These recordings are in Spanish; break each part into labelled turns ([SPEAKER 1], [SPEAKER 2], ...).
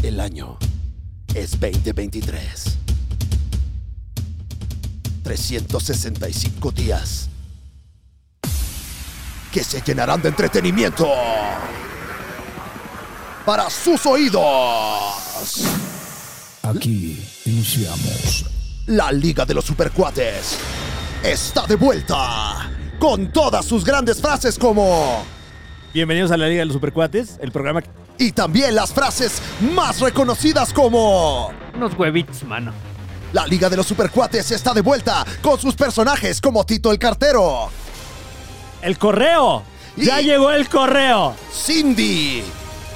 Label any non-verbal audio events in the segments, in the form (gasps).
[SPEAKER 1] del año es 2023. 365 días que se llenarán de entretenimiento para sus oídos.
[SPEAKER 2] Aquí iniciamos.
[SPEAKER 1] La Liga de los Supercuates está de vuelta con todas sus grandes frases como...
[SPEAKER 3] Bienvenidos a la Liga de los Supercuates, el programa que-
[SPEAKER 1] Y también las frases más reconocidas como...
[SPEAKER 4] Unos huevitos, mano.
[SPEAKER 1] La Liga de los Supercuates está de vuelta con sus personajes como Tito el Cartero,
[SPEAKER 3] ¡El correo! ¡Ya
[SPEAKER 1] Y-
[SPEAKER 3] llegó el correo!
[SPEAKER 1] Cindy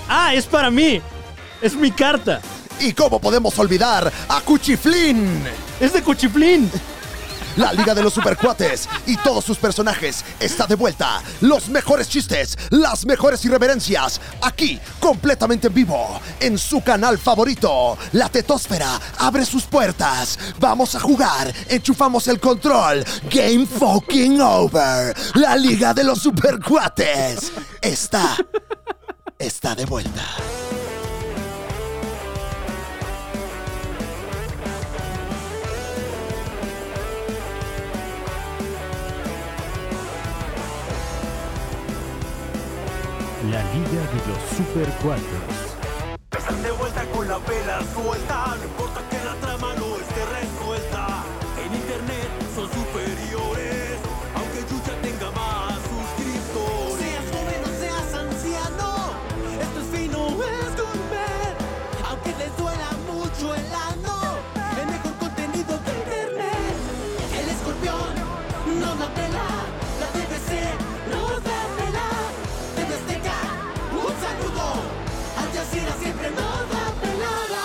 [SPEAKER 3] ¡Ah, es para mí! ¡Es mi carta!
[SPEAKER 1] y cómo podemos olvidar a Cuchiflín.
[SPEAKER 3] ¡Es de Cuchiplín!
[SPEAKER 1] La Liga de los Supercuates y todos sus personajes está de vuelta. Los mejores chistes, las mejores irreverencias, aquí completamente en vivo, en su canal favorito. La tetósfera abre sus puertas. Vamos a jugar, enchufamos el control. Game fucking over. La Liga de los Supercuates está, está de vuelta.
[SPEAKER 3] La Liga de los Supercuates.
[SPEAKER 5] Están de vuelta con la vela suelta, no importa que la trama no esté resuelta. En internet son superiores, aunque Yuya tenga más suscriptores. Seas joven o seas anciano, esto es fino, es gourmet. Aunque les duela mucho el ano, el mejor contenido de internet. El escorpión no la pela, la TVC no la pela. TV Azteca, un saludo. Al Jazeera siempre nos da pelada.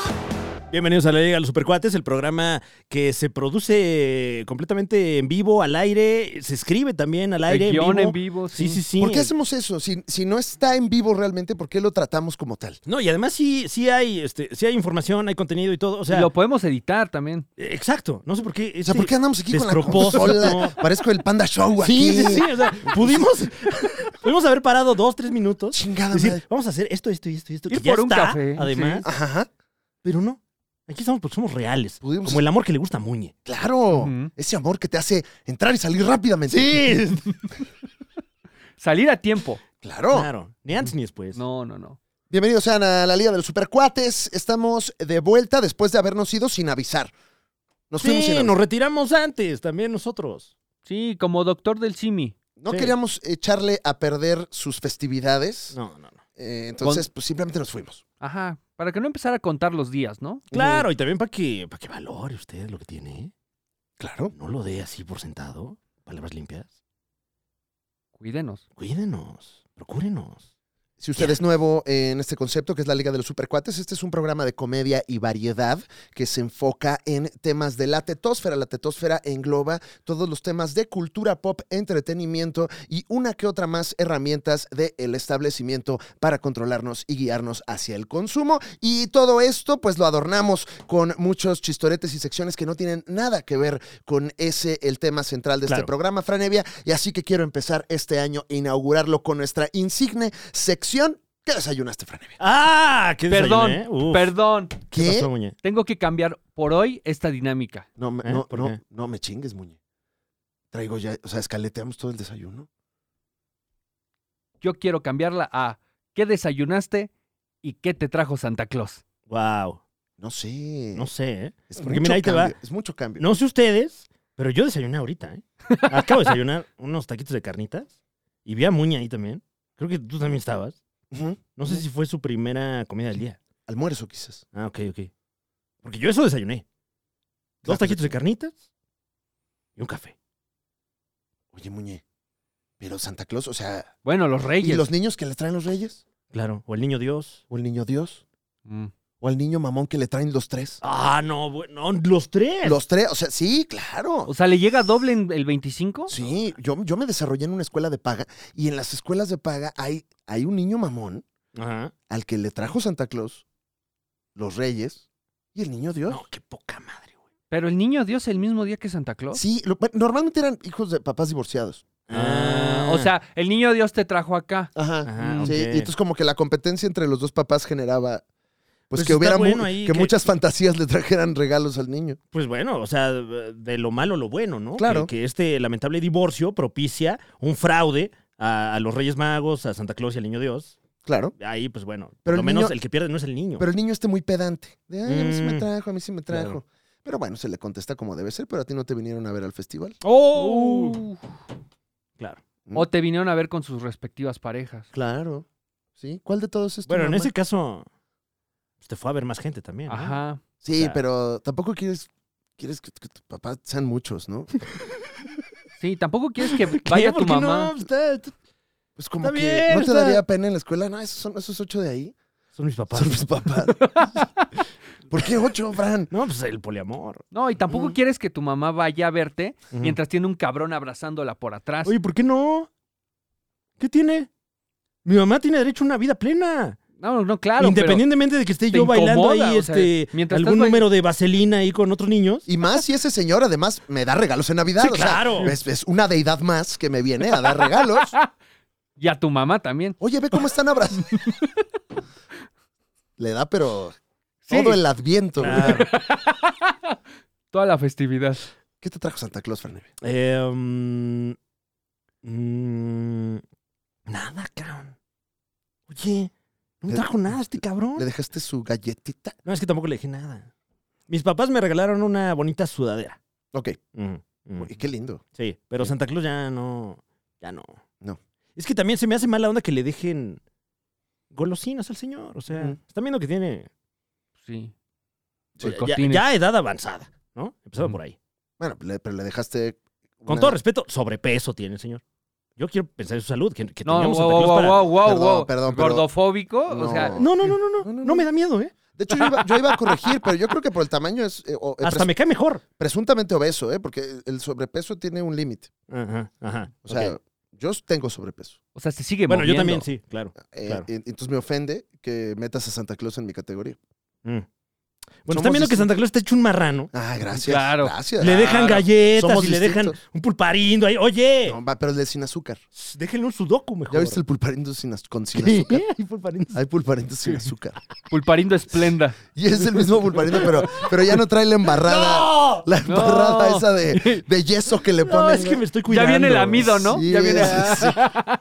[SPEAKER 3] Bienvenidos a la Liga de los Supercuates, el programa que se produce completamente en vivo, al aire, se escribe también al aire.
[SPEAKER 4] guión
[SPEAKER 3] en
[SPEAKER 4] en
[SPEAKER 3] vivo
[SPEAKER 4] vivo,
[SPEAKER 3] sí, sí,
[SPEAKER 4] sí.
[SPEAKER 3] sí.
[SPEAKER 1] ¿Por qué hacemos eso? Si, si no está en vivo realmente, ¿por qué lo tratamos como tal?
[SPEAKER 3] No, y además sí, sí hay, este, sí hay información, hay contenido y todo. O sea,
[SPEAKER 4] y lo podemos editar también.
[SPEAKER 3] exacto. No sé por qué.
[SPEAKER 1] O sea,
[SPEAKER 3] este
[SPEAKER 1] ¿por qué andamos aquí con la
[SPEAKER 3] despropósito.
[SPEAKER 1] consola? Parezco el Panda Show aquí.
[SPEAKER 3] Sí, sí, sí. O sea, (laughs) pudimos, pudimos haber parado dos, tres minutos.
[SPEAKER 1] Chingada
[SPEAKER 3] decir,
[SPEAKER 1] madre.
[SPEAKER 3] vamos a hacer esto, esto y esto y esto.
[SPEAKER 4] Ir
[SPEAKER 3] que ya
[SPEAKER 4] por un
[SPEAKER 3] está,
[SPEAKER 4] café,
[SPEAKER 3] Además,
[SPEAKER 4] sí.
[SPEAKER 1] Ajá,
[SPEAKER 3] pero no. Aquí estamos porque somos reales.
[SPEAKER 1] Pudimos-
[SPEAKER 3] Como el amor que le gusta a Muñe.
[SPEAKER 1] claro.
[SPEAKER 4] Ujú.
[SPEAKER 1] Ese amor que te hace entrar y salir rápidamente.
[SPEAKER 3] (laughs)
[SPEAKER 4] Salir a tiempo.
[SPEAKER 1] Claro.
[SPEAKER 3] Claro. Ni antes ni después.
[SPEAKER 4] No, no, no.
[SPEAKER 1] Bienvenidos sean a la Liga de los Supercuates. Estamos de vuelta después de habernos ido sin avisar. Nos fuimos sin
[SPEAKER 3] Sí,
[SPEAKER 1] avisar.
[SPEAKER 3] nos retiramos antes también nosotros.
[SPEAKER 4] Sí, como doctor del simi.
[SPEAKER 1] No
[SPEAKER 3] sí.
[SPEAKER 1] queríamos echarle a perder sus festividades.
[SPEAKER 3] No, no, no.
[SPEAKER 1] Eh, entonces, pues simplemente nos fuimos.
[SPEAKER 4] Ajá. Para que no empezara a contar los días, ¿no?
[SPEAKER 3] Claro, y también para que, para que valore usted lo que tiene.
[SPEAKER 1] Claro.
[SPEAKER 3] No lo dé así por sentado. Palabras limpias.
[SPEAKER 4] Uh, Cuídenos.
[SPEAKER 3] Cuídenos. Procúrenos.
[SPEAKER 1] Si usted es nuevo en este concepto, que es la Liga de los Supercuates, este es un programa de comedia y variedad que se enfoca en temas de la tetósfera. La tetósfera engloba todos los temas de cultura pop, entretenimiento y una que otra más herramientas del establecimiento para controlarnos y guiarnos hacia el consumo. Y todo esto, pues lo adornamos con muchos chistoretes y secciones que no tienen nada que ver con ese, el tema central de
[SPEAKER 3] Claro.
[SPEAKER 1] este programa, Franevia. Y así que quiero empezar este año, inaugurarlo con nuestra insigne sección. ¿Qué desayunaste, Franevia?
[SPEAKER 3] ¡Ah! ¿Qué
[SPEAKER 4] Perdón,
[SPEAKER 3] desayuné? Uf.
[SPEAKER 4] perdón.
[SPEAKER 3] ¿Qué, pasó, Muñe?
[SPEAKER 4] Tengo que cambiar por hoy esta dinámica.
[SPEAKER 1] No, me-
[SPEAKER 3] ¿Eh?
[SPEAKER 1] no,
[SPEAKER 3] ¿Por
[SPEAKER 1] no,
[SPEAKER 3] qué?
[SPEAKER 1] no me chingues, Muñe. Traigo ya, o sea, escaleteamos todo el desayuno.
[SPEAKER 4] Yo quiero cambiarla a ¿qué desayunaste y qué te trajo Santa Claus?
[SPEAKER 3] Wow.
[SPEAKER 1] No sé.
[SPEAKER 3] No sé, ¿eh?
[SPEAKER 1] es
[SPEAKER 3] porque mira, ahí te va.
[SPEAKER 1] cambio, Es mucho cambio.
[SPEAKER 3] No sé ustedes, pero yo desayuné ahorita,
[SPEAKER 4] (laughs)
[SPEAKER 3] ¿eh? Acabo de desayunar unos taquitos de carnitas y vi a Muña ahí también. Creo que tú también estabas.
[SPEAKER 1] Ujú.
[SPEAKER 3] No sé si fue su primera comida del día.
[SPEAKER 1] Almuerzo, quizás.
[SPEAKER 3] Ah, ok, ok. Porque yo eso desayuné. Dos
[SPEAKER 1] Claro, pues,
[SPEAKER 3] taquitos de carnitas y un café.
[SPEAKER 1] Oye, Muñe, pero Santa Claus, o sea,
[SPEAKER 4] Bueno, los
[SPEAKER 1] ¿y
[SPEAKER 4] reyes.
[SPEAKER 1] los niños que le traen los reyes?
[SPEAKER 3] Claro. O el niño Dios.
[SPEAKER 1] ¿O el niño Dios?
[SPEAKER 4] Mm.
[SPEAKER 1] ¿O al niño mamón que le traen los tres?
[SPEAKER 3] Ah, no, bueno, los tres.
[SPEAKER 1] Los tres, o sea, sí, claro.
[SPEAKER 4] O sea, ¿le llega doble en el 25?
[SPEAKER 1] Sí, yo, yo me desarrollé en una escuela de paga y en las escuelas de paga hay, hay un niño mamón
[SPEAKER 3] Ajá.
[SPEAKER 1] al que le trajo Santa Claus, los reyes y el niño Dios.
[SPEAKER 3] No, qué poca madre, güey.
[SPEAKER 4] Pero el niño Dios el mismo día que Santa Claus.
[SPEAKER 1] Sí, lo- normalmente eran hijos de papás divorciados.
[SPEAKER 4] Ah, o sea, el niño Dios te trajo acá.
[SPEAKER 1] Ajá. Mm.
[SPEAKER 3] Ajá,
[SPEAKER 1] sí,
[SPEAKER 3] ok.
[SPEAKER 1] y entonces como que la competencia entre los dos papás generaba pues,
[SPEAKER 3] Pues
[SPEAKER 1] que
[SPEAKER 3] está
[SPEAKER 1] hubiera mu-
[SPEAKER 3] bueno ahí
[SPEAKER 1] que,
[SPEAKER 3] que-
[SPEAKER 1] muchas fantasías le trajeran regalos al niño.
[SPEAKER 3] Pues bueno, o sea, de lo malo lo bueno, ¿no?
[SPEAKER 1] Claro.
[SPEAKER 3] Que, que este lamentable divorcio propicia un fraude a, a los Reyes Magos, a Santa Claus y al Niño Dios.
[SPEAKER 1] Claro.
[SPEAKER 3] Ahí, pues bueno,
[SPEAKER 1] Pero
[SPEAKER 3] por lo
[SPEAKER 1] el
[SPEAKER 3] menos
[SPEAKER 1] niño-
[SPEAKER 3] el que pierde no es el niño.
[SPEAKER 1] Pero el niño esté muy pedante. De, ay, a mí sí me
[SPEAKER 3] Mm.
[SPEAKER 1] trajo, a mí sí me trajo.
[SPEAKER 3] Claro.
[SPEAKER 1] Pero bueno, se le contesta como debe ser, pero a ti no te vinieron a ver al festival.
[SPEAKER 3] ¡Oh! Claro.
[SPEAKER 4] O te vinieron a ver con sus respectivas parejas.
[SPEAKER 1] Claro. ¿Sí? ¿Cuál de todos es tu
[SPEAKER 3] Bueno, en
[SPEAKER 1] mamá?
[SPEAKER 3] ese caso, pues, te fue a ver más gente también. ¿no? (laughs)
[SPEAKER 4] Ajá.
[SPEAKER 1] Sí,
[SPEAKER 3] o sea-
[SPEAKER 1] pero tampoco quieres, quieres que, que tus papás sean muchos,
[SPEAKER 3] (laughs)
[SPEAKER 1] ¿no?
[SPEAKER 4] Sí, tampoco quieres que
[SPEAKER 3] ¿Qué?
[SPEAKER 4] vaya tu
[SPEAKER 3] ¿Por qué
[SPEAKER 4] mamá.
[SPEAKER 3] no? Está- está-
[SPEAKER 1] Pues como
[SPEAKER 3] Está
[SPEAKER 1] que
[SPEAKER 3] bien,
[SPEAKER 1] no te
[SPEAKER 3] está-
[SPEAKER 1] daría pena en la escuela. No, esos son esos ocho de ahí.
[SPEAKER 3] Son mis (laughs) papás.
[SPEAKER 1] Son mis papás.
[SPEAKER 3] (laughs)
[SPEAKER 1] ¿Por qué ocho, Fran?
[SPEAKER 3] No, pues el poliamor.
[SPEAKER 4] No, y tampoco
[SPEAKER 1] Ujú.
[SPEAKER 4] quieres que tu mamá vaya a verte
[SPEAKER 3] Ujú.
[SPEAKER 4] mientras tiene un cabrón abrazándola por atrás.
[SPEAKER 3] Oye, ¿por qué no? ¿Qué tiene? Mi mamá tiene derecho a una vida plena.
[SPEAKER 4] no, no, claro.
[SPEAKER 3] Independientemente de que esté
[SPEAKER 4] te
[SPEAKER 3] yo bailando
[SPEAKER 4] incomoda,
[SPEAKER 3] ahí
[SPEAKER 4] o sea,
[SPEAKER 3] este,
[SPEAKER 4] mientras estás
[SPEAKER 3] algún
[SPEAKER 4] bail-
[SPEAKER 3] número de vaselina ahí con otros niños.
[SPEAKER 1] Y más si ese señor además me da regalos en Navidad.
[SPEAKER 3] Sí,
[SPEAKER 1] o sea,
[SPEAKER 3] claro.
[SPEAKER 1] es, es una deidad más que me viene a dar regalos.
[SPEAKER 4] pero- Y a tu mamá también.
[SPEAKER 1] Oye, ve cómo están
[SPEAKER 3] (laughs)
[SPEAKER 1] abrazando. Le da, pero
[SPEAKER 4] Sí,
[SPEAKER 1] todo el adviento. güey.
[SPEAKER 3] Claro. (laughs)
[SPEAKER 4] toda la festividad.
[SPEAKER 1] ¿Qué te trajo Santa Claus, Fran?
[SPEAKER 3] Eh, mm, mm, nada, cabrón. Oye, no me
[SPEAKER 1] Le-
[SPEAKER 3] trajo nada este cabrón.
[SPEAKER 1] ¿Le dejaste su galletita?
[SPEAKER 3] No, es que tampoco le dije nada. Mis papás me regalaron una bonita sudadera.
[SPEAKER 1] Ok,
[SPEAKER 3] Ujú, ujú.
[SPEAKER 1] Oye, qué lindo.
[SPEAKER 3] Sí, pero Santa Claus ya no. Ya no.
[SPEAKER 1] No.
[SPEAKER 3] Es que también se me hace mala onda que le dejen golosinas al señor. O sea,
[SPEAKER 1] Ujú.
[SPEAKER 3] están viendo que tiene
[SPEAKER 4] Sí.
[SPEAKER 1] Sí,
[SPEAKER 4] Pues
[SPEAKER 3] ya,
[SPEAKER 4] costines.
[SPEAKER 3] ya edad avanzada, ¿no? Empezaba
[SPEAKER 4] Ujú.
[SPEAKER 3] por ahí.
[SPEAKER 1] Bueno, le- pero le dejaste.
[SPEAKER 3] Con
[SPEAKER 1] una-
[SPEAKER 3] todo respeto, sobrepeso tiene el señor. Yo quiero pensar en su salud, que, que
[SPEAKER 4] No, wow,
[SPEAKER 3] tengamos Santa
[SPEAKER 4] wow,
[SPEAKER 3] Claus
[SPEAKER 4] wow,
[SPEAKER 3] para-
[SPEAKER 4] wow, wow,
[SPEAKER 1] Perdón,
[SPEAKER 4] wow.
[SPEAKER 1] perdón, pero-
[SPEAKER 4] Gordofóbico, o sea,
[SPEAKER 1] No.
[SPEAKER 3] No, no, no, no, no,
[SPEAKER 1] No,
[SPEAKER 3] no,
[SPEAKER 1] no,
[SPEAKER 3] me da miedo, ¿eh?
[SPEAKER 1] De hecho, yo iba, yo iba a corregir, pero yo creo que por el tamaño es eh, o- eh,
[SPEAKER 3] Hasta me cae mejor.
[SPEAKER 1] pres- presuntamente obeso, ¿eh? Porque el sobrepeso tiene un límite.
[SPEAKER 3] Ajá, ajá.
[SPEAKER 1] O sea,
[SPEAKER 3] ok.
[SPEAKER 1] yo tengo sobrepeso.
[SPEAKER 4] o sea, se sigue
[SPEAKER 3] bueno, yo
[SPEAKER 4] moviendo.
[SPEAKER 3] también sí, claro.
[SPEAKER 1] Eh,
[SPEAKER 3] Claro.
[SPEAKER 1] en- Entonces me ofende que metas a Santa Claus en mi categoría.
[SPEAKER 3] Mm.
[SPEAKER 1] Somos
[SPEAKER 3] Bueno, están viendo que
[SPEAKER 1] distintos.
[SPEAKER 3] Santa Claus está hecho un marrano.
[SPEAKER 1] Ah, gracias.
[SPEAKER 4] Claro.
[SPEAKER 1] Gracias.
[SPEAKER 3] Le dejan galletas
[SPEAKER 1] Somos
[SPEAKER 3] y le dejan
[SPEAKER 1] distintos.
[SPEAKER 3] un pulparindo ahí. Oye,
[SPEAKER 1] No, va, pero el de sin azúcar.
[SPEAKER 3] s- déjenle un sudoku mejor.
[SPEAKER 1] ¿Ya viste el pulparindo sin az- con sin
[SPEAKER 3] ¿Qué?
[SPEAKER 1] (laughs) azúcar?
[SPEAKER 3] Hay pulparindos.
[SPEAKER 1] Hay pulparindo sin azúcar.
[SPEAKER 4] Pulparindo esplenda.
[SPEAKER 1] Y es el mismo pulparindo, pero, pero ya no trae la embarrada.
[SPEAKER 3] (laughs) ¡No!
[SPEAKER 1] La embarrada
[SPEAKER 4] No.
[SPEAKER 1] esa de, de yeso que le ponen.
[SPEAKER 3] No, es que me estoy cuidando.
[SPEAKER 4] viene el amido, ¿no?
[SPEAKER 1] Sí,
[SPEAKER 4] Ya viene-
[SPEAKER 1] sí, sí.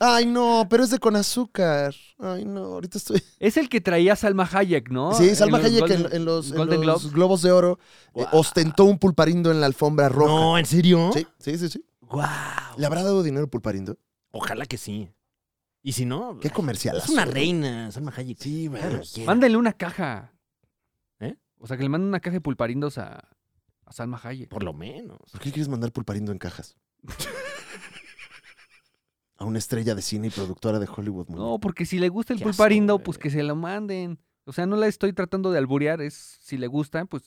[SPEAKER 1] Ay, no, pero es de con azúcar. Ay, no, ahorita estoy.
[SPEAKER 4] Es el que traía Salma Hayek, ¿no?
[SPEAKER 1] sí,
[SPEAKER 4] En
[SPEAKER 1] Salma
[SPEAKER 4] los
[SPEAKER 1] Hayek
[SPEAKER 4] Golden-
[SPEAKER 1] en, en los, en
[SPEAKER 4] Golden
[SPEAKER 1] los
[SPEAKER 4] Globes.
[SPEAKER 1] Globos de Oro eh,
[SPEAKER 3] Guau.
[SPEAKER 1] ostentó un pulparindo en la alfombra roja.
[SPEAKER 3] No, ¿en serio?
[SPEAKER 1] Sí, sí, sí, sí.
[SPEAKER 3] Wow.
[SPEAKER 1] ¿Le habrá dado dinero Pulparindo?
[SPEAKER 3] Ojalá que sí. Y si no,
[SPEAKER 1] Qué comercial.
[SPEAKER 3] es una reina, Salma Hayek.
[SPEAKER 1] Sí, man.
[SPEAKER 3] Claro, quiero.
[SPEAKER 4] Mándenle una caja.
[SPEAKER 3] ¿Eh?
[SPEAKER 4] O sea, que le manden una caja de pulparindos a, a Salma Hayek.
[SPEAKER 3] Por lo menos.
[SPEAKER 1] ¿Por qué quieres mandar Pulparindo en
[SPEAKER 3] (laughs)
[SPEAKER 1] cajas? A una estrella de cine y productora de Hollywood. Muñe.
[SPEAKER 4] No, porque si le gusta el
[SPEAKER 3] Qué asco,
[SPEAKER 4] pulparindo,
[SPEAKER 3] güey.
[SPEAKER 4] pues que se lo manden. O sea, no la estoy tratando de alburear, es si le gusta,
[SPEAKER 3] (laughs)
[SPEAKER 4] pues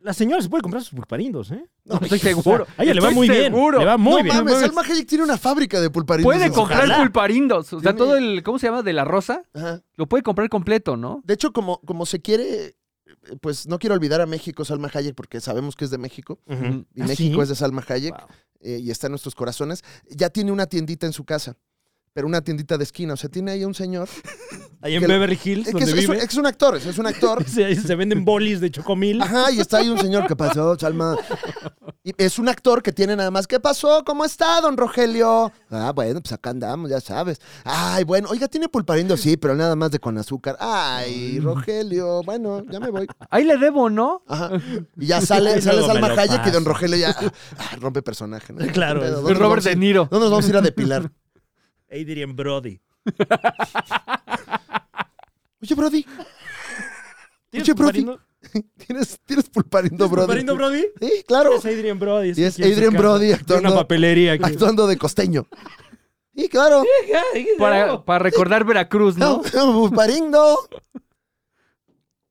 [SPEAKER 3] La señora se puede comprar sus pulparindos, ¿eh?
[SPEAKER 1] No,
[SPEAKER 4] (laughs) estoy
[SPEAKER 1] hija,
[SPEAKER 3] (laughs)
[SPEAKER 4] seguro.
[SPEAKER 3] A ella le va muy
[SPEAKER 4] Estoy seguro.
[SPEAKER 3] bien. Le va muy
[SPEAKER 1] no
[SPEAKER 3] bien.
[SPEAKER 1] mames, Salma Hayek tiene una fábrica de Pulparindo.
[SPEAKER 4] puede comprar
[SPEAKER 3] ojalá.
[SPEAKER 4] pulparindos. O sea,
[SPEAKER 1] Tiene-
[SPEAKER 4] todo el, ¿cómo se llama? De la rosa, lo puede comprar completo, ¿no?
[SPEAKER 1] De hecho, como, como se quiere, eh, pues no quiero olvidar a México, Salma Hayek, porque sabemos que es de México.
[SPEAKER 3] Ujú.
[SPEAKER 1] Y
[SPEAKER 3] ¿Ah,
[SPEAKER 1] México
[SPEAKER 3] sí?
[SPEAKER 1] es de Salma Hayek
[SPEAKER 3] Wow.
[SPEAKER 1] eh, y está en nuestros corazones. Ya tiene una tiendita en su casa, pero una tiendita de esquina. O sea, tiene ahí un
[SPEAKER 3] (laughs)
[SPEAKER 1] señor.
[SPEAKER 3] Ahí en
[SPEAKER 1] que-
[SPEAKER 3] Beverly Hills,
[SPEAKER 1] Es, que
[SPEAKER 3] donde
[SPEAKER 1] es- es un-
[SPEAKER 3] vive.
[SPEAKER 1] es un actor, es- es un actor.
[SPEAKER 3] (laughs) Se, se venden bolis de chocomil.
[SPEAKER 1] Ajá, y está ahí un señor que pasó, Salma. Y es un actor que tiene nada más. ¿Qué pasó? ¿Cómo está, don Rogelio? Ah, bueno, pues acá andamos, ya sabes. Ay, bueno, oiga, tiene pulparindo, sí, pero nada más de con azúcar. Ay, Rogelio, bueno, ya me voy.
[SPEAKER 4] Ahí le debo, ¿no?
[SPEAKER 3] (laughs)
[SPEAKER 1] Ajá. Y ya sale,
[SPEAKER 3] Y
[SPEAKER 1] sale
[SPEAKER 3] luego me
[SPEAKER 1] Salma
[SPEAKER 3] lo
[SPEAKER 1] Hayek y don
[SPEAKER 3] paso.
[SPEAKER 1] Rogelio ya ah, rompe personaje. ¿no?
[SPEAKER 3] Claro,
[SPEAKER 1] ¿Qué pedo?
[SPEAKER 3] es
[SPEAKER 1] ¿Dónde nos
[SPEAKER 4] Robert
[SPEAKER 1] vamos a ir?
[SPEAKER 4] De Niro.
[SPEAKER 1] ¿Dónde nos vamos a ir a depilar?
[SPEAKER 3] (laughs) Adrian Brody.
[SPEAKER 1] Oye, Brody,
[SPEAKER 3] ¿Tienes
[SPEAKER 1] Oye, Brody,
[SPEAKER 3] pulparindo?
[SPEAKER 1] ¿tienes, tienes pulparindo,
[SPEAKER 3] ¿Tienes
[SPEAKER 1] Brody?
[SPEAKER 3] pulparindo, Brody?
[SPEAKER 1] Sí, claro.
[SPEAKER 3] Es Adrian Brody.
[SPEAKER 1] Y es
[SPEAKER 3] aquí en su
[SPEAKER 1] Adrien
[SPEAKER 3] casa.
[SPEAKER 1] Brody
[SPEAKER 3] De
[SPEAKER 1] actuando-
[SPEAKER 3] una papelería. aquí.
[SPEAKER 1] Actuando de costeño. Sí, claro.
[SPEAKER 4] Para, para recordar
[SPEAKER 1] (laughs)
[SPEAKER 3] (laughs)
[SPEAKER 4] Veracruz, ¿no?
[SPEAKER 1] Pulparindo. pues,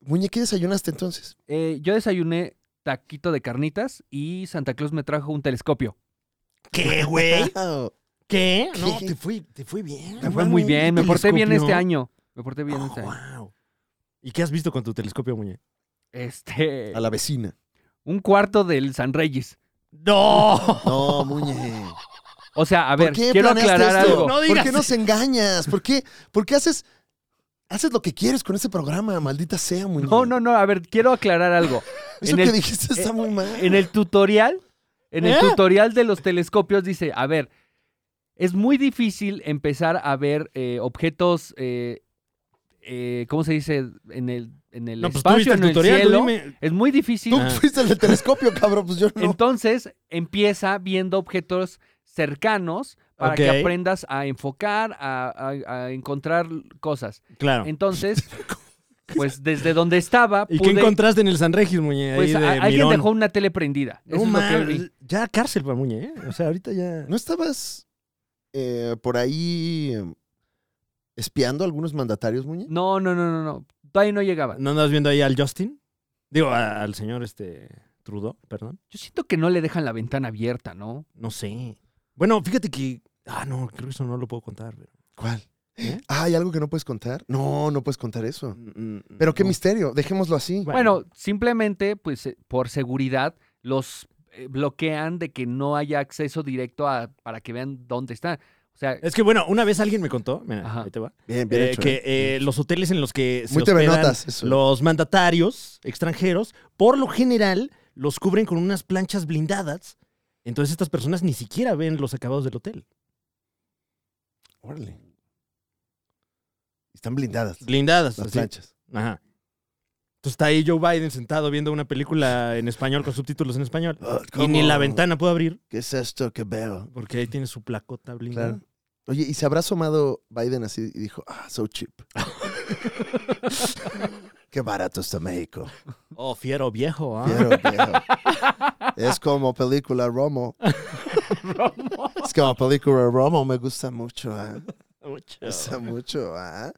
[SPEAKER 1] Muñe, ¿qué desayunaste entonces?
[SPEAKER 4] Eh, yo desayuné taquito de carnitas y Santa Claus me trajo un telescopio.
[SPEAKER 3] ¿Qué, güey?
[SPEAKER 1] Ah,
[SPEAKER 3] ¿Qué? No,
[SPEAKER 1] ¿Qué?
[SPEAKER 3] te fui, te fui bien.
[SPEAKER 4] Me fue muy bien, me porté bien este
[SPEAKER 3] Telescopio.
[SPEAKER 4] año. Me porté bien este año.
[SPEAKER 3] wow. ¿Y qué has visto con tu telescopio, Muñe?
[SPEAKER 4] Este,
[SPEAKER 1] A la vecina.
[SPEAKER 4] un cuarto del San Reyes.
[SPEAKER 3] ¡No!
[SPEAKER 1] No, Muñe.
[SPEAKER 4] O sea, a ver,
[SPEAKER 1] ¿Por qué
[SPEAKER 4] quiero
[SPEAKER 1] planeaste
[SPEAKER 4] aclarar
[SPEAKER 1] esto?
[SPEAKER 4] algo.
[SPEAKER 3] No
[SPEAKER 1] ¿Por qué
[SPEAKER 3] digas.
[SPEAKER 1] nos engañas? ¿Por qué, por qué haces Haces lo que quieres con ese programa, maldita sea, muñeco.
[SPEAKER 4] No, no, no. A ver, quiero aclarar algo.
[SPEAKER 1] Eso
[SPEAKER 4] en
[SPEAKER 1] que
[SPEAKER 4] el-
[SPEAKER 1] dijiste está
[SPEAKER 4] eh,
[SPEAKER 1] muy mal.
[SPEAKER 4] En el tutorial, en
[SPEAKER 3] ¿Eh?
[SPEAKER 4] el tutorial de los telescopios dice, a ver, es muy difícil empezar a ver eh, objetos, eh, eh, ¿cómo se dice? En el, en el
[SPEAKER 3] No, pues tú
[SPEAKER 4] espacio,
[SPEAKER 3] viste el
[SPEAKER 4] en el
[SPEAKER 3] tutorial, tú
[SPEAKER 4] cielo.
[SPEAKER 3] dime.
[SPEAKER 4] Es muy difícil.
[SPEAKER 1] Tú
[SPEAKER 3] Ah.
[SPEAKER 1] fuiste el del telescopio, cabrón, pues yo no.
[SPEAKER 4] Entonces empieza viendo objetos cercanos para
[SPEAKER 3] Ok.
[SPEAKER 4] que aprendas a enfocar, a, a- a encontrar cosas.
[SPEAKER 3] Claro.
[SPEAKER 1] (laughs)
[SPEAKER 4] Entonces, pues desde donde estaba,
[SPEAKER 3] ¿Y qué
[SPEAKER 4] pude-
[SPEAKER 3] encontraste en el San Regis, Muñe? Ahí
[SPEAKER 4] pues
[SPEAKER 3] de
[SPEAKER 4] a- alguien
[SPEAKER 3] Mirón.
[SPEAKER 4] dejó una tele prendida.
[SPEAKER 3] No,
[SPEAKER 4] Eso es lo que
[SPEAKER 3] man,
[SPEAKER 4] vi.
[SPEAKER 3] Ya cárcel para Muñe, ¿eh? O sea, ahorita ya.
[SPEAKER 1] ¿No estabas eh, por ahí eh, espiando a algunos mandatarios, Muñe?
[SPEAKER 4] No, no, no, no, no. Todavía no llegaba.
[SPEAKER 3] ¿No andas viendo ahí al Justin? Digo, a- al señor este Trudeau, perdón.
[SPEAKER 4] Yo siento que no le dejan la ventana abierta, ¿no?
[SPEAKER 3] No sé. Bueno, fíjate que. Ah, no, creo que eso no lo puedo contar. Pero,
[SPEAKER 1] ¿Cuál?
[SPEAKER 3] ¿Eh?
[SPEAKER 1] Ah, ¿Hay algo que no puedes contar? No, no puedes contar eso. Pero qué
[SPEAKER 3] Mm, No.
[SPEAKER 1] misterio, dejémoslo así.
[SPEAKER 4] Bueno, simplemente, pues, eh, por seguridad, los eh, bloquean de que no haya acceso directo a, para que vean dónde están. O sea,
[SPEAKER 3] Es que bueno, una vez alguien me contó, mira,
[SPEAKER 4] Ajá.
[SPEAKER 3] ahí te va,
[SPEAKER 1] Bien, bien
[SPEAKER 3] eh,
[SPEAKER 1] hecho,
[SPEAKER 3] que
[SPEAKER 1] ¿eh?
[SPEAKER 3] eh, los hoteles en los que se
[SPEAKER 1] Muy TV
[SPEAKER 3] hospedan
[SPEAKER 1] Notas, eso.
[SPEAKER 3] los mandatarios extranjeros, por lo general, los cubren con unas planchas blindadas. Entonces estas personas ni siquiera ven los acabados del hotel.
[SPEAKER 1] Órale. Están blindadas las-
[SPEAKER 3] Blindadas,
[SPEAKER 1] las
[SPEAKER 3] así.
[SPEAKER 1] planchas.
[SPEAKER 3] Ajá. Entonces está ahí Joe Biden sentado viendo una película en español con subtítulos en español.
[SPEAKER 1] Ah,
[SPEAKER 3] Y ni
[SPEAKER 1] ¿cómo?
[SPEAKER 3] la ventana puede abrir
[SPEAKER 1] ¿Qué es esto que veo?
[SPEAKER 3] porque ahí tiene su placota blindada.
[SPEAKER 1] Claro. Oye, ¿y se habrá asomado Biden así y dijo, ah, so cheap? (laughs) Qué barato está México.
[SPEAKER 3] Oh, fiero viejo, ¿ah?
[SPEAKER 1] Quiero, quiero. Es como película Romo. (laughs) Es como película Romo, me gusta mucho. ah. Me gusta mucho. ah.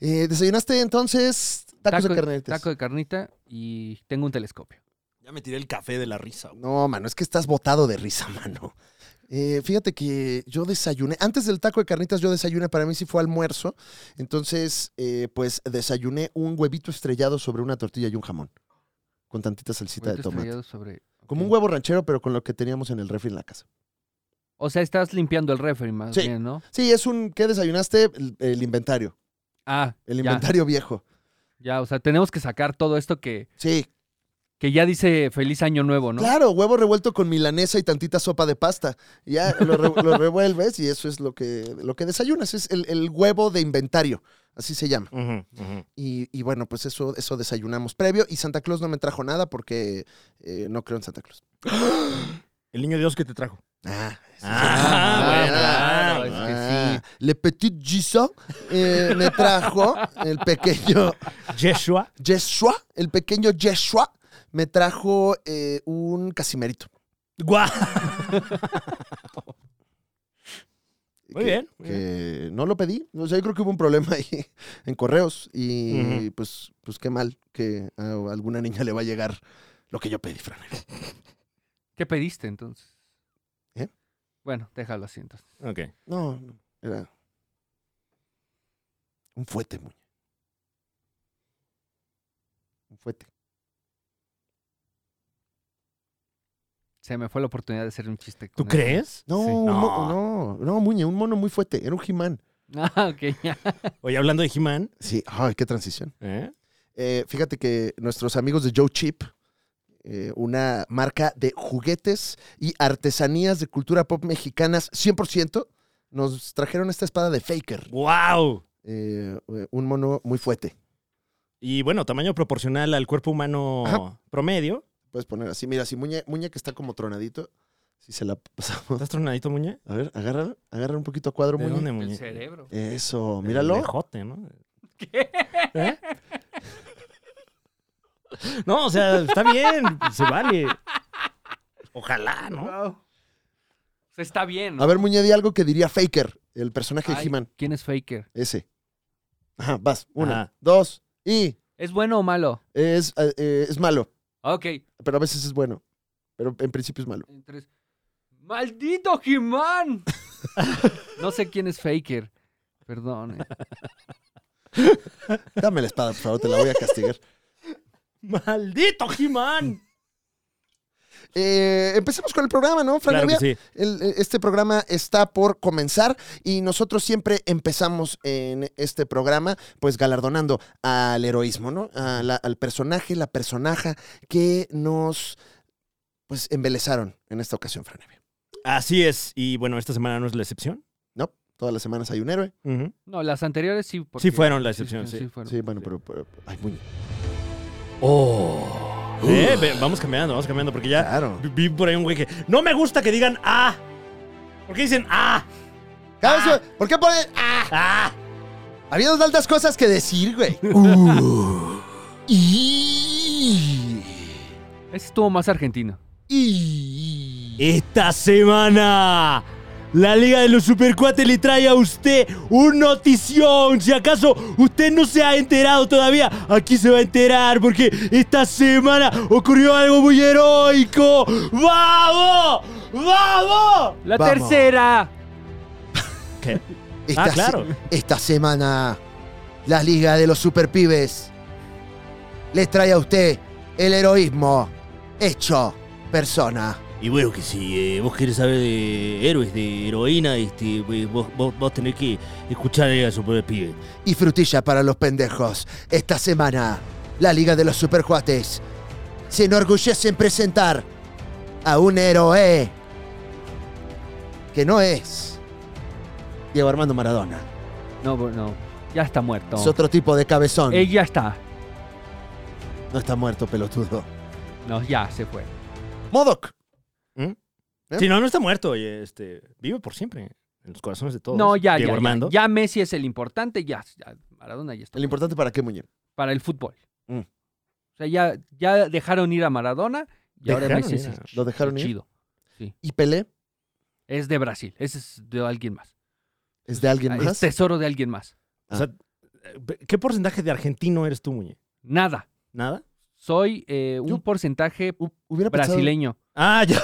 [SPEAKER 1] Eh, ¿Desayunaste entonces tacos de carnitas?
[SPEAKER 4] taco de carnita y tengo un telescopio.
[SPEAKER 3] Ya me tiré el café de la risa. güey.
[SPEAKER 1] No, mano, es que estás botado de risa, (laughs) mano. Eh, fíjate que yo desayuné, antes del taco de carnitas yo desayuné, para mí sí fue almuerzo, entonces eh, pues desayuné un huevito estrellado sobre una tortilla y un jamón, con tantita salsita de
[SPEAKER 4] Huevito
[SPEAKER 1] tomate.
[SPEAKER 4] estrellado sobre-
[SPEAKER 1] Como un
[SPEAKER 4] ok.
[SPEAKER 1] huevo ranchero, pero con lo que teníamos en el refri en la casa.
[SPEAKER 4] O sea, estás limpiando el refri más
[SPEAKER 1] Sí.
[SPEAKER 4] bien, ¿no?
[SPEAKER 1] Sí, es un, ¿qué desayunaste? El, el inventario,
[SPEAKER 4] Ah,
[SPEAKER 1] el
[SPEAKER 4] ya,
[SPEAKER 1] inventario viejo.
[SPEAKER 4] ya, o sea, tenemos que sacar todo esto que,
[SPEAKER 1] Sí,
[SPEAKER 4] que ya dice feliz año nuevo, ¿no?
[SPEAKER 1] claro, huevo revuelto con milanesa y tantita sopa de pasta. Ya lo, re- lo revuelves y eso es lo que, lo que desayunas, es el- el huevo de inventario, así se llama.
[SPEAKER 3] Ujú, ujú.
[SPEAKER 1] Y, y bueno, pues eso, eso desayunamos previo. Y Santa Claus no me trajo nada porque eh, no creo en Santa Claus.
[SPEAKER 3] El niño Dios que te trajo.
[SPEAKER 1] Ah, eso
[SPEAKER 3] Ah,
[SPEAKER 1] sí.
[SPEAKER 3] bueno,
[SPEAKER 4] claro, es que
[SPEAKER 1] Ah, Le Petit Gisó me trajo el pequeño
[SPEAKER 3] Yeshua.
[SPEAKER 1] Yeshua, el pequeño Yeshua me trajo eh, un casimerito.
[SPEAKER 3] Guau. Muy
[SPEAKER 1] que-
[SPEAKER 3] bien, muy
[SPEAKER 1] Que no lo pedí. O sea, yo creo que hubo un problema (laughs) ahí en correos. Y
[SPEAKER 3] Ujú.
[SPEAKER 1] pues, pues qué mal que a alguna niña le va a llegar lo que yo pedí, Fran.
[SPEAKER 4] ¿Qué pediste entonces?
[SPEAKER 1] ¿Eh?
[SPEAKER 4] Bueno, déjalo así entonces.
[SPEAKER 3] Ok.
[SPEAKER 1] No, no, era un fuete, muñe. Un fuete.
[SPEAKER 4] Se me fue la oportunidad de hacer un chiste.
[SPEAKER 3] ¿Tú
[SPEAKER 4] con eso.
[SPEAKER 3] crees?
[SPEAKER 1] No,
[SPEAKER 4] Sí.
[SPEAKER 1] un mo- no, no, muñe, un mono muy fuete, era un jimán.
[SPEAKER 4] (laughs) Ah, ok,
[SPEAKER 1] (laughs)
[SPEAKER 4] ya.
[SPEAKER 3] Oye, hablando de He-Man.
[SPEAKER 1] Sí, ay, qué transición.
[SPEAKER 3] ¿eh?
[SPEAKER 1] Eh, fíjate que nuestros amigos de Joe Chip, eh, una marca de juguetes y artesanías de cultura pop mexicanas 100%, nos trajeron esta espada de Faker,
[SPEAKER 3] ¡Wow!
[SPEAKER 1] eh, un mono muy fuete.
[SPEAKER 3] Y bueno, tamaño proporcional al cuerpo humano
[SPEAKER 1] Ajá.
[SPEAKER 3] promedio.
[SPEAKER 1] (laughs) Puedes poner así, mira, si muñe, muñe que está como tronadito, si se la pasamos.
[SPEAKER 3] ¿Estás tronadito, Muñe?
[SPEAKER 1] A ver, agarra, agarra un poquito a cuadro,
[SPEAKER 3] ¿De
[SPEAKER 1] Muñe.
[SPEAKER 3] dónde, Muñe?
[SPEAKER 1] (laughs)
[SPEAKER 4] El cerebro.
[SPEAKER 1] Eso,
[SPEAKER 3] Del
[SPEAKER 1] míralo.
[SPEAKER 3] Dejote, ¿no? ¿Eh? No, o sea, está bien, se vale. Ojalá, ¿no?
[SPEAKER 4] Wow. O sea, está bien. ¿no?
[SPEAKER 1] A ver, Muñe, di algo que diría Faker, el personaje de
[SPEAKER 4] Ay,
[SPEAKER 1] He-Man.
[SPEAKER 4] ¿Quién es Faker?
[SPEAKER 1] Ese. Ajá, vas. Una,
[SPEAKER 3] Ajá.
[SPEAKER 1] dos, y
[SPEAKER 4] ¿Es bueno o malo?
[SPEAKER 1] es, eh, eh, es malo,
[SPEAKER 4] Ok.
[SPEAKER 1] pero a veces es bueno. Pero en principio es malo.
[SPEAKER 4] en tres. ¡Maldito
[SPEAKER 1] (laughs)
[SPEAKER 4] Jimán! no sé quién es Faker. Perdón. eh.
[SPEAKER 1] Dame la espada, por favor, te la voy a castigar.
[SPEAKER 3] ¡Maldito He-Man!
[SPEAKER 1] (laughs) Eh, empecemos con el programa, ¿no, Fran?
[SPEAKER 3] Claro que
[SPEAKER 1] Evia?
[SPEAKER 3] sí.
[SPEAKER 1] El- eh, este programa está por comenzar y nosotros siempre empezamos en este programa pues galardonando al heroísmo, ¿no? A la- al personaje, la personaja que nos pues embelezaron en esta ocasión, Fran. Evia.
[SPEAKER 3] Así es. Y bueno, esta semana no es la excepción.
[SPEAKER 1] ¿No? Todas las semanas hay un héroe.
[SPEAKER 3] Ujú.
[SPEAKER 4] No, las anteriores sí. porque-
[SPEAKER 3] Sí fueron la excepción, sí.
[SPEAKER 4] fueron.
[SPEAKER 1] Sí, bueno, pero, pero- ay, muy
[SPEAKER 3] Eh, ve- vamos cambiando, vamos cambiando, porque ya
[SPEAKER 1] claro.
[SPEAKER 3] vi- vi por ahí un güey que. No me gusta que digan ah. ¿Por qué dicen ah?
[SPEAKER 1] Cada vez- ¿Por qué ponen? Ah,
[SPEAKER 3] Ah.
[SPEAKER 1] habiendo tantas cosas que decir, güey. y,
[SPEAKER 4] Ese estuvo más argentino.
[SPEAKER 1] y,
[SPEAKER 3] Esta semana, la Liga de los Supercuates le trae a usted un notición. Si acaso usted no se ha enterado todavía, aquí se va a enterar porque esta semana ocurrió algo muy heroico. ¡Vamos! ¡Vamos!
[SPEAKER 4] ¡La
[SPEAKER 1] Vamos.
[SPEAKER 4] tercera!
[SPEAKER 1] Esta,
[SPEAKER 3] Ah,
[SPEAKER 1] se-
[SPEAKER 3] claro.
[SPEAKER 1] esta semana, la Liga de los Superpibes les trae a usted el heroísmo hecho persona.
[SPEAKER 6] Y bueno, que si eh, vos querés saber de héroes, de heroína, este, pues, vos, vos, vos tenés que escuchar a Super Pibe.
[SPEAKER 1] Y frutilla para los pendejos. Esta semana, la Liga de los Supercuates se enorgullece en presentar a un héroe que no es Diego Armando Maradona.
[SPEAKER 4] No, bro, no. Ya está muerto.
[SPEAKER 1] Es otro tipo de cabezón.
[SPEAKER 4] Él Eh, ya está.
[SPEAKER 1] No está muerto, pelotudo.
[SPEAKER 4] No, ya se fue.
[SPEAKER 1] Modoc. ¿Eh?
[SPEAKER 3] Si no, no está muerto, oye, este, vive por siempre en los corazones de todos.
[SPEAKER 4] No, ya,
[SPEAKER 3] Diego
[SPEAKER 4] ya,
[SPEAKER 3] Armando.
[SPEAKER 4] ya. Ya Messi es el importante, ya. ya, Maradona ya está.
[SPEAKER 1] El importante para qué, Muñe.
[SPEAKER 4] Para el fútbol.
[SPEAKER 1] Mm.
[SPEAKER 4] O sea, ya, ya dejaron ir a Maradona y ahora
[SPEAKER 3] Dejaron
[SPEAKER 4] Messi es
[SPEAKER 3] ir
[SPEAKER 4] el
[SPEAKER 3] a-
[SPEAKER 1] Lo dejaron ir.
[SPEAKER 4] chido.
[SPEAKER 1] Y Pelé
[SPEAKER 4] Es de Brasil. Ese es de alguien más.
[SPEAKER 1] es de alguien
[SPEAKER 4] Ah,
[SPEAKER 1] más.
[SPEAKER 4] Es
[SPEAKER 3] este
[SPEAKER 4] tesoro de alguien más.
[SPEAKER 3] O sea, ¿qué porcentaje de argentino eres tú, Muñe?
[SPEAKER 4] Nada.
[SPEAKER 3] ¿Nada?
[SPEAKER 4] Soy eh, un
[SPEAKER 1] Yo-
[SPEAKER 4] porcentaje
[SPEAKER 1] Hu- Hubiera pensado
[SPEAKER 4] brasileño.
[SPEAKER 3] Ah, ya.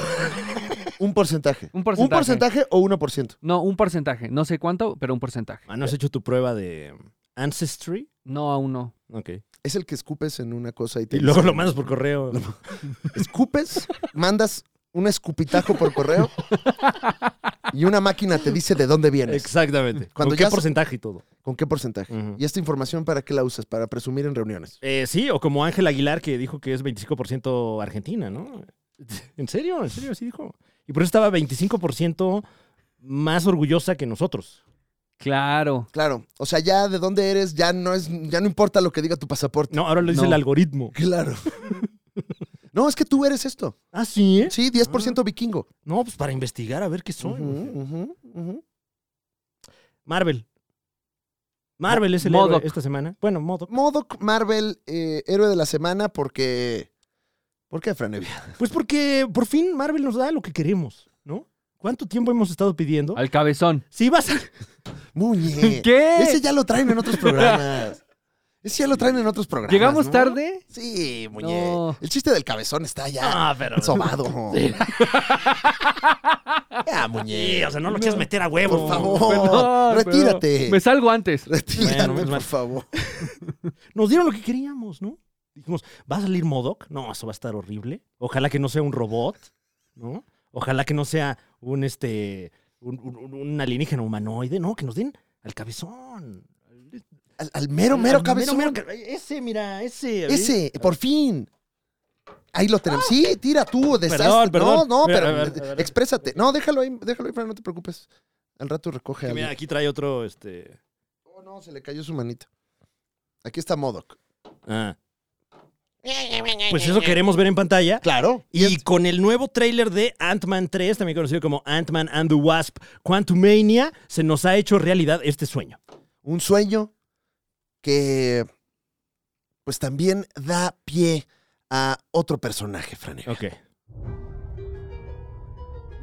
[SPEAKER 1] un porcentaje.
[SPEAKER 4] Un
[SPEAKER 1] ¿Un
[SPEAKER 4] porcentaje.
[SPEAKER 1] porcentaje o 1%?
[SPEAKER 4] No, un porcentaje. No sé cuánto, pero un porcentaje.
[SPEAKER 3] Ah, ¿No has hecho tu prueba de Ancestry?
[SPEAKER 4] No, aún no.
[SPEAKER 3] Ok.
[SPEAKER 1] Es el que escupes en una cosa y te
[SPEAKER 3] Y luego
[SPEAKER 1] dice-
[SPEAKER 3] lo mandas por correo.
[SPEAKER 1] escupes, mandas un escupitajo por correo y una máquina te dice de dónde vienes,
[SPEAKER 3] (laughs) Exactamente.
[SPEAKER 1] Cuando
[SPEAKER 3] ¿Con qué
[SPEAKER 1] ya-
[SPEAKER 3] porcentaje y todo?
[SPEAKER 1] con qué porcentaje.
[SPEAKER 3] Ujú.
[SPEAKER 1] Y esta información para qué la usas, para presumir en reuniones.
[SPEAKER 3] Eh, sí, o como Ángel Aguilar que dijo que es 25% Argentina, ¿no? ¿En serio? ¿En serio? Sí dijo. Y por eso estaba 25% más orgullosa que nosotros.
[SPEAKER 4] Claro.
[SPEAKER 1] Claro, o sea, ya de dónde eres, ya no es, ya no importa lo que diga tu pasaporte.
[SPEAKER 3] No, ahora lo dice
[SPEAKER 4] No.
[SPEAKER 3] el algoritmo. (laughs)
[SPEAKER 1] Claro. No, es que tú eres esto.
[SPEAKER 3] Ah, sí, ¿eh?
[SPEAKER 1] Sí, 10% vikingo.
[SPEAKER 3] No, pues para investigar a ver qué soy.
[SPEAKER 1] Ujú,
[SPEAKER 3] mujer.
[SPEAKER 1] ujú, ujú.
[SPEAKER 3] Marvel. Marvel es el
[SPEAKER 4] Modoc.
[SPEAKER 3] héroe esta semana. Bueno, Modoc.
[SPEAKER 1] Modoc Marvel, eh, héroe de la semana, porque. ¿Por qué, Franevia?
[SPEAKER 3] Pues porque por fin Marvel nos da lo que queremos, ¿no? ¿Cuánto tiempo hemos estado pidiendo?
[SPEAKER 4] Al cabezón.
[SPEAKER 3] Sí, vas a...
[SPEAKER 1] Muñe.
[SPEAKER 4] ¿Qué?
[SPEAKER 1] Ese ya lo traen en otros programas. Ese ya lo traen en otros programas.
[SPEAKER 4] ¿Llegamos
[SPEAKER 1] ¿no?
[SPEAKER 4] tarde?
[SPEAKER 1] Sí, muñe.
[SPEAKER 4] No.
[SPEAKER 1] El chiste del cabezón está ya
[SPEAKER 3] Ah, pero...
[SPEAKER 1] sobado. ya, muñe.
[SPEAKER 6] o sea, no lo quieres meter a huevo.
[SPEAKER 1] Por
[SPEAKER 4] (laughs)
[SPEAKER 1] favor,
[SPEAKER 4] No,
[SPEAKER 1] retírate.
[SPEAKER 4] pero Me salgo antes.
[SPEAKER 1] Retírate,
[SPEAKER 3] Bueno, es
[SPEAKER 1] por
[SPEAKER 3] mal.
[SPEAKER 1] favor.
[SPEAKER 3] Nos dieron lo que queríamos, ¿no? Dijimos, ¿va a salir Modoc? No, eso va a estar horrible. Ojalá que no sea un robot, ¿no? Ojalá que no sea un este un, un- un alienígena humanoide, no, que nos den al cabezón.
[SPEAKER 1] Al, al mero, mero
[SPEAKER 3] Al
[SPEAKER 1] cabezón.
[SPEAKER 3] mero ca- ese, mira, ese.
[SPEAKER 1] Ese,
[SPEAKER 3] Ah.
[SPEAKER 1] por fin. Ahí lo tenemos. Sí, tira tú, deshazte.
[SPEAKER 3] Perdón, perdón.
[SPEAKER 1] No, no,
[SPEAKER 3] Mira,
[SPEAKER 1] pero
[SPEAKER 3] a ver, a ver.
[SPEAKER 1] exprésate. No, déjalo ahí, déjalo ahí, Fran, no te preocupes. Al rato recoge
[SPEAKER 3] Que
[SPEAKER 1] algo.
[SPEAKER 3] Mira, aquí trae otro, este.
[SPEAKER 1] Oh, no, se le cayó su manita. Aquí está Modoc.
[SPEAKER 3] Ah. Pues eso queremos ver en pantalla.
[SPEAKER 1] Claro.
[SPEAKER 3] Y con el nuevo tráiler de Ant-Man 3, también conocido como Ant-Man and the Wasp Quantumania, se nos ha hecho realidad este sueño.
[SPEAKER 1] un sueño que pues también da pie a otro personaje, Franevia.
[SPEAKER 3] Ok.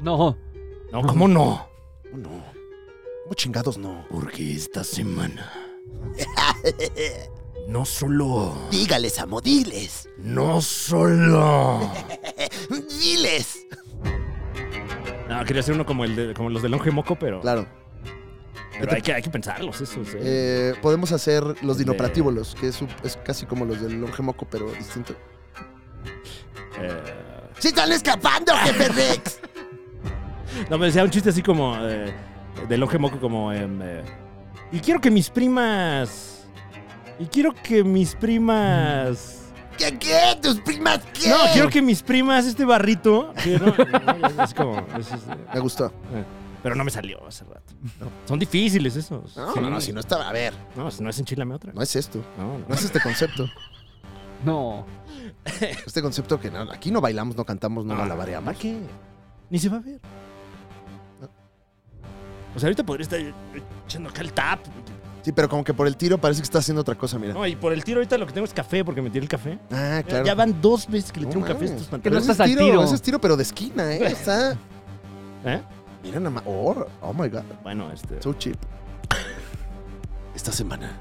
[SPEAKER 4] No.
[SPEAKER 3] No, ¿cómo no?
[SPEAKER 1] Oh, No. ¿Cómo chingados no?
[SPEAKER 6] Porque esta semana. No solo.
[SPEAKER 1] Dígales, amo, diles.
[SPEAKER 6] No solo.
[SPEAKER 1] Diles.
[SPEAKER 3] No, quería hacer uno como, el de- como los de Longe Moco, pero,
[SPEAKER 1] Claro.
[SPEAKER 3] pero hay, que, hay que pensarlos esos. ¿eh?
[SPEAKER 1] eh, podemos hacer los
[SPEAKER 3] De-
[SPEAKER 1] dinopratívolos, que es, un- es casi como los del longemoco, pero distinto.
[SPEAKER 3] Eh,
[SPEAKER 1] ¡Se están escapando, jefe Rex!
[SPEAKER 3] No, me decía un chiste así como. eh, del oje moco, como. em, eh, y quiero que mis primas. Y quiero que mis primas.
[SPEAKER 1] ¿Qué, qué? ¿Tus primas qué?
[SPEAKER 3] No, quiero que mis primas, este barrito.
[SPEAKER 1] (laughs)
[SPEAKER 3] que no, no, es- es como. es- es-
[SPEAKER 1] Me gustó.
[SPEAKER 3] pero no me salió hace rato. Son difíciles esos.
[SPEAKER 1] No,
[SPEAKER 3] Sí.
[SPEAKER 1] no, no, si no estaba. A ver,
[SPEAKER 3] No, si no es enchilame otra.
[SPEAKER 1] no es esto.
[SPEAKER 3] No, no.
[SPEAKER 1] No es este concepto.
[SPEAKER 4] No.
[SPEAKER 1] Este concepto que no, aquí no bailamos, no cantamos, no malabareamos.
[SPEAKER 3] ¿Para qué? Ni se va a ver. O sea, ahorita podría estar echando acá el tap.
[SPEAKER 1] Sí, pero como que por el tiro parece que está haciendo otra cosa, mira.
[SPEAKER 3] No, y por el tiro ahorita lo que tengo es café, porque me tiré el café.
[SPEAKER 1] Ah, claro.
[SPEAKER 3] Ya van dos veces que le
[SPEAKER 1] No
[SPEAKER 3] tiro un café a
[SPEAKER 1] mames.
[SPEAKER 3] estos
[SPEAKER 4] Que no
[SPEAKER 3] pantalones.
[SPEAKER 1] Ese es
[SPEAKER 4] estás al tiro.
[SPEAKER 1] Ese es tiro, pero de esquina, ¿eh? Está...
[SPEAKER 3] ¿Eh?
[SPEAKER 1] Mira nada más. Oh, oh my God.
[SPEAKER 3] Bueno, este.
[SPEAKER 1] So cheap. Esta semana,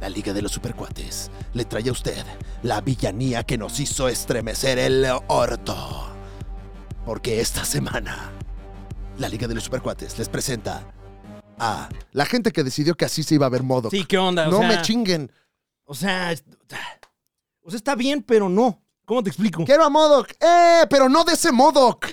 [SPEAKER 1] la Liga de los Supercuates le trae a usted la villanía que nos hizo estremecer el orto. Porque esta semana, la Liga de los Supercuates les presenta a la gente que decidió que así se iba a ver modo.
[SPEAKER 3] Sí, ¿qué onda? O
[SPEAKER 1] no
[SPEAKER 3] sea,
[SPEAKER 1] me chinguen.
[SPEAKER 3] O sea, es- o sea, está bien, pero no. ¿Cómo te explico?
[SPEAKER 1] Quiero a Modoc. ¡Eh! Pero no de ese Modoc.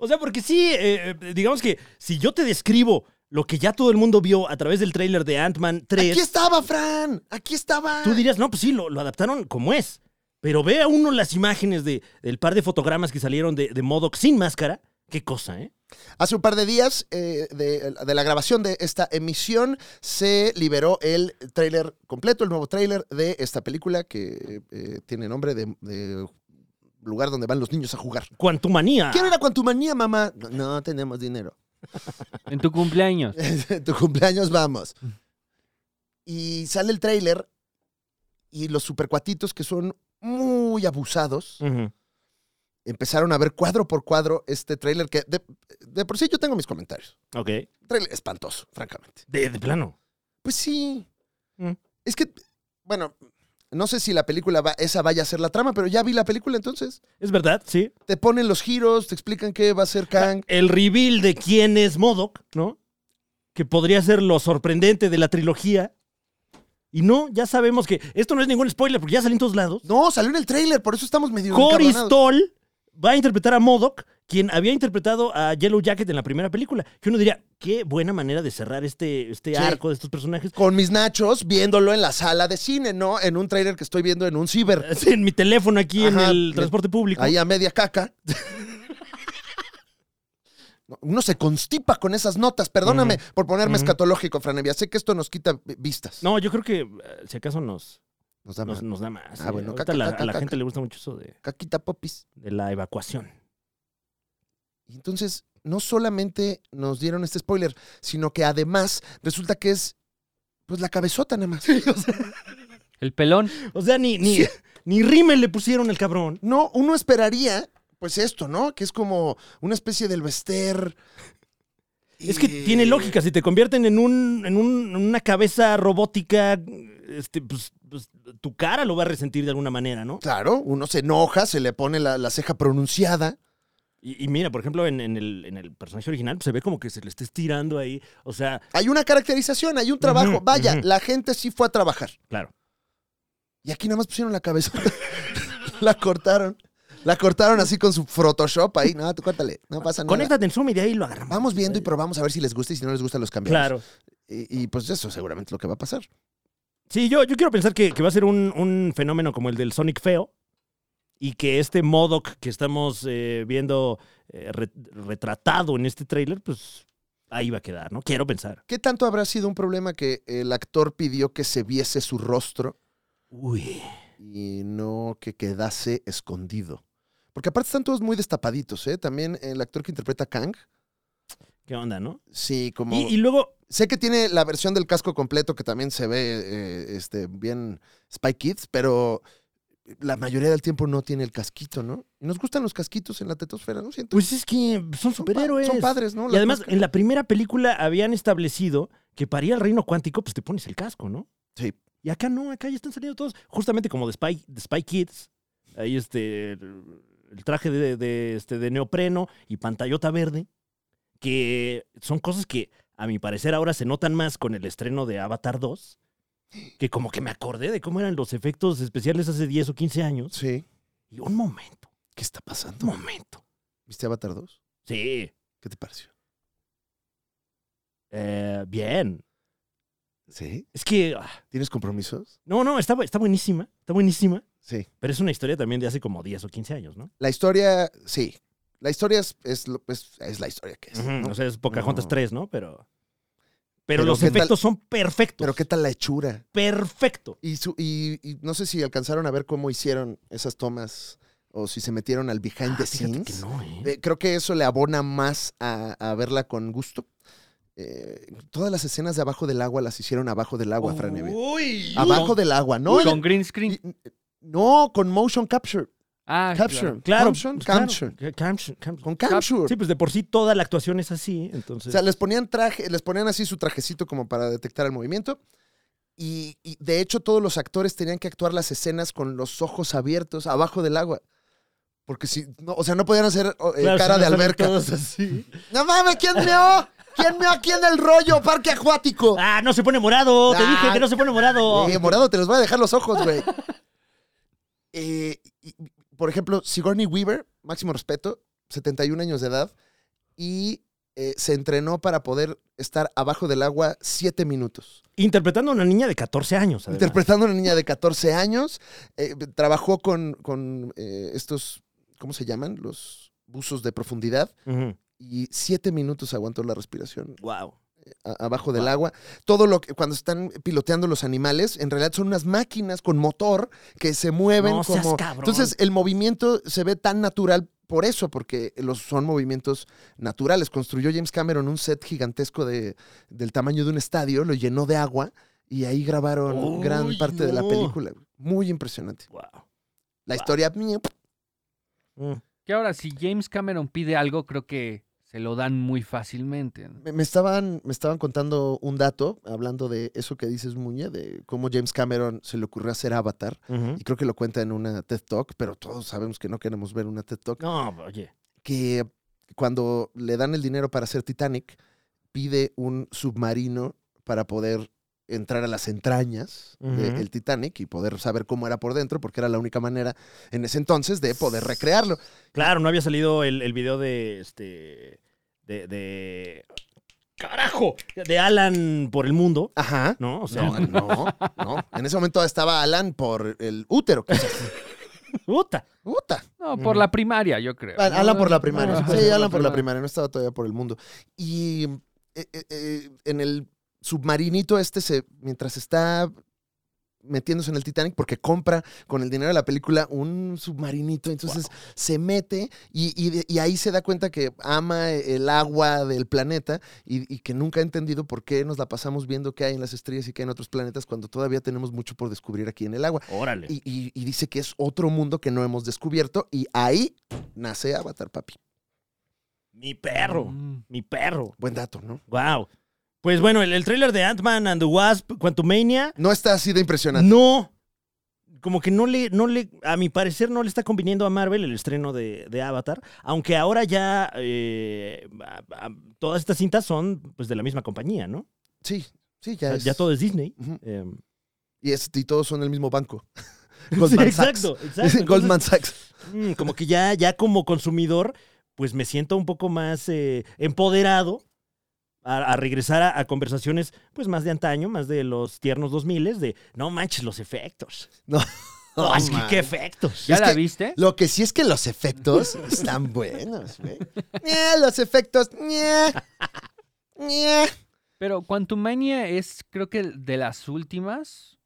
[SPEAKER 3] O sea, porque sí, eh, eh, digamos que si yo te describo lo que ya todo el mundo vio a través del tráiler de Ant-Man 3.
[SPEAKER 1] Aquí estaba, Fran. Aquí estaba.
[SPEAKER 3] Tú dirías, no, pues sí, lo, lo adaptaron como es. Pero vea uno las imágenes de, del par de fotogramas que salieron de, de Modoc sin máscara. Qué cosa, ¿eh?
[SPEAKER 1] Hace un par de días eh, de, de la grabación de esta emisión se liberó el tráiler completo, el nuevo tráiler de esta película que eh, tiene nombre de, de lugar donde van los niños a jugar.
[SPEAKER 3] Cuantumanía.
[SPEAKER 1] Quiero ir a Cuantumanía, mamá. No, no tenemos dinero. (laughs)
[SPEAKER 4] En tu cumpleaños.
[SPEAKER 1] tu cumpleaños vamos. Y sale el tráiler y los supercuatitos que son muy abusados
[SPEAKER 3] Ujú.
[SPEAKER 1] empezaron a ver cuadro por cuadro este tráiler que de- de por sí yo tengo mis comentarios.
[SPEAKER 3] Ok.
[SPEAKER 1] Tráiler espantoso, francamente.
[SPEAKER 3] De, de plano.
[SPEAKER 1] Pues sí.
[SPEAKER 3] Mm.
[SPEAKER 1] Es que, bueno, no sé si la película va, esa vaya a ser la trama, pero ya vi la película entonces.
[SPEAKER 3] Es verdad, sí.
[SPEAKER 1] Te ponen los giros, te explican qué va a ser Kang.
[SPEAKER 3] El reveal de quién es Modoc, ¿no? Que podría ser lo sorprendente de la trilogía. Y no, ya sabemos que esto no es ningún spoiler porque ya salió en todos lados.
[SPEAKER 1] No, salió en el tráiler, por eso estamos medio
[SPEAKER 3] Cory
[SPEAKER 1] encabronados.
[SPEAKER 3] Stoll va a interpretar a Modoc, quien había interpretado a Yellow Jacket en la primera película. Que uno diría, qué buena manera de cerrar este, este
[SPEAKER 1] Sí.
[SPEAKER 3] arco de estos personajes. (laughs)
[SPEAKER 1] Con mis nachos, viéndolo en la sala de cine, ¿no? En un tráiler que estoy viendo en un ciber.
[SPEAKER 3] Así, En mi teléfono aquí
[SPEAKER 1] Ajá,
[SPEAKER 3] en el
[SPEAKER 1] me-
[SPEAKER 3] transporte público.
[SPEAKER 1] Ahí a media caca. (laughs) No, Uno se constipa con esas notas. Perdóname por ponerme
[SPEAKER 3] Ujú.
[SPEAKER 1] escatológico, Franevia. Sé que esto nos quita vi- vistas.
[SPEAKER 3] No, yo creo que eh, si acaso nos,
[SPEAKER 1] Nos da
[SPEAKER 3] nos,
[SPEAKER 1] más.
[SPEAKER 3] nos da más.
[SPEAKER 1] Ah,
[SPEAKER 3] eh.
[SPEAKER 1] bueno,
[SPEAKER 3] Ahorita
[SPEAKER 1] caca,
[SPEAKER 3] la-
[SPEAKER 1] caca,
[SPEAKER 3] a la
[SPEAKER 1] caca.
[SPEAKER 3] gente le gusta mucho eso de,
[SPEAKER 1] Caquita popis.
[SPEAKER 3] de la evacuación.
[SPEAKER 1] Y entonces, no solamente nos dieron este spoiler, sino que además resulta que es pues la cabezota nada más.
[SPEAKER 4] El pelón.
[SPEAKER 3] O sea, ni, ni, ni rímel le pusieron el cabrón.
[SPEAKER 1] No, uno esperaría pues esto, ¿no? Que es como una especie del Bester.
[SPEAKER 3] Es que tiene lógica. Si te convierten en, un, en, un- en una cabeza robótica, este, pues, pues, tu cara lo va a resentir de alguna manera, ¿no?
[SPEAKER 1] Claro, uno se enoja, se le pone la, la ceja pronunciada.
[SPEAKER 3] Y, y mira, por ejemplo, en, en el, en el personaje original pues, se ve como que se le está estirando ahí. O sea,
[SPEAKER 1] Hay una caracterización, hay un trabajo.
[SPEAKER 3] Ujú,
[SPEAKER 1] Vaya,
[SPEAKER 3] ujú.
[SPEAKER 1] la gente sí fue a trabajar.
[SPEAKER 3] claro.
[SPEAKER 1] Y aquí nada más pusieron la cabezota. (laughs) la cortaron. La cortaron así con su Photoshop ahí. No, tú córtale, no pasa nada.
[SPEAKER 3] Conéctate en Zoom y de ahí lo agarramos.
[SPEAKER 1] Vamos viendo y probamos a ver si les gusta y si no les gusta los cambiamos.
[SPEAKER 3] Claro.
[SPEAKER 1] Y, y, pues eso seguramente es lo que va a pasar.
[SPEAKER 3] Sí, yo, yo quiero pensar que, que va a ser un, un fenómeno como el del Sonic Feo y que este Modoc que estamos eh, viendo eh, re- retratado en este tráiler, pues ahí va a quedar, ¿no? Quiero pensar.
[SPEAKER 1] ¿Qué tanto habrá sido un problema que el actor pidió que se viese su rostro
[SPEAKER 3] Uy.
[SPEAKER 1] y no que quedase escondido? Porque aparte están todos muy destapaditos, ¿eh? También el actor que interpreta a Kang.
[SPEAKER 3] ¿Qué onda, no?
[SPEAKER 1] Sí, como...
[SPEAKER 3] Y, y luego,
[SPEAKER 1] Sé que tiene la versión del casco completo que también se ve eh, este, bien Spy Kids, pero la mayoría del tiempo no tiene el casquito, ¿no? Y nos gustan los casquitos en la tetosfera, ¿no? Siento.
[SPEAKER 3] pues es que son
[SPEAKER 1] Son pa-
[SPEAKER 3] superhéroes.
[SPEAKER 1] Son padres, ¿no?
[SPEAKER 3] Y
[SPEAKER 1] Las
[SPEAKER 3] además,
[SPEAKER 1] máscaras.
[SPEAKER 3] en la primera película habían establecido que para ir al reino cuántico, pues te pones el casco, ¿no?
[SPEAKER 1] Sí.
[SPEAKER 3] Y acá no, acá ya están saliendo todos, justamente como de Spy, de Spy Kids. Ahí este, el el traje de, de, este, de neopreno y pantallota verde, que son cosas que a mi parecer ahora se notan más con el estreno de Avatar 2, que como que me acordé de cómo eran los efectos especiales hace 10 o 15 años.
[SPEAKER 1] Sí.
[SPEAKER 3] Y un momento,
[SPEAKER 1] ¿Qué está pasando?
[SPEAKER 3] un momento.
[SPEAKER 1] ¿Viste Avatar 2?
[SPEAKER 3] Sí,
[SPEAKER 1] ¿Qué te pareció?
[SPEAKER 3] eh, bien.
[SPEAKER 1] ¿Sí?
[SPEAKER 3] Es que, ah,
[SPEAKER 1] ¿Tienes compromisos?
[SPEAKER 3] no, no, está, bu- está buenísima, está buenísima.
[SPEAKER 1] Sí.
[SPEAKER 3] Pero es una historia también de hace como 10 o 15 años, ¿no?
[SPEAKER 1] La historia, sí. La historia es, es, lo- es- es la historia que es.
[SPEAKER 3] Ujú,
[SPEAKER 1] ¿no?
[SPEAKER 3] O sea, es Pocahontas
[SPEAKER 1] No.
[SPEAKER 3] 3, ¿no? Pero, pero,
[SPEAKER 1] Pero
[SPEAKER 3] los
[SPEAKER 1] ¿qué tal-
[SPEAKER 3] efectos son perfectos.
[SPEAKER 1] Pero qué tal la hechura.
[SPEAKER 3] Perfecto.
[SPEAKER 1] Y, su- y- y no sé si alcanzaron a ver cómo hicieron esas tomas o si se metieron al behind the
[SPEAKER 3] Ah, fíjate
[SPEAKER 1] scenes.
[SPEAKER 3] que no, ¿eh?
[SPEAKER 1] Eh, creo que eso le abona más a, a verla con gusto. Eh, todas las escenas de abajo del agua las hicieron abajo del agua, Fran Evia.
[SPEAKER 3] Uy.
[SPEAKER 1] Abajo del agua, (laughs) ¿no?
[SPEAKER 4] con green screen.
[SPEAKER 1] Y- no, con motion capture.
[SPEAKER 4] ah,
[SPEAKER 1] Capture.
[SPEAKER 3] Claro,
[SPEAKER 1] Caption,
[SPEAKER 3] pues, claro.
[SPEAKER 1] capture.
[SPEAKER 3] Ca- caption, caption.
[SPEAKER 1] Con capture.
[SPEAKER 3] Sí, pues de por sí toda la actuación es así,
[SPEAKER 1] O
[SPEAKER 3] entonces.
[SPEAKER 1] sea, les ponían traje, les ponían así su trajecito como para detectar el movimiento. Y, y de hecho, todos los actores tenían que actuar las escenas con los ojos abiertos abajo del agua. Porque si, no, o sea, no podían hacer oh, eh,
[SPEAKER 3] Claro,
[SPEAKER 1] cara
[SPEAKER 3] sí,
[SPEAKER 1] de
[SPEAKER 3] no salen
[SPEAKER 1] alberca.
[SPEAKER 3] todos
[SPEAKER 1] (laughs)
[SPEAKER 3] así.
[SPEAKER 1] ¡No mames! ¿Quién meó? ¿Quién meó aquí en el rollo? Parque acuático.
[SPEAKER 3] Ah, no se pone morado. Te
[SPEAKER 1] Ah.
[SPEAKER 3] dije que no se pone
[SPEAKER 1] (laughs)
[SPEAKER 3] morado.
[SPEAKER 1] Eh, morado, te los voy a dejar los ojos, güey. (laughs) Eh, y- y, por ejemplo, Sigourney Weaver, máximo respeto, 71 años de edad, y eh, se entrenó para poder estar abajo del agua 7 minutos.
[SPEAKER 3] Interpretando a una niña de 14 años. además.
[SPEAKER 1] Interpretando a una niña de 14 años, eh, trabajó con, con, eh, estos, ¿cómo se llaman? Los buzos de profundidad.
[SPEAKER 3] Ujú.
[SPEAKER 1] Y 7 minutos aguantó la respiración
[SPEAKER 3] Wow.
[SPEAKER 1] a- abajo del agua. Todo lo que cuando están piloteando los animales, en realidad son unas máquinas con motor que se mueven
[SPEAKER 3] No seas
[SPEAKER 1] como.
[SPEAKER 3] cabrón.
[SPEAKER 1] Entonces el movimiento se ve tan natural por eso, porque los son movimientos naturales. Construyó James Cameron un set gigantesco de, del tamaño de un estadio, lo llenó de agua y ahí grabaron
[SPEAKER 3] Uy,
[SPEAKER 1] gran parte de la
[SPEAKER 3] no.
[SPEAKER 1] película. Muy impresionante.
[SPEAKER 3] Wow.
[SPEAKER 1] La historia mía,
[SPEAKER 3] Mm,
[SPEAKER 4] Que ahora, si James Cameron pide algo, creo que se lo dan muy fácilmente. ¿no?
[SPEAKER 1] Me, me estaban, me estaban contando un dato, hablando de eso que dices, Muñe, de cómo James Cameron se le ocurrió hacer Avatar. y creo que lo cuenta en una TED Talk, pero todos sabemos que no queremos ver una TED Talk,
[SPEAKER 3] No, oye.
[SPEAKER 1] que cuando le dan el dinero para hacer Titanic, pide un submarino para poder entrar a las entrañas
[SPEAKER 3] Ujú.
[SPEAKER 1] del Titanic y poder saber cómo era por dentro, porque era la única manera en ese entonces de poder recrearlo.
[SPEAKER 3] Claro, no había salido el, el video de este. De, de- ¡Carajo! De Alan por el mundo.
[SPEAKER 1] Ajá.
[SPEAKER 3] ¿No? O sea,
[SPEAKER 1] No, no, no. En ese momento estaba Alan por el útero, quizás.
[SPEAKER 3] puta.
[SPEAKER 1] Puta.
[SPEAKER 4] No, por la primaria, yo creo.
[SPEAKER 1] Al-
[SPEAKER 4] ¿no?
[SPEAKER 1] Alan por la primaria.
[SPEAKER 4] Ah, (laughs)
[SPEAKER 1] Sí, Alan por la primaria. No estaba todavía por el mundo. Y eh, eh, eh, en el submarinito este, se, mientras está metiéndose en el Titanic, porque compra con el dinero de la película un submarinito, entonces se mete y, y de- y ahí se da cuenta que ama el agua del planeta y, y que nunca ha entendido por qué nos la pasamos viendo qué hay en las estrellas y qué hay en otros planetas cuando todavía tenemos mucho por descubrir aquí en el agua.
[SPEAKER 3] Órale.
[SPEAKER 1] Y, y- y dice que es otro mundo que no hemos descubierto y ahí nace Avatar, papi.
[SPEAKER 3] Mi perro.
[SPEAKER 4] Mm.
[SPEAKER 3] Mi perro.
[SPEAKER 1] Buen dato, ¿no?
[SPEAKER 3] Wow. Pues bueno, el, el trailer de Ant-Man and the Wasp, Quantumania,
[SPEAKER 1] No está así de impresionante.
[SPEAKER 3] no. Como que no le, no le, a mi parecer no le está conviniendo a Marvel el estreno de, de Avatar, aunque ahora ya eh, a- a- todas estas cintas son pues de la misma compañía, ¿no?
[SPEAKER 1] Sí, sí,
[SPEAKER 3] O
[SPEAKER 1] ya
[SPEAKER 3] sea,
[SPEAKER 1] es.
[SPEAKER 3] ya todo es Disney.
[SPEAKER 1] Ujú.
[SPEAKER 3] Eh,
[SPEAKER 1] Y, es- y todos son el mismo banco.
[SPEAKER 3] (laughs) sí,
[SPEAKER 1] Goldman Sachs.
[SPEAKER 3] exacto, exacto.
[SPEAKER 1] (laughs) Goldman Sachs.
[SPEAKER 3] Entonces, mm, como que ya, ya como consumidor, pues me siento un poco más eh, empoderado a, a regresar a, a conversaciones pues más de antaño, más de los tiernos 2000 de no manches los efectos.
[SPEAKER 1] (laughs)
[SPEAKER 3] (laughs)
[SPEAKER 1] No.
[SPEAKER 3] No,
[SPEAKER 1] No,
[SPEAKER 3] es que
[SPEAKER 1] man.
[SPEAKER 3] qué efectos.
[SPEAKER 4] ¿Ya
[SPEAKER 1] Es
[SPEAKER 4] la
[SPEAKER 1] que-
[SPEAKER 4] viste?
[SPEAKER 1] Lo que sí es que los efectos están buenos, güey. Ñe, Los efectos. ñe. Ñe.
[SPEAKER 4] Pero Quantumania es, creo que, de las últimas.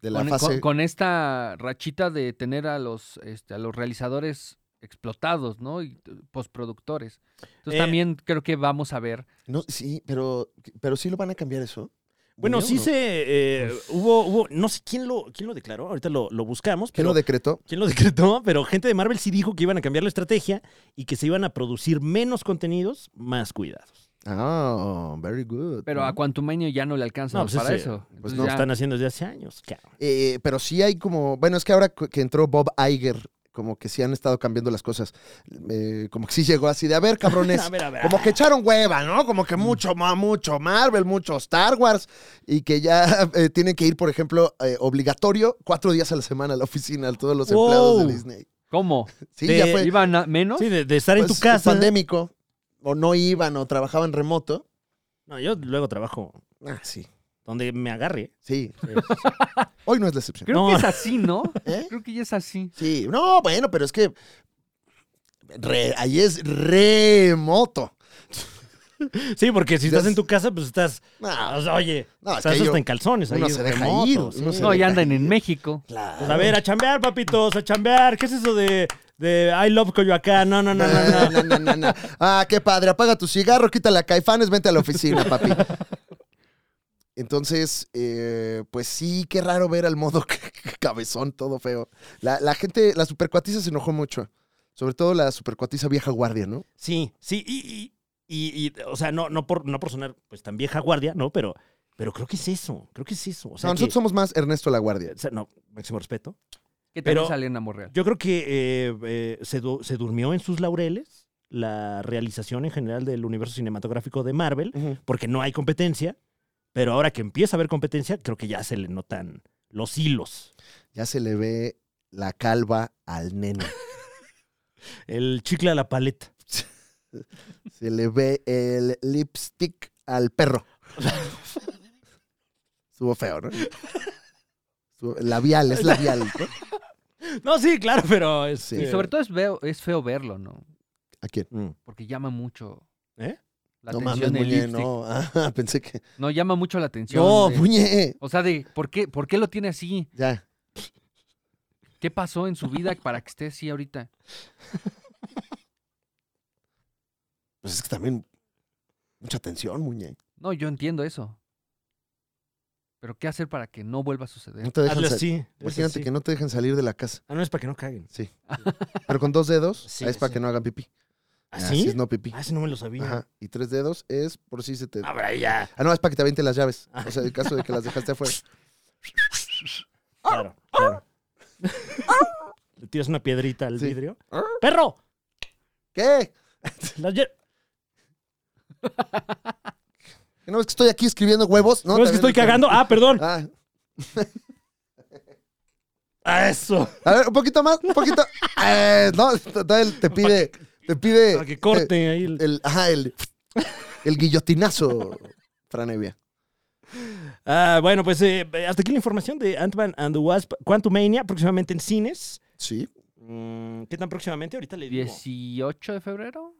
[SPEAKER 1] De la
[SPEAKER 4] con,
[SPEAKER 1] fase.
[SPEAKER 4] con- con esta rachita de tener a los, este, a los realizadores explotados, ¿no? Y t- postproductores. Entonces
[SPEAKER 3] Eh.
[SPEAKER 4] también creo que vamos a ver.
[SPEAKER 1] No, sí, pero, pero sí lo van a cambiar eso.
[SPEAKER 3] Bueno,
[SPEAKER 1] ¿Muñe,
[SPEAKER 3] sí
[SPEAKER 1] o no?
[SPEAKER 3] se eh, hubo, hubo, no sé quién lo, quién lo declaró, ahorita lo, lo buscamos,
[SPEAKER 1] ¿Quién
[SPEAKER 3] pero
[SPEAKER 1] lo decretó?
[SPEAKER 3] ¿Quién lo decretó? (laughs) Pero gente de Marvel sí dijo que iban a cambiar la estrategia y que se iban a producir menos contenidos, más cuidados.
[SPEAKER 1] Ah, very good. Mm.
[SPEAKER 4] Pero
[SPEAKER 1] ¿no?
[SPEAKER 4] a Quantumania ya no le alcanza
[SPEAKER 3] No, pues
[SPEAKER 4] para
[SPEAKER 3] ese-
[SPEAKER 4] eso.
[SPEAKER 3] Pues
[SPEAKER 4] Entonces
[SPEAKER 3] no
[SPEAKER 4] ya-
[SPEAKER 3] están haciendo desde hace años, cabrón.
[SPEAKER 1] Eh, pero sí hay como. Bueno, es que ahora cu- que entró Bob Iger, como que sí han estado cambiando las cosas. Eh, como que sí llegó así de: a ver, cabrones.
[SPEAKER 3] (laughs) A ver, a ver.
[SPEAKER 1] Como que echaron hueva, ¿no? Como que mucho, ma- mucho Marvel, mucho Star Wars. Y que ya (laughs) eh, tienen que ir, por ejemplo, eh, obligatorio cuatro días a la semana a la oficina, a todos los empleados
[SPEAKER 3] Wow.
[SPEAKER 1] de Disney.
[SPEAKER 4] ¿Cómo?
[SPEAKER 1] Sí,
[SPEAKER 3] De-
[SPEAKER 1] ya fue.
[SPEAKER 4] ¿Iban a- menos?
[SPEAKER 3] Pues, Sí, de, de estar en
[SPEAKER 1] pues,
[SPEAKER 3] tu casa. ¿eh?
[SPEAKER 1] Pandémico. O no iban o trabajaban remoto.
[SPEAKER 3] No, yo luego trabajo
[SPEAKER 1] Ah, sí.
[SPEAKER 3] donde me agarre. (laughs)
[SPEAKER 1] Sí. Hoy no es la excepción.
[SPEAKER 4] Creo
[SPEAKER 3] No.
[SPEAKER 4] que es así,
[SPEAKER 3] (laughs)
[SPEAKER 4] ¿no?
[SPEAKER 1] ¿Eh?
[SPEAKER 4] Creo que ya es así.
[SPEAKER 1] Sí. No, bueno, pero es que. re- ahí es remoto.
[SPEAKER 3] Sí, porque si
[SPEAKER 1] Ya
[SPEAKER 3] estás
[SPEAKER 1] es-
[SPEAKER 3] en tu casa, pues estás.
[SPEAKER 1] No,
[SPEAKER 3] o sea, Oye,
[SPEAKER 1] no, es
[SPEAKER 3] estás
[SPEAKER 1] que
[SPEAKER 3] hasta
[SPEAKER 1] yo-
[SPEAKER 3] en calzones. ahí
[SPEAKER 1] uno se deja
[SPEAKER 3] remoto,
[SPEAKER 1] ir,
[SPEAKER 3] sí.
[SPEAKER 1] uno se
[SPEAKER 4] No,
[SPEAKER 1] deja
[SPEAKER 4] ya andan
[SPEAKER 1] ir.
[SPEAKER 4] en México.
[SPEAKER 3] Pues a ver, a chambear, papitos, a chambear. ¿Qué es eso de, de I love Coyoacán? No, no, no, no.
[SPEAKER 1] (laughs)
[SPEAKER 3] no.
[SPEAKER 1] No, no, no, no, no. Ah, qué padre. Apaga tu cigarro, quítale a Caifanes, vente a la oficina,
[SPEAKER 3] (laughs)
[SPEAKER 1] papi. Entonces, eh, pues sí, qué raro ver al modo (laughs) cabezón, todo feo. La, la gente, la supercuatiza se enojó mucho. Sobre todo la supercuatiza vieja guardia, ¿no?
[SPEAKER 3] Sí, sí, y, y, y- y, o sea, no, no, por, no por sonar pues tan vieja guardia, ¿no? Pero, pero creo que es eso, creo que es eso. O sea,
[SPEAKER 1] No,
[SPEAKER 3] que-
[SPEAKER 1] nosotros somos más Ernesto la guardia.
[SPEAKER 3] o sea, no, máximo respeto.
[SPEAKER 4] Que también
[SPEAKER 3] Pero-
[SPEAKER 4] sale en Amorreal.
[SPEAKER 3] Yo creo que eh, eh, se, du- se durmió en sus laureles la realización en general del universo cinematográfico de Marvel, porque no hay competencia, pero ahora que empieza a haber competencia, creo que ya se le notan los hilos.
[SPEAKER 1] Ya se le ve la calva al nene.
[SPEAKER 3] El chicle a la paleta.
[SPEAKER 1] Se le ve el lipstick al perro. Estuvo feo, ¿no? Estuvo- Labial, es labial. ¿no?
[SPEAKER 3] No, sí, claro, pero... este, Es,
[SPEAKER 1] Sí.
[SPEAKER 4] Y sobre todo es, veo- es feo verlo, ¿no?
[SPEAKER 1] ¿A quién?
[SPEAKER 4] Porque llama mucho
[SPEAKER 3] ¿Eh?
[SPEAKER 4] la
[SPEAKER 1] Mm. no mames,
[SPEAKER 4] atención el
[SPEAKER 1] Muñe,
[SPEAKER 4] lipstick. no.
[SPEAKER 1] no. Ah, (laughs) pensé que.
[SPEAKER 4] llama mucho la atención.
[SPEAKER 1] No,
[SPEAKER 4] de-
[SPEAKER 1] Muñe.
[SPEAKER 4] o sea, de ¿por qué, ¿por qué lo tiene así?
[SPEAKER 1] Ya.
[SPEAKER 4] ¿Qué pasó en su vida para que esté así ahorita?
[SPEAKER 1] Pues es que también. Mucha atención, Muñe.
[SPEAKER 4] No, yo entiendo eso. Pero ¿qué hacer para que no vuelva a
[SPEAKER 1] No
[SPEAKER 4] suceder?
[SPEAKER 1] te dejan
[SPEAKER 3] Hazle
[SPEAKER 1] salir.
[SPEAKER 3] así.
[SPEAKER 1] Imagínate
[SPEAKER 3] así.
[SPEAKER 1] que no te dejan salir de la casa.
[SPEAKER 3] Ah, no, es para que no caguen.
[SPEAKER 1] Pero con dos dedos
[SPEAKER 3] Sí,
[SPEAKER 1] es para
[SPEAKER 3] sí.
[SPEAKER 1] que no hagan pipí.
[SPEAKER 3] ¿Así?
[SPEAKER 1] es no pipí.
[SPEAKER 3] Ah, ese no me lo sabía.
[SPEAKER 1] Ajá. Y tres dedos es por si se te.
[SPEAKER 3] Ah, pero ya.
[SPEAKER 1] Ah, no, es para que te avienten las llaves. O sea, en caso de que las dejaste
[SPEAKER 3] (laughs)
[SPEAKER 1] afuera. Ah,
[SPEAKER 3] Claro, claro. Le tiras una piedrita al
[SPEAKER 1] Sí.
[SPEAKER 3] vidrio. ¡Perro!
[SPEAKER 1] ¿Qué?
[SPEAKER 3] Las lle-
[SPEAKER 1] ¿No es que estoy aquí escribiendo huevos?
[SPEAKER 3] ¿No es que
[SPEAKER 1] también
[SPEAKER 3] estoy cagando? Ah, perdón.
[SPEAKER 1] Ah,
[SPEAKER 3] Ah, eso.
[SPEAKER 1] a ver, un poquito más, un
[SPEAKER 3] (laughs)
[SPEAKER 1] poquito. Eh, no, todavía te pide. Te pide. eh,
[SPEAKER 3] Para que corte ahí. el-
[SPEAKER 1] El, ajá, el, el guillotinazo, Franevia.
[SPEAKER 3] Ah, bueno, pues eh, hasta aquí la información de Ant-Man and the Wasp. Quantumania, próximamente en cines.
[SPEAKER 1] Sí.
[SPEAKER 3] Mm, ¿Qué tan próximamente? Ahorita le digo.
[SPEAKER 4] ¿18 de febrero?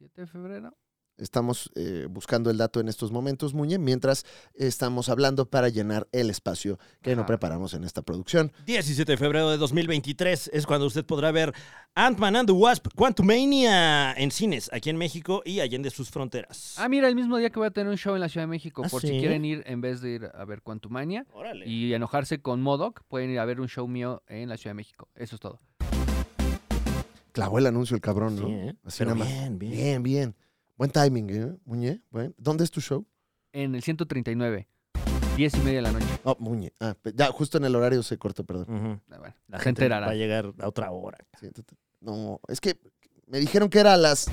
[SPEAKER 4] ¿17 de febrero?
[SPEAKER 1] Estamos eh, buscando el dato en estos momentos, Muñe, mientras estamos hablando para llenar el espacio que no
[SPEAKER 4] Ajá.
[SPEAKER 1] preparamos en esta producción.
[SPEAKER 3] 17 de febrero de 2023 es cuando usted podrá ver Ant-Man and the Wasp Quantumania en cines aquí en México y allende sus fronteras.
[SPEAKER 4] Ah, mira, el mismo día que voy a tener un show en la Ciudad de México,
[SPEAKER 3] ¿Ah,
[SPEAKER 4] por
[SPEAKER 3] sí?
[SPEAKER 4] si quieren ir en vez de ir a ver Quantumania
[SPEAKER 3] Órale.
[SPEAKER 4] y enojarse con Modoc, pueden ir a ver un show mío en la Ciudad de México. Eso es todo.
[SPEAKER 1] Clavó el anuncio el cabrón,
[SPEAKER 3] Sí,
[SPEAKER 1] ¿no?
[SPEAKER 3] ¿eh?
[SPEAKER 1] Así
[SPEAKER 3] Pero
[SPEAKER 1] nada más.
[SPEAKER 3] bien, bien.
[SPEAKER 1] Bien, bien. Buen timing, ¿eh, Muñe? Buen- ¿Dónde es tu show?
[SPEAKER 4] En el 139, 10 y media de la noche.
[SPEAKER 1] Oh, Muñe. Ah, pe- ya, justo en el horario se cortó, perdón.
[SPEAKER 3] Ujú.
[SPEAKER 4] Ah, bueno,
[SPEAKER 3] La
[SPEAKER 4] se
[SPEAKER 3] gente
[SPEAKER 4] enterará.
[SPEAKER 3] va a llegar a otra hora.
[SPEAKER 1] Sí, t- t- No, es que me dijeron que era a las...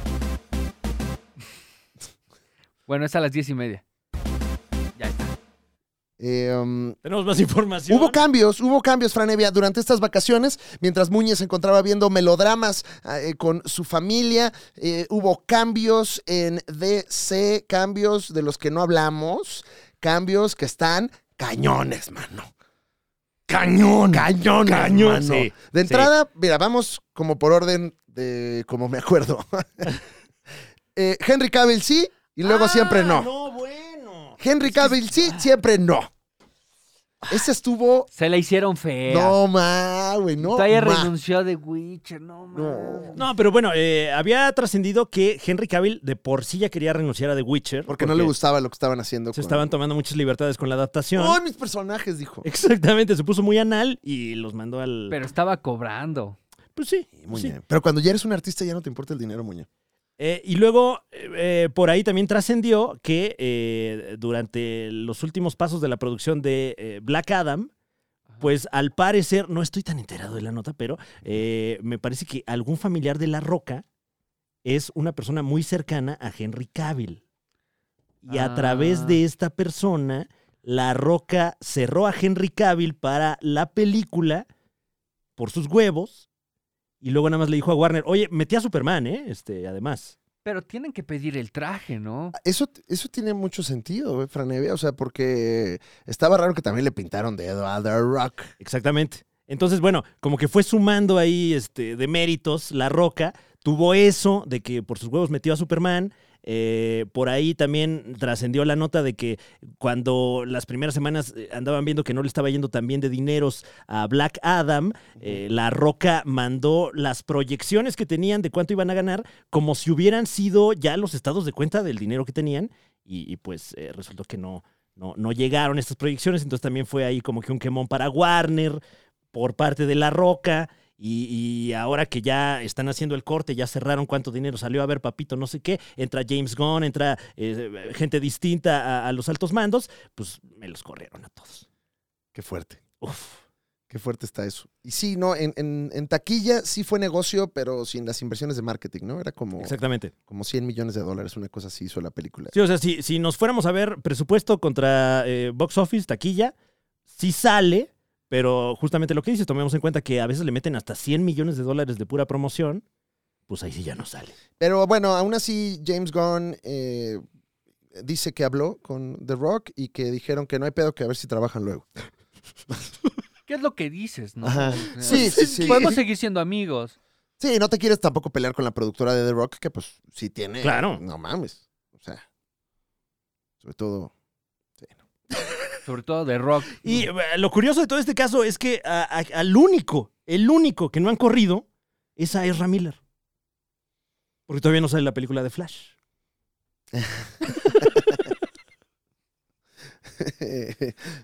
[SPEAKER 4] Bueno, es a las 10 y media. Ya está.
[SPEAKER 1] eh, um,
[SPEAKER 3] Tenemos más información.
[SPEAKER 1] Hubo cambios, hubo cambios, Franevia, durante estas vacaciones, mientras Muñez se encontraba viendo melodramas eh, con su familia, eh, hubo cambios en DC, cambios de los que no hablamos, cambios que están cañones, mano.
[SPEAKER 3] cañón.
[SPEAKER 1] Cañones,
[SPEAKER 3] Cañón,
[SPEAKER 1] mano.
[SPEAKER 3] sí,
[SPEAKER 1] de entrada, mira, vamos como por orden de como me acuerdo. (laughs) Eh, Henry Cavill sí, y luego siempre no.
[SPEAKER 3] Ah, No, bueno.
[SPEAKER 1] Henry Cavill sí, siempre no. Ese estuvo
[SPEAKER 4] Se la hicieron fea.
[SPEAKER 1] no, ma, güey, no.
[SPEAKER 4] Todavía
[SPEAKER 1] ma.
[SPEAKER 4] renunció de Witcher, no,
[SPEAKER 1] No.
[SPEAKER 4] mames.
[SPEAKER 3] No, pero bueno, eh, había trascendido que Henry Cavill de por sí ya quería renunciar a The Witcher.
[SPEAKER 1] Porque no le gustaba lo que estaban haciendo.
[SPEAKER 3] Se
[SPEAKER 1] con-
[SPEAKER 3] estaban Eh, tomando muchas libertades con la adaptación.
[SPEAKER 1] ¡Ay, mis personajes! Dijo.
[SPEAKER 3] Exactamente, se puso muy anal y los mandó al.
[SPEAKER 4] Pero estaba cobrando.
[SPEAKER 3] pues sí.
[SPEAKER 1] Muñe.
[SPEAKER 3] sí.
[SPEAKER 1] Pero cuando ya eres un artista ya no te importa el dinero, Muñe.
[SPEAKER 3] Eh, y luego, eh, eh, por ahí también trascendió que eh, durante los últimos pasos de la producción de eh, Black Adam, pues al parecer, no estoy tan enterado de la nota, pero eh, me parece que algún familiar de La Roca es una persona muy cercana a Henry Cavill. Y a
[SPEAKER 4] Ah.
[SPEAKER 3] través de esta persona, La Roca cerró a Henry Cavill para la película por sus huevos Y luego nada más le dijo a Warner, oye, metí a Superman, ¿eh? Este, además.
[SPEAKER 4] Pero tienen que pedir el traje, ¿no?
[SPEAKER 1] Eso, eso tiene mucho sentido, eh, Franevia. O sea, porque estaba raro que también le pintaron dedo a The Rock.
[SPEAKER 3] Exactamente. Entonces, bueno, como que fue sumando ahí este, de méritos la roca. Tuvo eso de que por sus huevos metió a Superman. Eh, por ahí también trascendió la nota de que cuando las primeras semanas eh, andaban viendo que no le estaba yendo tan bien de dineros a Black Adam, eh, La Roca mandó las proyecciones que tenían de cuánto iban a ganar como si hubieran sido ya los estados de cuenta del dinero que tenían y, y, pues eh, resultó que no, no, no llegaron estas proyecciones, entonces también fue ahí como que un quemón para Warner por parte de La Roca. Y, y ahora que ya están haciendo el corte, ya cerraron cuánto dinero salió a ver, papito, no sé qué, entra James Gunn, entra eh, gente distinta a, a los altos mandos, pues me los corrieron a todos.
[SPEAKER 1] Qué fuerte.
[SPEAKER 3] Uf.
[SPEAKER 1] Qué fuerte está eso. Y sí, no, en, en- en taquilla sí fue negocio, pero sin las inversiones de marketing, ¿no? Era como,
[SPEAKER 3] Exactamente.
[SPEAKER 1] como 100 millones de dólares, una cosa así hizo la película.
[SPEAKER 3] Sí, o sea, si, si nos fuéramos a ver presupuesto contra eh, box office, taquilla, sí sale, pero justamente lo que dices, tomemos en cuenta que a veces le meten hasta 100 millones de dólares de pura promoción, pues ahí sí ya no sale.
[SPEAKER 1] Pero bueno, aún así, James Gunn eh, dice que habló con The Rock y que dijeron que no hay pedo, que a ver si trabajan luego.
[SPEAKER 4] ¿Qué es lo que dices, no?
[SPEAKER 1] Ajá.
[SPEAKER 4] O sea,
[SPEAKER 1] Sí, sí, sí.
[SPEAKER 4] Podemos seguir siendo amigos.
[SPEAKER 1] Sí, no te quieres tampoco pelear con la productora de The Rock, que pues sí tiene.
[SPEAKER 3] Claro.
[SPEAKER 1] No mames. O sea, sobre todo. (laughs)
[SPEAKER 4] Sobre todo de rock.
[SPEAKER 3] Y eh, lo curioso de todo este caso es que a- a- al único, el único que no han corrido es a Ezra Miller. Porque todavía no sale la película de Flash.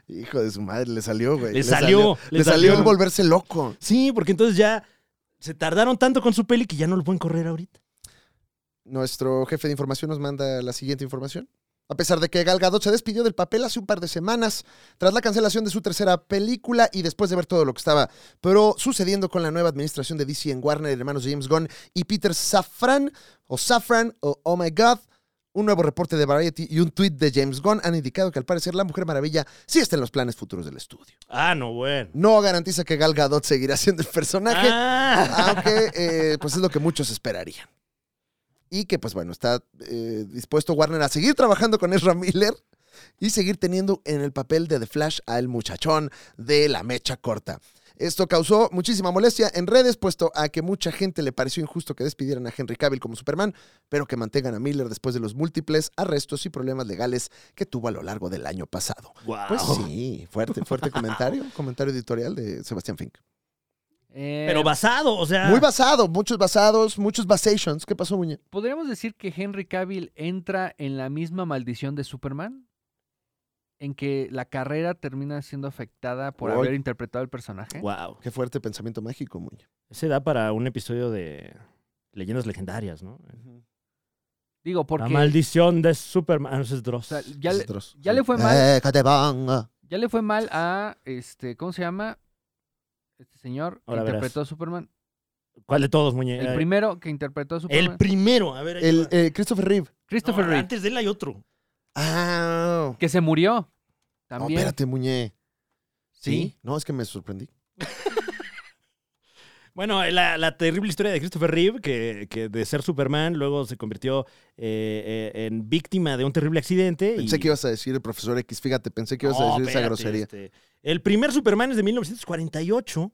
[SPEAKER 1] Hijo de su madre, le salió, güey.
[SPEAKER 3] Le salió,
[SPEAKER 1] Le,
[SPEAKER 3] le
[SPEAKER 1] salió
[SPEAKER 3] salió.
[SPEAKER 1] el volverse loco.
[SPEAKER 3] Sí, porque entonces ya se tardaron tanto con su peli que ya no lo pueden correr ahorita.
[SPEAKER 1] Nuestro jefe de información nos manda la siguiente información. A pesar de que Gal Gadot se despidió del papel hace un par de semanas, tras la cancelación de su tercera película y después de ver todo lo que estaba pero sucediendo con la nueva administración de DC en Warner, hermanos James Gunn y Peter Safran, o Safran, o Oh My God, un nuevo reporte de Variety y un tuit de James Gunn han indicado que al parecer la Mujer Maravilla sí está en los planes futuros del estudio.
[SPEAKER 3] Ah, no, bueno.
[SPEAKER 1] No garantiza que Gal Gadot seguirá siendo el personaje,
[SPEAKER 3] Ah.
[SPEAKER 1] aunque eh, pues es lo que muchos esperarían. Y que pues bueno, está eh, dispuesto Warner a seguir trabajando con Ezra Miller y seguir teniendo en el papel de The Flash al muchachón de la mecha corta. Esto causó muchísima molestia en redes, puesto a que mucha gente le pareció injusto que despidieran a Henry Cavill como Superman, pero que mantengan a Miller después de los múltiples arrestos y problemas legales que tuvo a lo largo del año pasado.
[SPEAKER 3] Guau.
[SPEAKER 1] Pues sí, fuerte, fuerte comentario, comentario editorial de Sebastián Fink.
[SPEAKER 4] Eh,
[SPEAKER 3] Pero basado, o sea.
[SPEAKER 4] Ah.
[SPEAKER 1] Muy basado, muchos basados, muchos basations. ¿Qué pasó, Muñe?
[SPEAKER 4] ¿Podríamos decir que Henry Cavill entra en la misma maldición de Superman? En que la carrera termina siendo afectada por
[SPEAKER 1] Uy.
[SPEAKER 4] haber interpretado el personaje.
[SPEAKER 3] Wow.
[SPEAKER 1] Qué fuerte pensamiento mágico, Muñe.
[SPEAKER 3] Se da para un episodio de leyendas legendarias, ¿no?
[SPEAKER 4] Digo,
[SPEAKER 3] La
[SPEAKER 4] porque
[SPEAKER 3] maldición de Superman. Ah, no, ese es
[SPEAKER 4] o
[SPEAKER 3] Dross.
[SPEAKER 4] sea, ya, le,
[SPEAKER 1] Nosotros,
[SPEAKER 4] ya
[SPEAKER 1] sí.
[SPEAKER 4] le fue mal.
[SPEAKER 1] Eh, Catebanga.
[SPEAKER 4] ya le fue mal a este, ¿cómo se llama? Este señor que
[SPEAKER 3] Ahora verás.
[SPEAKER 4] interpretó a Superman.
[SPEAKER 3] ¿Cuál de todos, muñe?
[SPEAKER 4] El
[SPEAKER 3] Ay,
[SPEAKER 4] primero que interpretó a Superman.
[SPEAKER 3] el primero. A ver. ahí
[SPEAKER 1] El,
[SPEAKER 3] va.
[SPEAKER 1] eh, Christopher Reeve.
[SPEAKER 4] Christopher
[SPEAKER 3] No,
[SPEAKER 4] Reeve,
[SPEAKER 3] Antes de él hay otro.
[SPEAKER 1] Ah,
[SPEAKER 4] que se murió.
[SPEAKER 1] no,
[SPEAKER 4] También.
[SPEAKER 1] espérate, Muñe.
[SPEAKER 4] sí.
[SPEAKER 1] No, es que me sorprendí.
[SPEAKER 3] Bueno, eh, la, la terrible historia de Christopher Reeve, que, que de ser Superman luego se convirtió eh, eh, en víctima de un terrible accidente.
[SPEAKER 1] Pensé
[SPEAKER 3] y...
[SPEAKER 1] que ibas a decir el profesor X, fíjate, pensé que ibas
[SPEAKER 3] No,
[SPEAKER 1] a decir esa
[SPEAKER 3] espérate,
[SPEAKER 1] grosería.
[SPEAKER 3] este, el primer Superman es de 1948.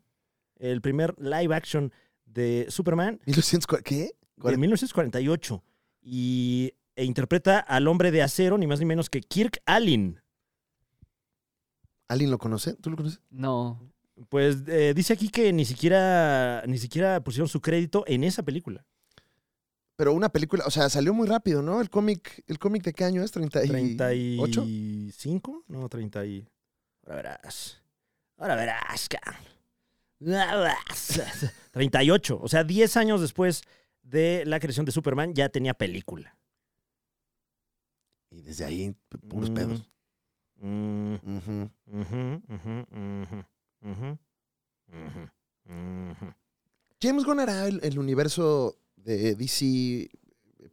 [SPEAKER 3] El primer live action de Superman
[SPEAKER 1] 1940, ¿Qué?
[SPEAKER 3] de 1948 y, e interpreta al hombre de acero, ni más ni menos que Kirk Allen.
[SPEAKER 1] ¿Alguien lo conoce? ¿Tú lo conoces?
[SPEAKER 4] No.
[SPEAKER 3] Pues eh, dice aquí que ni siquiera, ni siquiera pusieron su crédito en esa película.
[SPEAKER 1] Pero una película, o sea, salió muy rápido, ¿no? El cómic, ¿el cómic de qué año es? ¿38?
[SPEAKER 3] 35, no, 30 y... Ahora verás. Ahora verás, cabrón. Ahora verás. (laughs) 38, o sea, 10 años después de la creación de Superman ya tenía película.
[SPEAKER 1] Y desde ahí, p- puros pedos.
[SPEAKER 3] Mm, mm.
[SPEAKER 1] Ujú.
[SPEAKER 3] Ujú, ujú, ujú, ujú, ujú, ujú.
[SPEAKER 1] James Gunn hará el, el universo de DC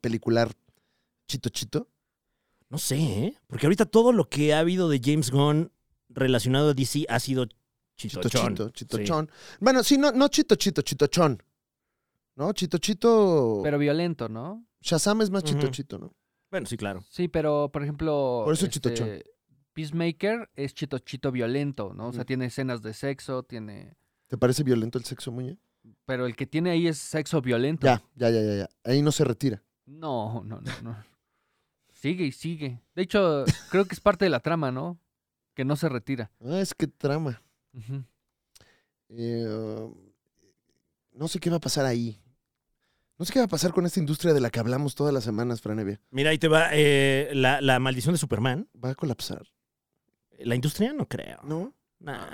[SPEAKER 1] pelicular chito chito.
[SPEAKER 3] No sé, ¿eh? porque ahorita todo lo que ha habido de James Gunn relacionado a DC ha sido
[SPEAKER 1] Chito
[SPEAKER 3] chitochón.
[SPEAKER 1] chito, chitochón. Bueno, sí, no, no chito chito, chitochón. ¿No? Chito Chito.
[SPEAKER 4] Pero violento, ¿no?
[SPEAKER 1] Shazam es más Chito
[SPEAKER 3] Ujú.
[SPEAKER 1] Chito, ¿no?
[SPEAKER 3] Bueno, sí, claro.
[SPEAKER 4] Sí, pero por ejemplo. este,
[SPEAKER 1] Por eso chitochón.
[SPEAKER 4] Peacemaker es chito chito violento, ¿no? O sea,
[SPEAKER 1] Ujú.
[SPEAKER 4] tiene escenas de sexo, tiene.
[SPEAKER 1] ¿Te parece violento el sexo, Muñe?
[SPEAKER 4] Pero el que tiene ahí es sexo violento.
[SPEAKER 1] Ya, ya, ya, ya, ya. Ahí no se retira.
[SPEAKER 4] No, no, no, no. Sigue y sigue. De hecho, creo que es parte de la trama, ¿no? Que no se retira.
[SPEAKER 1] Ah, es que trama.
[SPEAKER 4] Ujú.
[SPEAKER 1] Eh, no sé qué va a pasar ahí. No sé qué va a pasar con esta industria de la que hablamos todas las semanas, Franevia.
[SPEAKER 3] Mira, ahí te va eh, la, la maldición de Superman.
[SPEAKER 1] Va a colapsar,
[SPEAKER 3] La industria no creo.
[SPEAKER 1] ¿no?
[SPEAKER 3] Nah,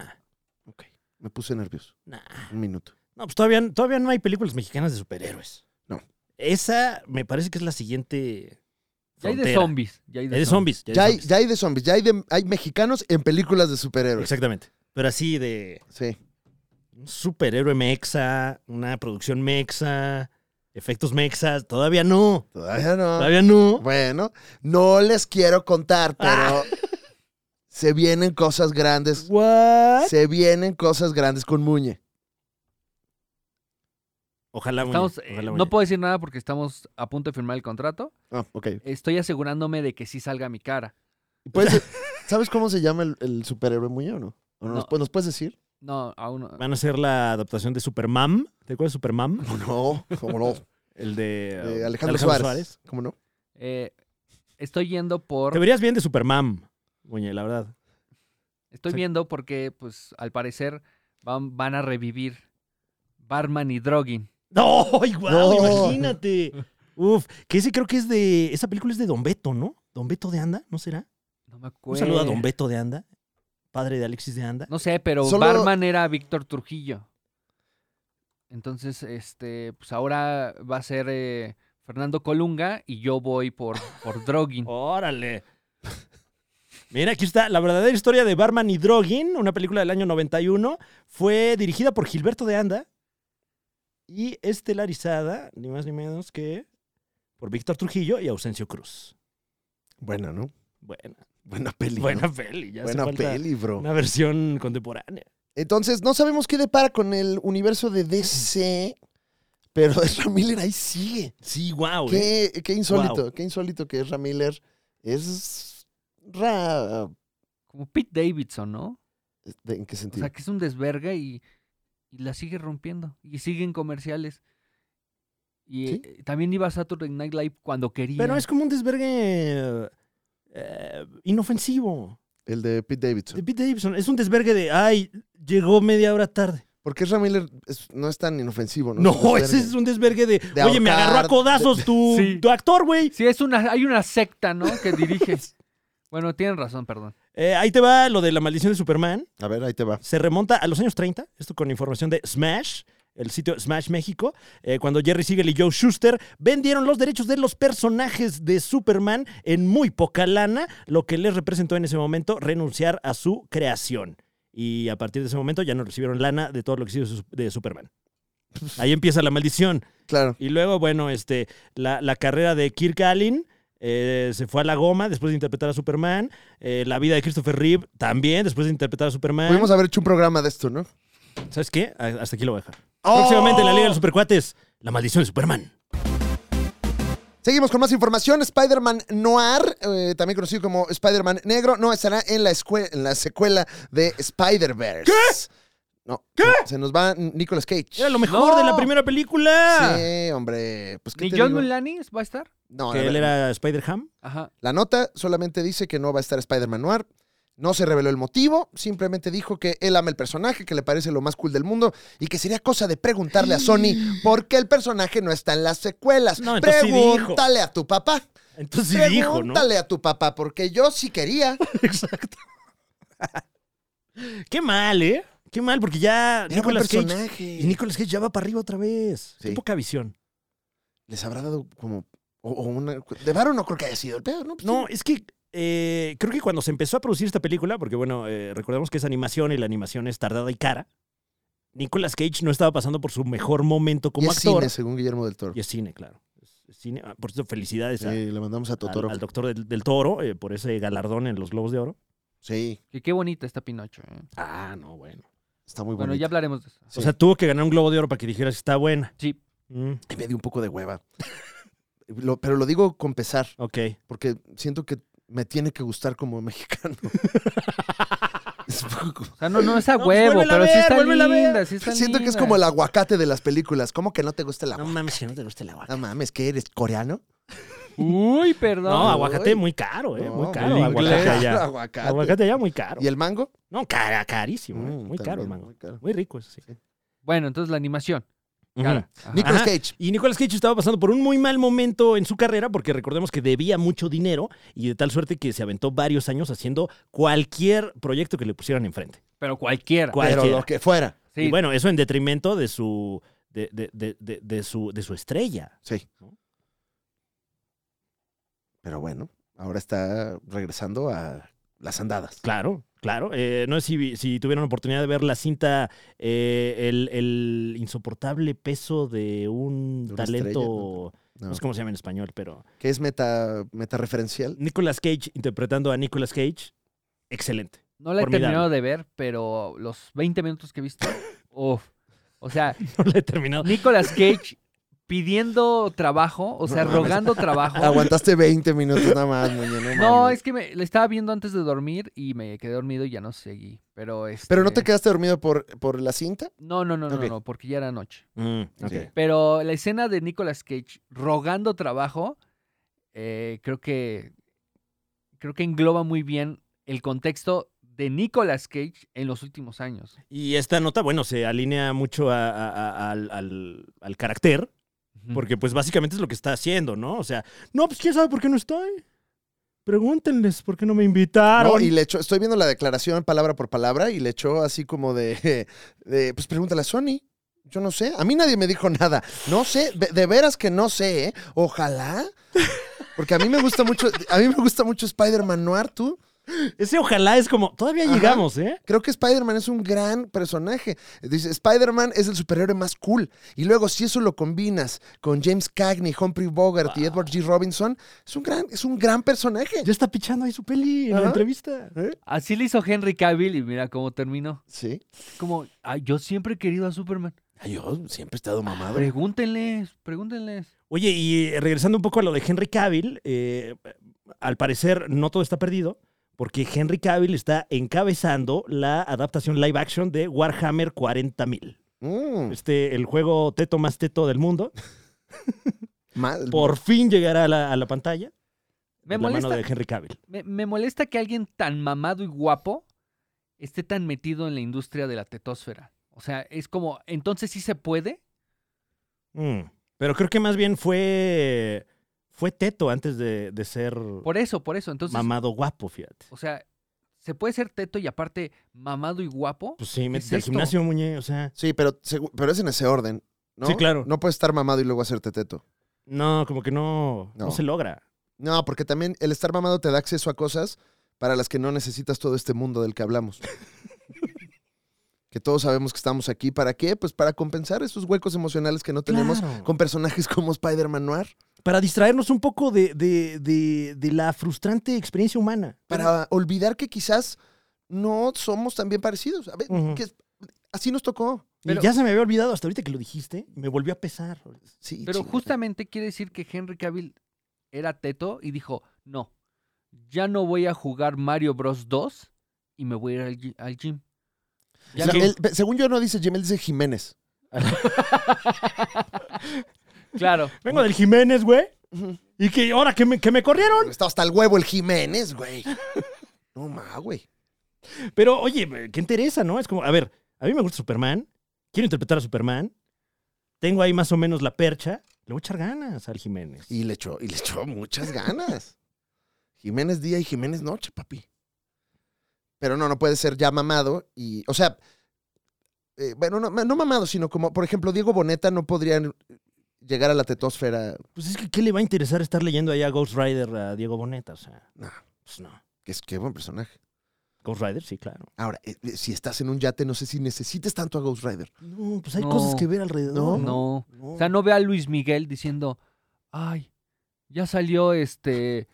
[SPEAKER 1] Ok. Me puse nervioso.
[SPEAKER 3] nah.
[SPEAKER 1] Un minuto.
[SPEAKER 3] No, pues todavía, todavía no hay películas mexicanas de superhéroes.
[SPEAKER 1] No.
[SPEAKER 3] Esa me parece que es la siguiente.
[SPEAKER 4] Ya hay de
[SPEAKER 3] frontera.
[SPEAKER 4] zombies. Ya hay
[SPEAKER 3] Ya
[SPEAKER 4] de,
[SPEAKER 3] hay de zombies.
[SPEAKER 1] Ya hay,
[SPEAKER 3] zombies.
[SPEAKER 1] ya hay de zombies, ya hay, de, hay mexicanos en películas de superhéroes.
[SPEAKER 3] Exactamente. Pero así de
[SPEAKER 1] Sí.
[SPEAKER 3] un superhéroe mexa, una producción mexa, efectos mexas. Todavía no.
[SPEAKER 1] Todavía no.
[SPEAKER 3] Todavía no.
[SPEAKER 1] Bueno, no les quiero contar, pero (laughs) se vienen cosas grandes.
[SPEAKER 3] What?
[SPEAKER 1] Se vienen cosas grandes con Muñe.
[SPEAKER 3] Ojalá, muñe,
[SPEAKER 4] Estamos, eh,
[SPEAKER 3] ojalá, muñe.
[SPEAKER 4] no puedo decir nada porque estamos a punto de firmar el contrato.
[SPEAKER 1] Ah, ok.
[SPEAKER 4] Estoy asegurándome de que sí salga mi cara.
[SPEAKER 1] (laughs) Puedes- Pues, ¿Sabes cómo se llama el, el superhéroe Muñe o no? ¿O no nos,
[SPEAKER 4] No.
[SPEAKER 1] pu- nos puedes decir?
[SPEAKER 4] No, aún no.
[SPEAKER 3] Van a hacer la adaptación de Superman. ¿Te acuerdas de Superman?
[SPEAKER 1] (laughs) No, cómo no.
[SPEAKER 3] El de, eh,
[SPEAKER 1] Eh, Alejandro, Suárez. ¿Cómo no?
[SPEAKER 4] Eh, estoy yendo
[SPEAKER 3] Te
[SPEAKER 4] por.
[SPEAKER 3] verías bien de Superman, Muñe, la verdad.
[SPEAKER 4] Estoy
[SPEAKER 3] sí.
[SPEAKER 4] viendo porque, pues, al parecer van, van a revivir Barman y Drogin.
[SPEAKER 3] ¡No! (laughs) ¡Igual!
[SPEAKER 1] No.
[SPEAKER 3] ¡Imagínate! Uf, que ese creo que es de. Esa película es de Don Beto, ¿no? ¿Don Beto de Anda? ¿No será?
[SPEAKER 4] No me
[SPEAKER 3] Un
[SPEAKER 4] acuerdo.
[SPEAKER 3] saludo a Don Beto de Anda, padre de Alexis de Anda.
[SPEAKER 4] No sé, pero
[SPEAKER 1] Solo-
[SPEAKER 4] Barman era Víctor Trujillo. Entonces, este, pues ahora va a ser eh, Fernando Colunga y yo voy por, por
[SPEAKER 3] (laughs)
[SPEAKER 4] Drogin.
[SPEAKER 3] (laughs) ¡Órale! Mira, aquí está la verdadera historia de Barman y Drogin, una película del año 91. Fue dirigida por Gilberto de Anda y estelarizada, ni más ni menos que por Víctor Trujillo y Ausencio Cruz.
[SPEAKER 1] Buena, ¿no?
[SPEAKER 3] Buena,
[SPEAKER 1] Buena peli. ¿no?
[SPEAKER 3] buena peli, ya hace
[SPEAKER 1] Buena
[SPEAKER 3] falta
[SPEAKER 1] peli, bro.
[SPEAKER 3] Una versión contemporánea.
[SPEAKER 1] Entonces, no sabemos qué depara con el universo de DC, pero (laughs) Ezra Miller ahí sigue.
[SPEAKER 3] Sí, ¿eh? wow.
[SPEAKER 1] Qué, qué insólito,
[SPEAKER 3] Wow.
[SPEAKER 1] qué insólito que Ezra Miller es... Ra...
[SPEAKER 4] Como Pete Davidson, ¿no?
[SPEAKER 1] ¿de- ¿En qué
[SPEAKER 4] O
[SPEAKER 1] sentido?
[SPEAKER 4] sea, que es un desverga y, y la sigue rompiendo. Y siguen comerciales. Y
[SPEAKER 1] Sí.
[SPEAKER 4] eh, también iba a Saturday Night Live cuando quería.
[SPEAKER 3] Pero es como un desvergue eh, inofensivo.
[SPEAKER 1] el de Pete Davidson.
[SPEAKER 3] De Pete Davidson. Es un desvergue de, ay, llegó media hora tarde.
[SPEAKER 1] Porque Ezra Miller es- no es tan inofensivo, ¿no?
[SPEAKER 3] No, (laughs)
[SPEAKER 1] Es
[SPEAKER 3] ese
[SPEAKER 1] un
[SPEAKER 3] es un desvergue de,
[SPEAKER 1] De
[SPEAKER 3] oye, me
[SPEAKER 1] ahorcar,
[SPEAKER 3] agarró a
[SPEAKER 1] (laughs)
[SPEAKER 3] codazos tu,
[SPEAKER 4] Sí.
[SPEAKER 3] tu actor, güey.
[SPEAKER 4] Sí, es una, hay una secta, ¿no?
[SPEAKER 3] (laughs)
[SPEAKER 4] Que dirige. bueno, tienen razón, perdón.
[SPEAKER 3] Eh, ahí te va lo de la maldición de Superman.
[SPEAKER 1] desvergue. A ver, ahí te va.
[SPEAKER 3] Se remonta a los años 30, esto con información de Smash, el sitio Smash México, eh, cuando Jerry Siegel y Joe Schuster vendieron los derechos de los personajes de Superman en muy poca lana, lo que les representó en ese momento renunciar a su creación. Y a partir de ese momento ya no recibieron lana de todo lo que se hizo de Superman. Ahí empieza la maldición.
[SPEAKER 1] Claro.
[SPEAKER 3] Y luego, bueno, este, la, la carrera de Kirk Allen eh, se fue a la goma después de interpretar a Superman. Eh, la vida de Christopher Reeve también después de interpretar a Superman.
[SPEAKER 1] Pudimos haber hecho un programa de esto, ¿no?
[SPEAKER 3] ¿Sabes qué? A- Hasta aquí lo voy a dejar.
[SPEAKER 1] Oh.
[SPEAKER 3] Próximamente en la Liga de los Supercuates, la maldición de Superman.
[SPEAKER 1] Seguimos con más información. Spider-Man Noir, eh, también conocido como Spider-Man Negro, no estará en la, escue- en la secuela de Spider-Verse. ¿Qué? No. ¿Qué? Se nos va Nicolas Cage.
[SPEAKER 3] Era lo mejor
[SPEAKER 4] ¡No!
[SPEAKER 3] de la primera película.
[SPEAKER 1] Sí, hombre. Pues, ¿qué
[SPEAKER 4] ¿Ni
[SPEAKER 1] te
[SPEAKER 4] John
[SPEAKER 1] digo?
[SPEAKER 4] Mulaney va a estar?
[SPEAKER 1] No, la,
[SPEAKER 3] Que él
[SPEAKER 1] verdad.
[SPEAKER 3] era Spider-Ham.
[SPEAKER 4] Ajá.
[SPEAKER 1] La nota solamente dice que no va a estar Spider-Man Noir. No se reveló el motivo, simplemente dijo que él ama el personaje, que le parece lo más cool del mundo y que sería cosa de preguntarle a
[SPEAKER 3] (gasps)
[SPEAKER 1] Sony por qué el personaje no está en las secuelas.
[SPEAKER 3] No, entonces sí dijo.
[SPEAKER 1] Pregúntale a tu papá. Pues
[SPEAKER 3] Entonces sí dijo, ¿no?
[SPEAKER 1] Pregúntale a tu papá, porque yo sí (laughs) quería.
[SPEAKER 3] Exacto. Qué mal, ¿eh? Qué mal, porque
[SPEAKER 1] Era
[SPEAKER 3] ya
[SPEAKER 1] buen
[SPEAKER 3] Nicolas Cage.
[SPEAKER 1] personaje.
[SPEAKER 3] Y Nicolas Cage ya va para arriba otra vez. Qué
[SPEAKER 1] Sí.
[SPEAKER 3] poca visión.
[SPEAKER 1] Les habrá dado como. O, o una, de Varo no creo que haya sido el pedo, ¿no? Pues
[SPEAKER 3] No,
[SPEAKER 1] sí.
[SPEAKER 3] es que eh, creo que cuando se empezó a producir esta película, porque bueno, eh, recordemos que es animación y la animación es tardada y cara, Nicolas Cage no estaba pasando por su mejor momento
[SPEAKER 1] Y
[SPEAKER 3] como
[SPEAKER 1] es
[SPEAKER 3] actor.
[SPEAKER 1] cine, según Guillermo del Toro.
[SPEAKER 3] Y es cine, claro. Es- es cine. Ah, Por eso, felicidades a-
[SPEAKER 1] Sí, le mandamos a
[SPEAKER 3] al,
[SPEAKER 1] Totoro.
[SPEAKER 3] al doctor del, del Toro eh, por ese galardón en los Globos de Oro.
[SPEAKER 1] Sí,
[SPEAKER 4] Que qué bonita está Pinocho. ¿eh?
[SPEAKER 3] Ah, no, bueno.
[SPEAKER 1] está muy
[SPEAKER 4] Bueno,
[SPEAKER 1] bueno.
[SPEAKER 4] ya hablaremos de eso.
[SPEAKER 1] Sí.
[SPEAKER 3] O sea, tuvo que ganar un Globo de Oro para que dijeras que está buena.
[SPEAKER 4] Sí.
[SPEAKER 3] Mm,
[SPEAKER 1] y me dio un poco de hueva. Lo- pero lo digo con pesar,
[SPEAKER 3] ok.
[SPEAKER 1] porque siento que me tiene que gustar como mexicano. Es un poco como-
[SPEAKER 4] O sea, no, no es a
[SPEAKER 3] (laughs) No, pues,
[SPEAKER 4] huevo,
[SPEAKER 3] vuélvela a
[SPEAKER 4] pero sí
[SPEAKER 3] ver,
[SPEAKER 4] está
[SPEAKER 3] vuélvela a ver.
[SPEAKER 4] linda, sí
[SPEAKER 1] (laughs)
[SPEAKER 4] está
[SPEAKER 1] siento que es
[SPEAKER 4] linda.
[SPEAKER 1] como el aguacate de las películas. ¿Cómo que no te gusta el
[SPEAKER 3] No
[SPEAKER 1] aguacate?
[SPEAKER 3] mames, que no te gusta el aguacate.
[SPEAKER 1] No mames, ¿qué eres? ¿Coreano?
[SPEAKER 4] Uy,
[SPEAKER 3] No,
[SPEAKER 4] perdón.
[SPEAKER 3] aguacate muy caro, eh.
[SPEAKER 1] No,
[SPEAKER 3] muy caro.
[SPEAKER 4] el
[SPEAKER 3] Aguacate
[SPEAKER 4] inglés.
[SPEAKER 1] (laughs)
[SPEAKER 3] allá.
[SPEAKER 1] Aguacate.
[SPEAKER 3] Aguacate allá muy caro.
[SPEAKER 1] ¿Y el mango?
[SPEAKER 3] No, cara, carísimo, eh.
[SPEAKER 1] Mm,
[SPEAKER 3] Muy caro,
[SPEAKER 1] también,
[SPEAKER 3] hermano.
[SPEAKER 1] muy caro.
[SPEAKER 3] Muy rico, eso sí.
[SPEAKER 4] Bueno, entonces la animación. Cara. Ajá.
[SPEAKER 1] Nicolas
[SPEAKER 3] Ajá.
[SPEAKER 1] Cage.
[SPEAKER 3] Y Nicolas Cage estaba pasando por un muy mal momento en su carrera porque recordemos que debía mucho dinero y de tal suerte que se aventó varios años haciendo cualquier proyecto que le pusieran enfrente.
[SPEAKER 4] Pero cualquiera.
[SPEAKER 3] Cual- Cualquiera.
[SPEAKER 1] Pero lo que fuera.
[SPEAKER 4] Sí.
[SPEAKER 3] Y bueno, eso en detrimento de su, de, de- de- de- de su, de su estrella.
[SPEAKER 1] Sí.
[SPEAKER 3] ¿No?
[SPEAKER 1] Pero bueno, ahora está regresando a las andadas.
[SPEAKER 3] Claro, claro. Eh, no sé si, si tuvieron oportunidad de ver la cinta eh, el, el insoportable peso de un
[SPEAKER 1] De una
[SPEAKER 3] talento,
[SPEAKER 1] No,
[SPEAKER 3] no sé cómo se llama en español, pero...
[SPEAKER 1] Que es meta, referencial.
[SPEAKER 3] Nicolas Cage interpretando a Nicolas Cage, excelente. (laughs)
[SPEAKER 4] no la he
[SPEAKER 3] formidable.
[SPEAKER 4] terminado de ver, pero los 20 minutos que he visto, uf. O sea,
[SPEAKER 3] No la he terminado.
[SPEAKER 4] Nicolas Cage pidiendo trabajo, o
[SPEAKER 3] (laughs)
[SPEAKER 4] sea, rogando trabajo.
[SPEAKER 1] Aguantaste 20 minutos nada más, muñe, no
[SPEAKER 4] No,
[SPEAKER 1] mames.
[SPEAKER 4] es que me, la estaba viendo antes de dormir y me quedé dormido y ya no seguí. Pero este,
[SPEAKER 1] Pero no te quedaste dormido por, por la cinta.
[SPEAKER 4] No, no, no, no,
[SPEAKER 1] Ok.
[SPEAKER 4] no, porque ya era noche.
[SPEAKER 3] Mm, ok.
[SPEAKER 1] Sí.
[SPEAKER 4] Pero la escena de Nicolas Cage rogando trabajo, eh, creo que creo que engloba muy bien el contexto de Nicolas Cage en los últimos años.
[SPEAKER 3] Y esta nota, bueno, se alinea mucho a- a- a- al, al- al carácter, porque pues básicamente es lo que está haciendo, ¿no? O sea, no, pues quién sabe por qué no estoy. Pregúntenles por qué no me invitaron.
[SPEAKER 1] No, y le echó, estoy viendo la declaración palabra por palabra y le echó así como de, (laughs) de, pues pregúntale a Sony. Yo no sé, a mí nadie me dijo nada. No sé, de, de veras que no sé, ¿eh? Ojalá. Porque a mí me gusta mucho, a mí me gusta mucho Spider-Man Noir, tú.
[SPEAKER 3] Ese ojalá es como, todavía
[SPEAKER 1] Ajá.
[SPEAKER 3] llegamos, ¿eh?
[SPEAKER 1] Creo que Spider-Man es un gran personaje. Dice, Spider-Man es el superhéroe más cool. Y luego, si eso lo combinas con James Cagney, Humphrey Bogart y Edward G. Robinson, es un gran, es un gran personaje.
[SPEAKER 3] Ya está pichando ahí su peli en
[SPEAKER 1] Ajá.
[SPEAKER 3] la entrevista. ¿eh?
[SPEAKER 4] Así le hizo Henry Cavill y mira cómo terminó.
[SPEAKER 1] Sí.
[SPEAKER 4] Como, "Ay, yo siempre he querido a Superman.
[SPEAKER 1] Ay, yo siempre he estado mamado.
[SPEAKER 4] Pregúntenles, pregúntenles.
[SPEAKER 3] Oye, y eh, regresando un poco a lo de Henry Cavill, eh, al parecer no todo está perdido, porque Henry Cavill está encabezando la adaptación live action de Warhammer 40.000.
[SPEAKER 1] Mm,
[SPEAKER 3] Este, el juego teto más teto del mundo.
[SPEAKER 1] mal-
[SPEAKER 3] por fin llegará a la, a la pantalla.
[SPEAKER 4] Me
[SPEAKER 3] de la mano
[SPEAKER 4] molesta,
[SPEAKER 3] de Henry Cavill.
[SPEAKER 4] me, me molesta que alguien tan mamado y guapo esté tan metido en la industria de la tetósfera. O sea, es como, entonces sí se puede.
[SPEAKER 3] Mm. Pero creo que más bien fue, fue teto antes de, de ser
[SPEAKER 4] Por eso, por eso. Entonces,
[SPEAKER 3] mamado guapo, fíjate.
[SPEAKER 4] O sea, se puede ser teto y aparte mamado y guapo.
[SPEAKER 3] Pues sí, métete
[SPEAKER 4] es
[SPEAKER 3] al
[SPEAKER 4] esto?
[SPEAKER 3] gimnasio, muñe. O sea,
[SPEAKER 1] Sí, pero, segu- pero es en ese orden, ¿no?
[SPEAKER 3] Sí, claro.
[SPEAKER 1] No puedes estar mamado y luego hacerte teto.
[SPEAKER 3] no, como que no, no.
[SPEAKER 1] No.
[SPEAKER 3] se logra.
[SPEAKER 1] No, porque también el estar mamado te da acceso a cosas para las que no necesitas todo este mundo del que
[SPEAKER 3] (laughs)
[SPEAKER 1] hablamos. que todos sabemos que estamos aquí. ¿Para qué? Pues para compensar esos huecos emocionales que no tenemos
[SPEAKER 3] Claro.
[SPEAKER 1] con personajes como Spider-Man Noir.
[SPEAKER 3] Para distraernos un poco de, de- de- de la frustrante experiencia humana.
[SPEAKER 1] Para olvidar que quizás no somos tan bien parecidos. A ver,
[SPEAKER 3] Ujú.
[SPEAKER 1] que es- así nos tocó.
[SPEAKER 3] Y
[SPEAKER 4] Pero-
[SPEAKER 3] ya se me había olvidado hasta ahorita que lo dijiste. Me volvió a pesar.
[SPEAKER 1] Sí,
[SPEAKER 4] Pero
[SPEAKER 1] chingada.
[SPEAKER 4] justamente quiere decir que Henry Cavill era teto y dijo, no, ya no voy a jugar Mario Bros. 2 y me voy a ir al, gy- al gym. Ya
[SPEAKER 1] O sea,
[SPEAKER 4] no-
[SPEAKER 1] él- según yo no dice Jim, él dice Jiménez.
[SPEAKER 4] Claro.
[SPEAKER 3] Vengo del Jiménez, güey.
[SPEAKER 1] Ujú.
[SPEAKER 3] Y que ahora que me, que me corrieron.
[SPEAKER 1] Estaba hasta el huevo el Jiménez, güey. No ma, güey.
[SPEAKER 3] Pero, oye, ¿qué interesa, no? Es como, a ver, a mí me gusta Superman, quiero interpretar a Superman, tengo ahí más o menos la percha, le voy a echar ganas al Jiménez.
[SPEAKER 1] Y le echó, y le echó muchas ganas. Jiménez día y Jiménez noche, papi. Pero no, no puede ser ya mamado y, o sea, eh, bueno, no, no mamado, sino como, por ejemplo, Diego Boneta no podría llegar a la tetosfera,
[SPEAKER 3] Pues es que, ¿qué le va a interesar estar leyendo ahí a Ghost Rider a Diego Boneta? O sea,
[SPEAKER 1] No.
[SPEAKER 3] pues no.
[SPEAKER 1] que es que buen personaje.
[SPEAKER 3] Ghost Rider, sí, claro.
[SPEAKER 1] Ahora, eh, eh, si estás en un yate, no sé si necesites tanto a Ghost Rider.
[SPEAKER 3] No, pues hay
[SPEAKER 4] No.
[SPEAKER 3] cosas que ver alrededor.
[SPEAKER 4] No. O sea, no ve a Luis Miguel diciendo, ay, ya salió este,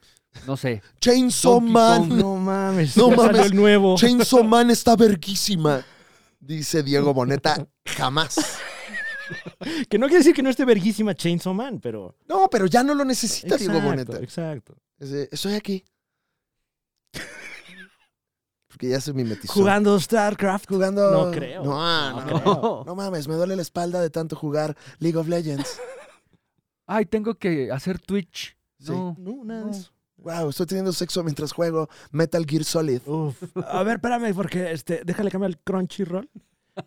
[SPEAKER 4] no sé,
[SPEAKER 1] Chainsaw
[SPEAKER 4] Donkey
[SPEAKER 1] Man.
[SPEAKER 4] Kong.
[SPEAKER 1] No,
[SPEAKER 3] (laughs) No mames,
[SPEAKER 1] No
[SPEAKER 3] ya salió
[SPEAKER 1] mames.
[SPEAKER 3] el nuevo.
[SPEAKER 1] Chainsaw Man está verguísima, dice Diego Boneta. Jamás.
[SPEAKER 3] (laughs) que no quiere decir que no esté verguísima Chainsaw Man, pero.
[SPEAKER 1] No, pero ya no lo necesita Diego Boneta.
[SPEAKER 3] exacto.
[SPEAKER 1] Es de, Estoy aquí. Porque ya se mimetizó.
[SPEAKER 3] Jugando StarCraft.
[SPEAKER 1] Jugando.
[SPEAKER 3] No creo.
[SPEAKER 1] No, no,
[SPEAKER 3] No
[SPEAKER 1] no.
[SPEAKER 3] creo.
[SPEAKER 1] No mames, me duele la espalda de tanto jugar League of
[SPEAKER 3] (laughs)
[SPEAKER 1] Legends.
[SPEAKER 4] Ay, tengo que hacer Twitch. No.
[SPEAKER 3] No, nada de
[SPEAKER 4] No.
[SPEAKER 3] eso.
[SPEAKER 1] Wow, estoy teniendo sexo mientras juego Metal Gear Solid.
[SPEAKER 3] Uf. A ver, espérame, porque este, déjale cambiar el Crunchyroll.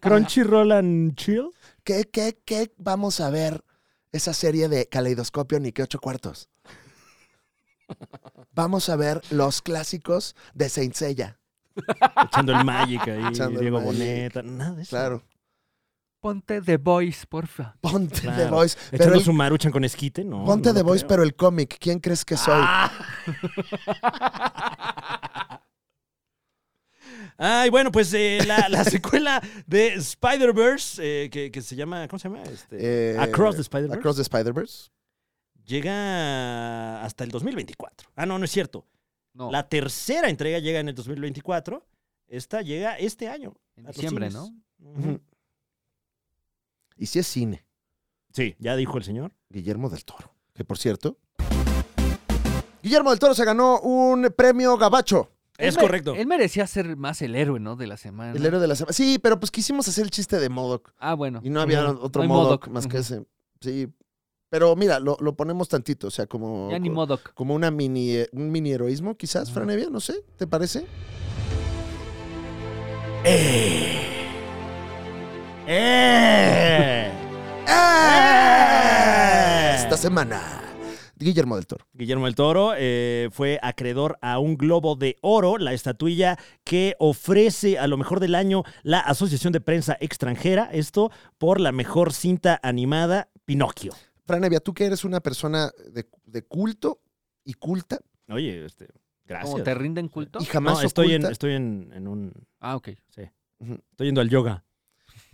[SPEAKER 3] Crunchyroll and Chill.
[SPEAKER 1] ¿Qué, qué, qué vamos a ver esa serie de caleidoscopio ni que ocho
[SPEAKER 3] (laughs)
[SPEAKER 1] cuartos? Vamos a ver los clásicos de Saint Seiya.
[SPEAKER 3] Echando el Magic ahí,
[SPEAKER 1] Echando el
[SPEAKER 3] Diego
[SPEAKER 1] Magic.
[SPEAKER 3] Boneta, nada de eso.
[SPEAKER 1] Claro.
[SPEAKER 4] Ponte The Voice, porfa.
[SPEAKER 1] Ponte
[SPEAKER 3] Claro.
[SPEAKER 1] The Voice. Pero
[SPEAKER 3] Echando
[SPEAKER 1] el-
[SPEAKER 3] su maruchan con esquite, no.
[SPEAKER 1] ponte
[SPEAKER 3] no
[SPEAKER 1] The
[SPEAKER 3] lo
[SPEAKER 1] Voice,
[SPEAKER 3] creo. Ah,
[SPEAKER 1] pero el cómic. ¿Quién crees que soy?
[SPEAKER 3] Ay, bueno, pues eh, la, la (laughs) secuela de Spider-Verse, eh, que, que se llama, ¿cómo se llama? Este,
[SPEAKER 1] Eh,
[SPEAKER 3] Across the Spider-Verse.
[SPEAKER 1] Across the Spider-Verse.
[SPEAKER 3] Llega hasta el 2024. Ah, no, no es cierto.
[SPEAKER 4] No,
[SPEAKER 3] La tercera entrega llega en el 2024. Esta llega este año.
[SPEAKER 4] en
[SPEAKER 3] a los
[SPEAKER 4] diciembre,
[SPEAKER 3] cines.
[SPEAKER 4] ¿no?
[SPEAKER 3] Ujú.
[SPEAKER 1] Y si es cine,
[SPEAKER 3] Sí, ya dijo el señor.
[SPEAKER 1] Guillermo del Toro. Que por cierto. Guillermo del Toro se ganó un premio gabacho.
[SPEAKER 4] Él
[SPEAKER 3] es
[SPEAKER 4] mere-
[SPEAKER 3] correcto.
[SPEAKER 4] Él merecía ser más el héroe, ¿no? De la semana.
[SPEAKER 1] El héroe de la semana. Sí, pero pues quisimos hacer el chiste de Modoc.
[SPEAKER 4] Ah, bueno.
[SPEAKER 1] Y no había
[SPEAKER 3] Ujú.
[SPEAKER 1] otro
[SPEAKER 4] No hay
[SPEAKER 1] Modoc
[SPEAKER 4] Modoc.
[SPEAKER 1] más que
[SPEAKER 4] Ujú.
[SPEAKER 1] ese. Sí. Pero mira, lo, lo ponemos tantito, o sea, como.
[SPEAKER 4] Ya ni
[SPEAKER 1] co-
[SPEAKER 4] Modoc.
[SPEAKER 1] Como una mini, eh, un mini heroísmo, quizás, Franevia, no sé, ¿te parece?
[SPEAKER 3] ¡Eh! ¡Eh!
[SPEAKER 1] Esta semana, Guillermo del Toro.
[SPEAKER 3] Guillermo del Toro eh, fue acreedor a un globo de oro, la estatuilla que ofrece a lo mejor del año la Asociación de Prensa Extranjera, esto por la mejor cinta animada, Pinocchio.
[SPEAKER 1] Franevia, tú que eres una persona de, de culto y culta
[SPEAKER 3] Oye, este,
[SPEAKER 4] Como
[SPEAKER 3] gracias.
[SPEAKER 4] te rinden culto.
[SPEAKER 1] y jamás
[SPEAKER 3] No, estoy, en,
[SPEAKER 1] oculta.
[SPEAKER 3] estoy en, en un...
[SPEAKER 4] Ah, ok.
[SPEAKER 3] Estoy yendo al yoga.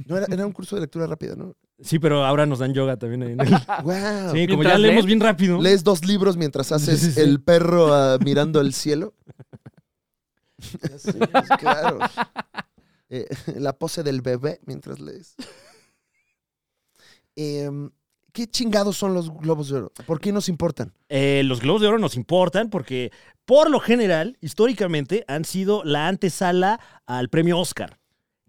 [SPEAKER 1] No, era, era un curso de lectura rápida,
[SPEAKER 3] (laughs)
[SPEAKER 1] ¿no?
[SPEAKER 3] Sí, pero ahora nos dan yoga también. ahí en
[SPEAKER 4] (laughs)
[SPEAKER 3] el-
[SPEAKER 1] ¡Wow!
[SPEAKER 3] Ah. Sí, como
[SPEAKER 4] Mientras
[SPEAKER 3] ya leemos
[SPEAKER 4] lees-
[SPEAKER 3] bien rápido.
[SPEAKER 1] Lees dos libros mientras haces
[SPEAKER 3] Sí, sí, sí.
[SPEAKER 1] el perro ah, mirando el
[SPEAKER 3] (laughs)
[SPEAKER 1] cielo. Sí, pues, claro. Eh, (laughs) la pose del bebé mientras lees. Em, ¿Qué chingados son los globos de oro? ¿Por qué nos importan?
[SPEAKER 3] Eh, los Globos de Oro nos importan porque, por lo general, históricamente han sido la antesala al premio Oscar.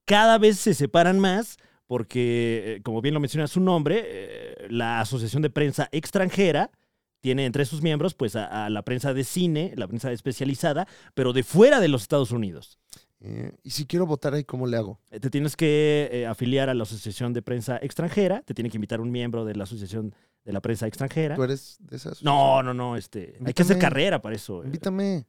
[SPEAKER 3] Cada vez se separan más porque, eh, como bien lo menciona su nombre, eh, la Asociación de Prensa Extranjera tiene entre sus miembros pues a, a la prensa de cine, la prensa especializada, pero de fuera de los Estados Unidos.
[SPEAKER 1] Eh, y si quiero votar ahí, ¿cómo le hago?
[SPEAKER 3] Eh, Te tienes que eh, afiliar a la Asociación de Prensa Extranjera, te tiene que invitar un miembro de la Asociación de la Prensa Extranjera.
[SPEAKER 1] ¿Tú eres de esas?
[SPEAKER 3] No, no, no, este, hay que hacer
[SPEAKER 1] Invítame.
[SPEAKER 3] carrera para eso. eh.
[SPEAKER 1] Invítame.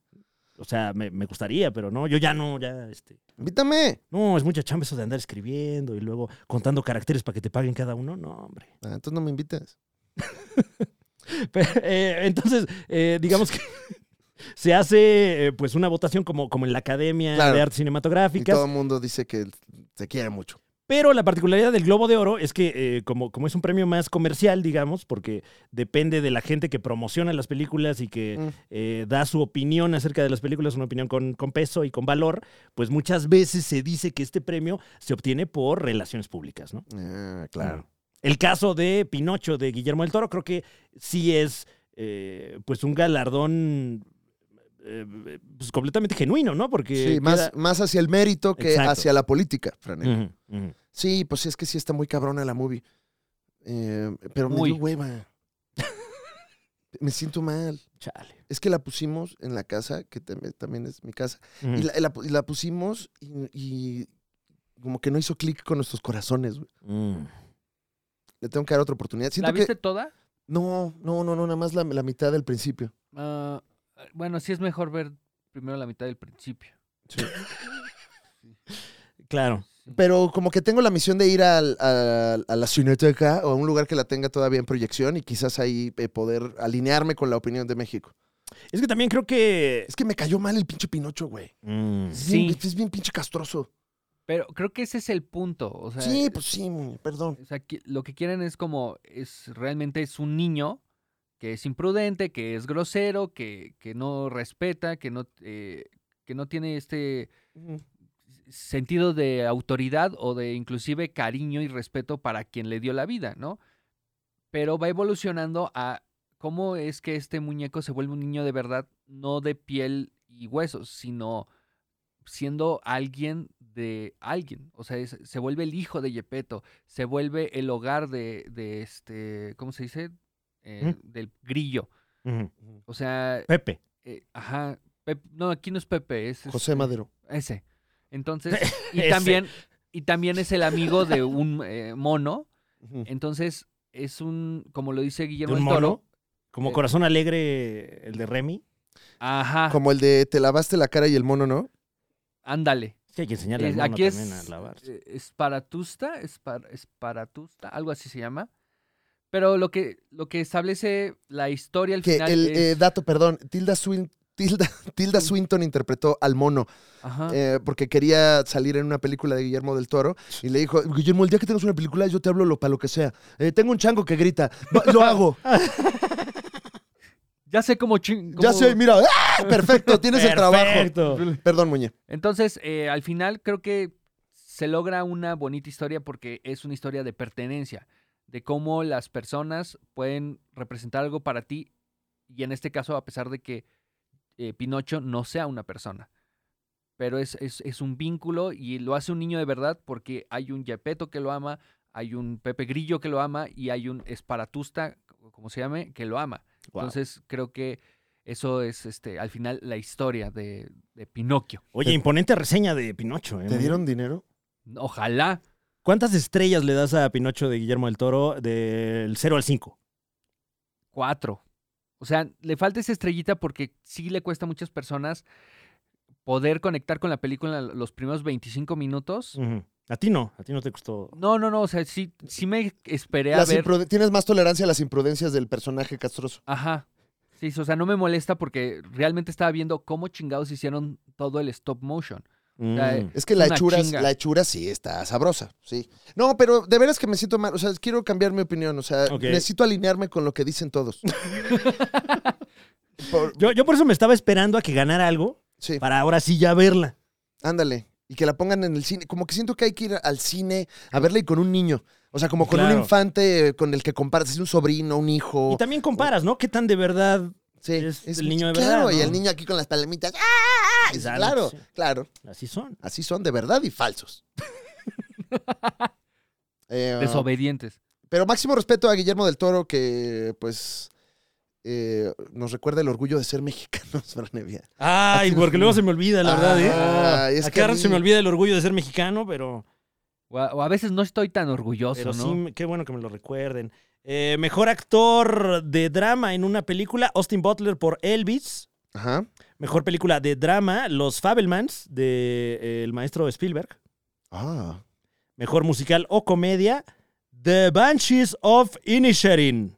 [SPEAKER 3] O sea, me, me gustaría, pero no, yo ya no, ya, este.
[SPEAKER 1] Invítame.
[SPEAKER 3] No, es mucha chamba eso de andar escribiendo y luego contando caracteres para que te paguen cada uno. No, hombre.
[SPEAKER 1] Ah, entonces no me invitas.
[SPEAKER 3] (laughs) Pero, eh, entonces, eh, digamos que (laughs) se hace eh, pues una votación como, como en la Academia
[SPEAKER 1] Claro.
[SPEAKER 3] de Artes
[SPEAKER 1] Y
[SPEAKER 3] Cinematográficas.
[SPEAKER 1] todo el mundo dice que te quiere mucho.
[SPEAKER 3] Pero la particularidad del Globo de Oro es que, eh, como, como es un premio más comercial, digamos, porque depende de la gente que promociona las películas y que
[SPEAKER 1] Mm.
[SPEAKER 3] eh, da su opinión acerca de las películas, una opinión con, con peso y con valor, pues muchas veces se dice que este premio se obtiene por relaciones públicas, ¿no?
[SPEAKER 1] Ah,
[SPEAKER 3] Mm,
[SPEAKER 1] claro.
[SPEAKER 3] El caso de Pinocho de Guillermo del Toro creo que sí es eh, pues un galardón eh, pues completamente genuino, ¿no? Porque
[SPEAKER 1] Sí, más,
[SPEAKER 3] queda-
[SPEAKER 1] más hacia el mérito que
[SPEAKER 3] Exacto. Mm.
[SPEAKER 1] hacia la política, Fran.
[SPEAKER 3] Ujú, ujú.
[SPEAKER 1] Sí, pues es que sí está muy cabrona la movie. Eh, pero me
[SPEAKER 4] Muy.
[SPEAKER 1] dio hueva. (laughs) me siento mal.
[SPEAKER 3] Chale.
[SPEAKER 1] Es que la pusimos en la casa, que tam- también es mi casa,
[SPEAKER 3] Ujú.
[SPEAKER 1] y, la, y la pu- y la pusimos y, y como que no hizo clic con nuestros corazones. güey.
[SPEAKER 3] Mm.
[SPEAKER 1] Le tengo que dar otra oportunidad. Siento
[SPEAKER 4] ¿La
[SPEAKER 1] que...
[SPEAKER 4] viste toda?
[SPEAKER 1] No, no, no, no, nada más la, la mitad del principio.
[SPEAKER 4] Ah, bueno, sí es mejor ver primero la mitad del principio.
[SPEAKER 3] Claro.
[SPEAKER 1] Pero como que tengo la misión de ir al- al- a la cineteca o a un lugar que la tenga todavía en proyección y quizás ahí eh, poder alinearme con la opinión de México.
[SPEAKER 3] Es que también creo que.
[SPEAKER 1] Es que me cayó mal el pinche Pinocho, güey.
[SPEAKER 3] Mm.
[SPEAKER 1] Es bien-
[SPEAKER 4] Sí.
[SPEAKER 1] es bien pinche castroso.
[SPEAKER 4] Pero creo que ese es el punto. O sea,
[SPEAKER 1] Sí, pues sí, muñe, perdón.
[SPEAKER 4] o sea, qui- lo que quieren es como, es realmente es un niño que es imprudente, que es grosero, que, que no respeta, que no, eh, que no tiene este sentido de autoridad o de inclusive cariño y respeto para quien le dio la vida, ¿no? Pero va evolucionando a cómo es que este muñeco se vuelve un niño de verdad, no de piel y huesos, sino siendo alguien de alguien. O sea, es- se vuelve el hijo de Yepeto, se vuelve el hogar de, de este, ¿cómo se dice? Eh, Del grillo.
[SPEAKER 3] Ujú.
[SPEAKER 4] O sea,
[SPEAKER 3] Pepe.
[SPEAKER 4] eh, ajá. Pep- no, aquí no es Pepe, es
[SPEAKER 1] José
[SPEAKER 4] este,
[SPEAKER 1] Madero. (laughs)
[SPEAKER 4] ese. Entonces, y
[SPEAKER 3] Ese.
[SPEAKER 4] también, y también es el amigo de un eh, mono.
[SPEAKER 1] Ujú.
[SPEAKER 4] Entonces, es un, como lo dice
[SPEAKER 3] De
[SPEAKER 4] Guillermo
[SPEAKER 3] un
[SPEAKER 4] del Toro.
[SPEAKER 3] mono. Como
[SPEAKER 4] Eh.
[SPEAKER 3] corazón alegre el de Remy.
[SPEAKER 4] Ajá,
[SPEAKER 1] Como el de te lavaste la cara y el mono, ¿no?
[SPEAKER 4] ándale.
[SPEAKER 3] Sí, hay que enseñarle
[SPEAKER 4] Eh,
[SPEAKER 3] al mono
[SPEAKER 4] aquí es
[SPEAKER 3] también a lavarse.
[SPEAKER 4] eh, Esparatusta, espar- Esparatusta, algo así se llama. Pero lo que, lo que establece la historia al
[SPEAKER 1] Que
[SPEAKER 4] final
[SPEAKER 1] el eh,
[SPEAKER 4] es-
[SPEAKER 1] dato, perdón, Tilda Swin- Tilda, (laughs) Tilda Swinton interpretó al mono
[SPEAKER 4] ajá,
[SPEAKER 1] eh, porque quería salir en una película de Guillermo del Toro y le dijo, Guillermo, el día que tengas una película yo te hablo lo, para lo que sea. Eh, tengo un chango que grita, "Va,
[SPEAKER 4] (laughs)
[SPEAKER 1] lo hago.
[SPEAKER 4] ya sé cómo ching...
[SPEAKER 1] Ya
[SPEAKER 4] cómo-
[SPEAKER 1] sé, mira,
[SPEAKER 4] (laughs)
[SPEAKER 1] ¡ah! perfecto, tienes el trabajo.
[SPEAKER 3] Perfecto.
[SPEAKER 1] Perdón, Muñe.
[SPEAKER 4] Entonces, eh, al final creo que se logra una bonita historia porque es una historia de pertenencia, de cómo las personas pueden representar algo para ti y en este caso a pesar de que eh, Pinocho no sea una persona. Pero es, es- es un vínculo y lo hace un niño de verdad porque hay un Yepeto que lo ama, hay un Pepe Grillo que lo ama y hay un Esparatusta, como se llame, que lo ama.
[SPEAKER 3] Guau.
[SPEAKER 4] Entonces creo que eso es este al final la historia de- de Pinocchio.
[SPEAKER 3] Oye, imponente reseña de Pinocho. ¿eh?
[SPEAKER 1] ¿Te dieron dinero?
[SPEAKER 4] Ojalá.
[SPEAKER 3] ¿Cuántas estrellas le das a Pinocho de Guillermo del Toro del 0 al 5?
[SPEAKER 4] Cuatro. O sea, le falta esa estrellita porque sí le cuesta a muchas personas poder conectar con la película los primeros 25
[SPEAKER 3] Mm.
[SPEAKER 4] minutos.
[SPEAKER 3] A ti no, a ti no te costó.
[SPEAKER 4] No, no, no. O sea, sí, sí me esperé a
[SPEAKER 1] Las
[SPEAKER 4] ver.
[SPEAKER 1] imprude- Tienes más tolerancia a las imprudencias del personaje castroso.
[SPEAKER 4] Ajá. Sí, o sea, no me molesta porque realmente estaba viendo cómo chingados hicieron todo el stop motion.
[SPEAKER 3] Mm.
[SPEAKER 4] sea, eh,
[SPEAKER 1] Es que la
[SPEAKER 4] Una
[SPEAKER 1] hechura,
[SPEAKER 4] chinga.
[SPEAKER 1] la hechura sí está sabrosa, sí. No, pero de veras que me siento mal. O sea, quiero cambiar mi opinión. O sea,
[SPEAKER 3] Ok.
[SPEAKER 1] necesito alinearme con lo que dicen
[SPEAKER 4] (laughs)
[SPEAKER 1] todos. Por-
[SPEAKER 3] Yo, yo por eso me estaba esperando a que ganara algo
[SPEAKER 1] sí,
[SPEAKER 3] para ahora sí ya verla.
[SPEAKER 1] ándale. Y que la pongan en el cine. Como que siento que hay que ir al cine a verla y con un niño. O sea, como con
[SPEAKER 3] Claro.
[SPEAKER 1] un infante con el que compartes, un sobrino, un hijo.
[SPEAKER 3] Y también comparas, ¿no? ¿Qué tan de verdad?
[SPEAKER 1] Sí,
[SPEAKER 3] es el niño de
[SPEAKER 1] Claro,
[SPEAKER 3] verdad,
[SPEAKER 1] y
[SPEAKER 3] ¿no?
[SPEAKER 1] el niño aquí con las palomitas. ¡Ah!
[SPEAKER 3] Exacto,
[SPEAKER 1] Claro,
[SPEAKER 3] sí.
[SPEAKER 1] claro.
[SPEAKER 3] Así son.
[SPEAKER 1] Así son de verdad y
[SPEAKER 3] (laughs)
[SPEAKER 1] falsos.
[SPEAKER 3] Ah.
[SPEAKER 1] Eh,
[SPEAKER 4] Desobedientes.
[SPEAKER 1] pero máximo respeto a Guillermo del Toro, que pues eh, nos recuerda el orgullo de ser mexicanos, (laughs) Fran Evia.
[SPEAKER 3] Ay,
[SPEAKER 1] Así
[SPEAKER 3] porque
[SPEAKER 1] nos-
[SPEAKER 3] luego se me olvida, la verdad, ¿eh?
[SPEAKER 1] Ay, es
[SPEAKER 3] a
[SPEAKER 1] que a
[SPEAKER 3] cada rato
[SPEAKER 1] mí-
[SPEAKER 3] se me olvida el orgullo de ser mexicano, pero,
[SPEAKER 4] O a, o a veces no estoy tan orgulloso,
[SPEAKER 3] pero
[SPEAKER 4] ¿no?
[SPEAKER 3] sí, qué bueno que me lo recuerden. Eh, mejor actor de drama en una película, Austin Butler por Elvis.
[SPEAKER 1] Ajá.
[SPEAKER 3] Mejor película de drama, Los Fabelmans, de eh, el maestro Spielberg.
[SPEAKER 1] Ah.
[SPEAKER 3] Mejor musical o comedia, The Banshees of Inisherin.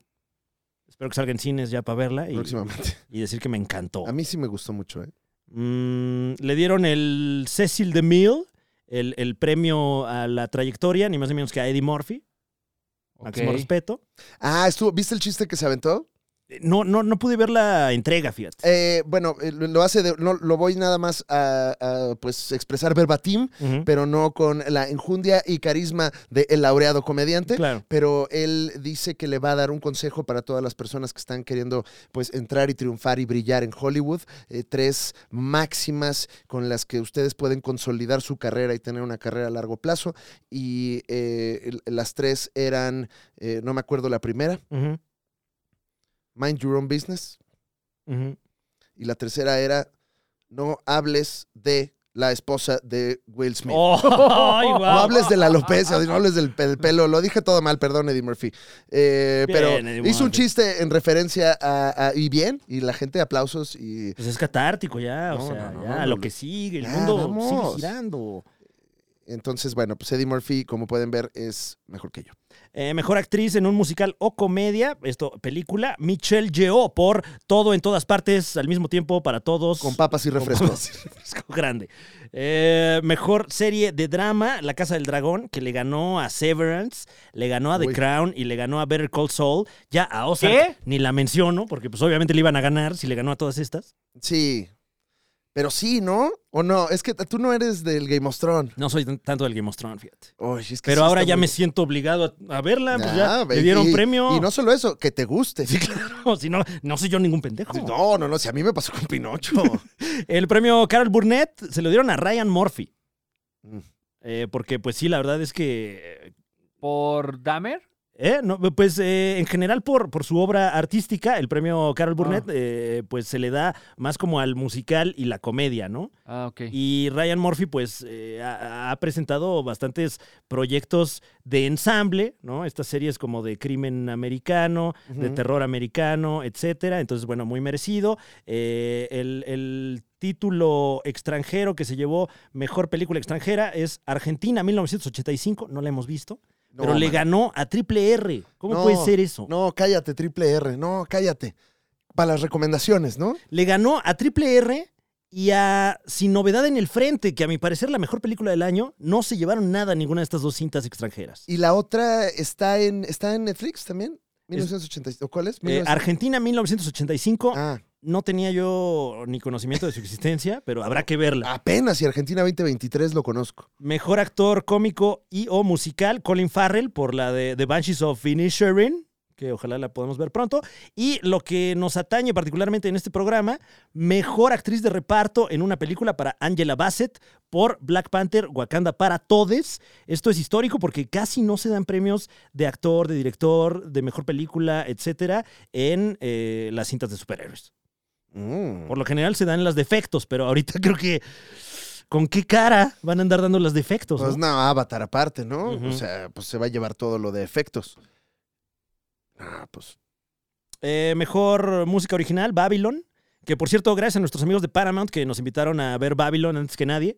[SPEAKER 3] Espero que salga en cines ya para verla y,
[SPEAKER 1] Próximamente.
[SPEAKER 3] y decir que me encantó.
[SPEAKER 1] A mí sí me gustó mucho, ¿eh?
[SPEAKER 3] Mm, le dieron el Cecil DeMille, el, el premio a la trayectoria, ni más ni menos que a Eddie Murphy. Máximo
[SPEAKER 4] Ok.
[SPEAKER 3] respeto.
[SPEAKER 1] Ah, estuvo, ¿viste el chiste que se aventó?
[SPEAKER 3] Eh, No, no, no pude ver la entrega, fíjate.
[SPEAKER 1] Eh, bueno, eh, lo lo hace de- no, lo voy nada más a, a, pues expresar verbatim,
[SPEAKER 3] Ujú.
[SPEAKER 1] pero no con la enjundia y carisma del el laureado comediante.
[SPEAKER 3] Claro.
[SPEAKER 1] pero él dice que le va a dar un consejo para todas las personas que están queriendo pues entrar y triunfar y brillar en Hollywood, Eh, tres máximas con las que ustedes pueden consolidar su carrera y tener una carrera a largo plazo y eh, el- las tres eran, eh, no me acuerdo la primera,
[SPEAKER 3] Ujú,
[SPEAKER 1] mind your own business
[SPEAKER 3] ujú.
[SPEAKER 1] y la tercera era no hables de la esposa de Will Smith.
[SPEAKER 3] (laughs) Oh, ay,
[SPEAKER 1] No
[SPEAKER 3] guau.
[SPEAKER 1] hables de la alopecia, no hables del pe- del pelo. Lo dije todo mal, perdón, Eddie Murphy. Eh,
[SPEAKER 3] Bien,
[SPEAKER 1] pero
[SPEAKER 3] Eddie
[SPEAKER 1] hizo un
[SPEAKER 3] Murphy.
[SPEAKER 1] chiste en referencia a, a- Y bien, y la gente aplausos y...
[SPEAKER 3] Pues es catártico ya,
[SPEAKER 1] No,
[SPEAKER 3] o sea,
[SPEAKER 1] no, no,
[SPEAKER 3] ya,
[SPEAKER 1] no,
[SPEAKER 3] lo
[SPEAKER 1] no.
[SPEAKER 3] que sigue, el
[SPEAKER 1] Ya,
[SPEAKER 3] mundo
[SPEAKER 1] vamos.
[SPEAKER 3] sigue girando.
[SPEAKER 1] Entonces, bueno, pues Eddie Murphy, como pueden ver, es mejor que yo.
[SPEAKER 3] Eh, mejor actriz en un musical o comedia, esto, película, Michelle Yeoh por Todo en todas partes, al mismo tiempo, para todos.
[SPEAKER 1] Con papas y
[SPEAKER 3] (laughs)
[SPEAKER 1] refrescos.
[SPEAKER 3] Refresco grande. Eh, mejor serie de drama, La Casa del Dragón, que le ganó a Severance, le ganó a The
[SPEAKER 1] Uy.
[SPEAKER 3] Crown y le ganó a Better Call Saul. Ya a Ozark ni la menciono, porque pues obviamente le iban a ganar si le ganó a todas estas.
[SPEAKER 1] Sí. Pero sí, ¿no? O no, es que t- tú no eres del Game of Thrones.
[SPEAKER 3] No soy tan- tanto del Game of Thrones, fíjate.
[SPEAKER 1] Uy, es que
[SPEAKER 3] Pero
[SPEAKER 1] sí
[SPEAKER 3] ahora
[SPEAKER 1] está
[SPEAKER 3] ya
[SPEAKER 1] muy-
[SPEAKER 3] me siento obligado a, a verla, pues
[SPEAKER 1] Ah,
[SPEAKER 3] ya
[SPEAKER 1] ve,
[SPEAKER 3] le dieron
[SPEAKER 1] y-
[SPEAKER 3] premio.
[SPEAKER 1] Y no solo eso, que te guste.
[SPEAKER 3] Sí, claro, si (laughs) no, no soy yo ningún pendejo.
[SPEAKER 1] No, no, no, si a mí me pasó con
[SPEAKER 3] (laughs)
[SPEAKER 1] Pinocho.
[SPEAKER 3] El premio Carol Burnett se lo dieron a Ryan Murphy.
[SPEAKER 1] Mm.
[SPEAKER 3] Eh, porque, pues sí, la verdad es que.
[SPEAKER 4] Por Dahmer.
[SPEAKER 3] eh, no, pues eh, en general, por, por su obra artística, el premio Carol Burnett, eh, pues se le da más como al musical y la comedia, ¿no?
[SPEAKER 4] Ah, ok.
[SPEAKER 3] Y Ryan Murphy, pues, eh, ha, ha presentado bastantes proyectos de ensamble, ¿no? Estas series como de crimen americano, de
[SPEAKER 1] Ujú.
[SPEAKER 3] terror americano, etcétera. Entonces, bueno, muy merecido. Eh, el, el título extranjero que se llevó mejor película extranjera es Argentina 1985, no la hemos visto,
[SPEAKER 1] No,
[SPEAKER 3] pero le
[SPEAKER 1] man.
[SPEAKER 3] ganó a Triple R. ¿Cómo
[SPEAKER 1] No,
[SPEAKER 3] puede ser eso?
[SPEAKER 1] No, cállate, triple R. No, cállate. Para las recomendaciones, ¿no?
[SPEAKER 3] Le ganó a Triple R y a Sin Novedad en el Frente, que a mi parecer la mejor película del año, no se llevaron nada ninguna de estas dos cintas extranjeras.
[SPEAKER 1] Y la otra está en, está en Netflix también. 1980. ¿O cuál es?
[SPEAKER 3] Eh,
[SPEAKER 1] 1900.
[SPEAKER 3] Argentina 1985,
[SPEAKER 1] Ah,
[SPEAKER 3] no tenía yo ni conocimiento de su existencia, pero habrá que verla.
[SPEAKER 1] Ah, apenas y Argentina 2023 lo conozco.
[SPEAKER 3] Mejor actor cómico y o musical, Colin Farrell, por la de The Banshees of Inisherin, que ojalá la podamos ver pronto. Y lo que nos atañe particularmente en este programa, mejor actriz de reparto en una película para Angela Bassett por Black Panther Wakanda para Todes. Esto es histórico porque casi no se dan premios de actor, de director, de mejor película, etcétera, en eh, las cintas de superhéroes.
[SPEAKER 1] Mm.
[SPEAKER 3] Por lo general se dan las defectos, pero ahorita (laughs) creo que. ¿Con qué cara van a andar dando las defectos?
[SPEAKER 1] Pues
[SPEAKER 3] no?
[SPEAKER 1] no, Avatar aparte, ¿no?
[SPEAKER 3] Ujú.
[SPEAKER 1] O sea, pues se va a llevar todo lo de efectos. Ah, pues.
[SPEAKER 3] Eh, mejor música original, Babylon. Que por cierto, gracias a nuestros amigos de Paramount que nos invitaron a ver Babylon antes que nadie.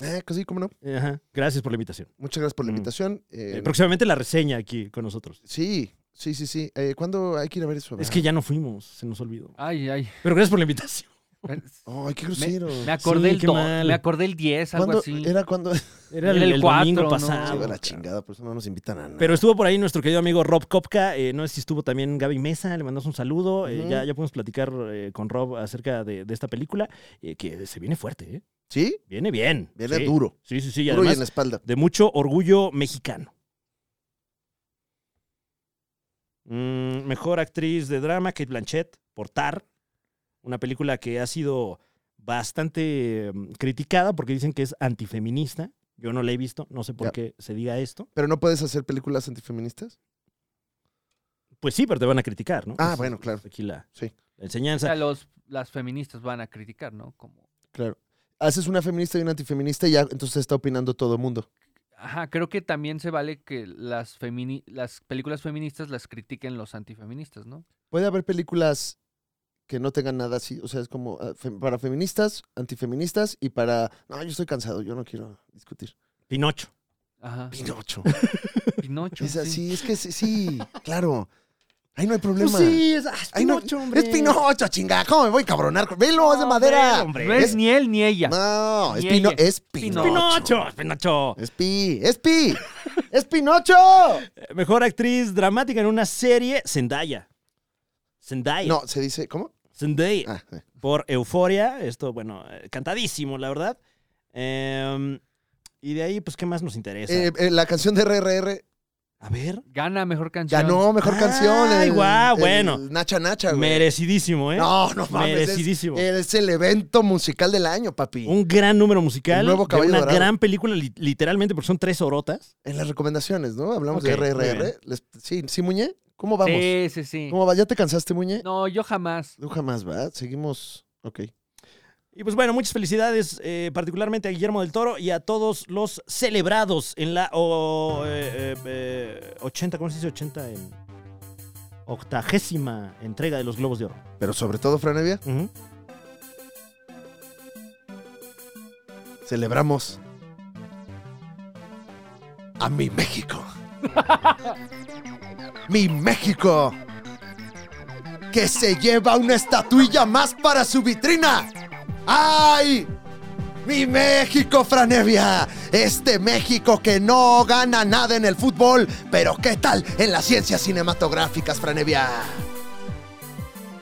[SPEAKER 1] Eh, que sí, cómo no.
[SPEAKER 3] Ajá, Gracias por la invitación.
[SPEAKER 1] Muchas gracias por la
[SPEAKER 3] Mm.
[SPEAKER 1] invitación. Eh,
[SPEAKER 3] Eh, próximamente la reseña aquí con nosotros.
[SPEAKER 1] sí, sí, sí, sí. Eh, ¿Cuándo hay que ir a ver eso?
[SPEAKER 3] Es
[SPEAKER 1] ¿verdad?
[SPEAKER 3] que ya no fuimos, se nos olvidó.
[SPEAKER 4] Ay,
[SPEAKER 3] (laughs)
[SPEAKER 4] ay.
[SPEAKER 3] Pero gracias por la
[SPEAKER 4] (laughs)
[SPEAKER 3] invitación.
[SPEAKER 1] Ay, qué grosero.
[SPEAKER 4] Me acordé
[SPEAKER 3] Sí,
[SPEAKER 4] el
[SPEAKER 3] qué
[SPEAKER 4] do-
[SPEAKER 3] mal.
[SPEAKER 4] me acordé el 10, algo
[SPEAKER 1] ¿Cuándo
[SPEAKER 4] así.
[SPEAKER 1] era cuando (laughs)
[SPEAKER 3] Era
[SPEAKER 4] el
[SPEAKER 3] el, el domingo
[SPEAKER 4] 4, ¿no?
[SPEAKER 1] Sí,
[SPEAKER 3] pasado.
[SPEAKER 1] de la chingada, por eso no nos invitan a nada.
[SPEAKER 3] Pero estuvo por ahí nuestro querido amigo Rob Kopka, eh, no sé si estuvo también Gaby Mesa, le mandamos un saludo, eh,
[SPEAKER 1] Ujú.
[SPEAKER 3] ya, ya podemos platicar eh, con Rob acerca de, de esta película, eh, que se viene fuerte, ¿eh?
[SPEAKER 1] ¿Sí?
[SPEAKER 3] viene bien.
[SPEAKER 1] Viene
[SPEAKER 3] sí.
[SPEAKER 1] duro.
[SPEAKER 3] Sí, sí, sí, y
[SPEAKER 1] Duro y en
[SPEAKER 3] además
[SPEAKER 1] la espalda.
[SPEAKER 3] de mucho orgullo mexicano. Mm, mejor actriz de drama, Kate Blanchett, por Tar, una película que ha sido bastante eh, criticada porque dicen que es antifeminista. Yo no la he visto, no sé por
[SPEAKER 1] Ya.
[SPEAKER 3] qué se diga esto.
[SPEAKER 1] ¿Pero no puedes hacer películas antifeministas?
[SPEAKER 3] Pues sí, pero te van a criticar, ¿no?
[SPEAKER 1] Ah,
[SPEAKER 3] Esa
[SPEAKER 1] bueno,
[SPEAKER 3] es
[SPEAKER 1] claro.
[SPEAKER 3] Aquí la,
[SPEAKER 1] Sí.
[SPEAKER 3] la
[SPEAKER 4] O sea,
[SPEAKER 3] enseñanza.
[SPEAKER 4] los, las feministas van a criticar, ¿no? Como,
[SPEAKER 1] Claro. Haces una feminista y una antifeminista y ya entonces está opinando todo el mundo.
[SPEAKER 4] ajá, creo que también se vale que las, femini- las películas feministas las critiquen los antifeministas, ¿no?
[SPEAKER 1] Puede haber películas que no tengan nada así, o sea, es como ah, fem- para feministas, antifeministas y para... No, yo estoy cansado, yo no quiero (laughs) discutir.
[SPEAKER 3] Pinocho.
[SPEAKER 4] Ajá.
[SPEAKER 1] Pinocho.
[SPEAKER 4] Pinocho.
[SPEAKER 1] Es
[SPEAKER 4] sí.
[SPEAKER 1] así, es que sí, sí, claro. Ahí no hay problema.
[SPEAKER 3] Pues sí, es, ah, es
[SPEAKER 1] Ahí no-
[SPEAKER 3] Pinocho, hombre.
[SPEAKER 1] Es Pinocho, chinga, ¿cómo me voy a cabronar? ¡Velo, es de madera!
[SPEAKER 3] Hombre,
[SPEAKER 4] No es,
[SPEAKER 3] es
[SPEAKER 4] ni él ni ella.
[SPEAKER 1] No, es,
[SPEAKER 4] Ni
[SPEAKER 1] Pino-
[SPEAKER 4] ella.
[SPEAKER 1] es Pinocho.
[SPEAKER 3] Pinocho. es Pinocho.
[SPEAKER 1] Es Pi, es Pi, es Pinocho.
[SPEAKER 3] Eh, Mejor actriz dramática en una serie, Zendaya. Zendaya.
[SPEAKER 1] No, se dice, ¿cómo?
[SPEAKER 3] Zendaya.
[SPEAKER 1] Ah, eh.
[SPEAKER 3] Por Euforia. Esto, bueno, eh, cantadísimo, la verdad. Em, y de ahí, pues, ¿qué más nos interesa?
[SPEAKER 1] Eh, eh, la canción de RRR
[SPEAKER 3] A ver.
[SPEAKER 4] Gana mejor canción.
[SPEAKER 1] ganó mejor
[SPEAKER 3] Ay,
[SPEAKER 1] canción. el-
[SPEAKER 3] Ah, guau,
[SPEAKER 1] el
[SPEAKER 3] bueno.
[SPEAKER 1] Nacha Nacha, güey.
[SPEAKER 3] Merecidísimo, ¿eh?
[SPEAKER 1] No, no mames. Es,
[SPEAKER 3] Merecidísimo. Uh.
[SPEAKER 1] es el evento musical del año, papi.
[SPEAKER 3] Un gran número musical.
[SPEAKER 1] El nuevo
[SPEAKER 3] de
[SPEAKER 1] Caballo
[SPEAKER 3] una
[SPEAKER 1] Dorado.
[SPEAKER 3] gran película, li- literalmente, porque son tres orotas.
[SPEAKER 1] En las recomendaciones, ¿no? Hablamos
[SPEAKER 3] Ok,
[SPEAKER 1] de
[SPEAKER 3] muy bien.
[SPEAKER 1] RRR. Les- sí, sí, Muñe. ¿Cómo vamos?
[SPEAKER 4] Sí, sí, sí.
[SPEAKER 1] ¿Cómo va? ¿Ya te cansaste, Muñe?
[SPEAKER 4] No, yo jamás.
[SPEAKER 1] No, jamás, ¿va? Seguimos. Ok.
[SPEAKER 3] Y pues bueno, muchas felicidades, eh, particularmente a Guillermo del Toro y a todos los celebrados en la o- eh, eh, eh, 80, ¿cómo se dice 80? En octagésima entrega de los Globos de Oro.
[SPEAKER 1] Pero sobre todo, Franevia,
[SPEAKER 3] Ujú.
[SPEAKER 1] celebramos a mi México. mi México. Que se lleva una estatuilla más para su vitrina. ¡Ay! Mi México, Franevia. Este México que no gana nada en el fútbol, pero ¿qué tal en las ciencias cinematográficas, Franevia?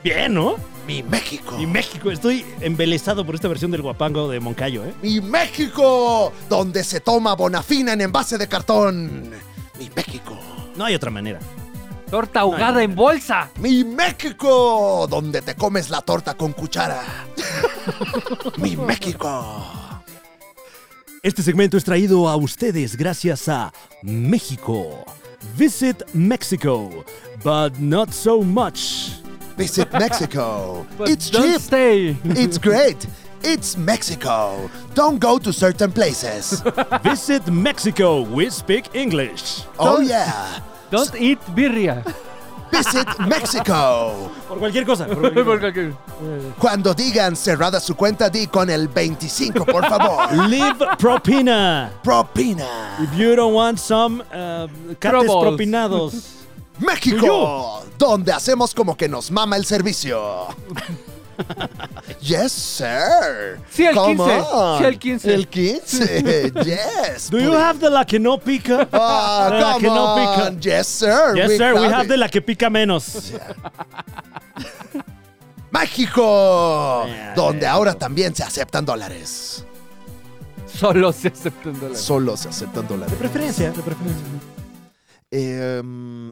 [SPEAKER 3] Bien, ¿no?
[SPEAKER 1] Mi México.
[SPEAKER 3] Y México, estoy embelesado por esta versión del guapango de Moncayo, ¿eh?
[SPEAKER 1] Mi México, donde se toma bonafina en envase de cartón. Mi México.
[SPEAKER 3] No hay otra manera.
[SPEAKER 4] Torta ahogada en bolsa.
[SPEAKER 1] Mi México, donde te comes la torta con cuchara.
[SPEAKER 4] (laughs)
[SPEAKER 1] Mi México.
[SPEAKER 3] Este segmento es traído a ustedes gracias a México. Visit Mexico, but not so (laughs) much.
[SPEAKER 1] Visit Mexico.
[SPEAKER 4] But
[SPEAKER 1] It's
[SPEAKER 4] don't
[SPEAKER 1] cheap.
[SPEAKER 4] stay.
[SPEAKER 1] It's great. It's Mexico. Don't go to certain
[SPEAKER 4] (laughs)
[SPEAKER 1] places.
[SPEAKER 3] Visit Mexico, we speak English.
[SPEAKER 1] Oh yeah.
[SPEAKER 4] Don't eat (laughs) birria.
[SPEAKER 1] Visit Mexico.
[SPEAKER 3] Por cualquier
[SPEAKER 1] (laughs)
[SPEAKER 3] cosa. por cualquier cosa.
[SPEAKER 4] (laughs) Porque-
[SPEAKER 1] Cuando digan cerrada su cuenta, di con el 25, por
[SPEAKER 4] (laughs)
[SPEAKER 1] favor.
[SPEAKER 3] Leave propina.
[SPEAKER 1] Propina.
[SPEAKER 3] If you don't want some uh, cates
[SPEAKER 4] Troubles.
[SPEAKER 3] propinados.
[SPEAKER 1] (laughs) México, donde hacemos como que nos mama el
[SPEAKER 3] (laughs)
[SPEAKER 1] servicio. yes, sir.
[SPEAKER 4] Sí, el
[SPEAKER 1] Come
[SPEAKER 4] 15.
[SPEAKER 1] on.
[SPEAKER 4] Sí, el 15.
[SPEAKER 1] El 15.
[SPEAKER 3] (laughs)
[SPEAKER 1] yes.
[SPEAKER 3] Do you
[SPEAKER 1] please.
[SPEAKER 3] have the la que no pica? (laughs)
[SPEAKER 1] Ah,
[SPEAKER 3] la
[SPEAKER 1] come
[SPEAKER 3] que no
[SPEAKER 1] on.
[SPEAKER 3] pica.
[SPEAKER 1] Yes, sir.
[SPEAKER 3] Yes, sir, we have
[SPEAKER 1] it.
[SPEAKER 3] de la que pica menos.
[SPEAKER 1] (laughs) México,
[SPEAKER 3] Yeah,
[SPEAKER 1] donde
[SPEAKER 3] yeah.
[SPEAKER 1] ahora también se aceptan dólares.
[SPEAKER 4] Solo se aceptan dólares.
[SPEAKER 1] Solo se aceptan dólares.
[SPEAKER 3] Preferencia,
[SPEAKER 1] (laughs)
[SPEAKER 3] de preferencia. (laughs)
[SPEAKER 1] Em,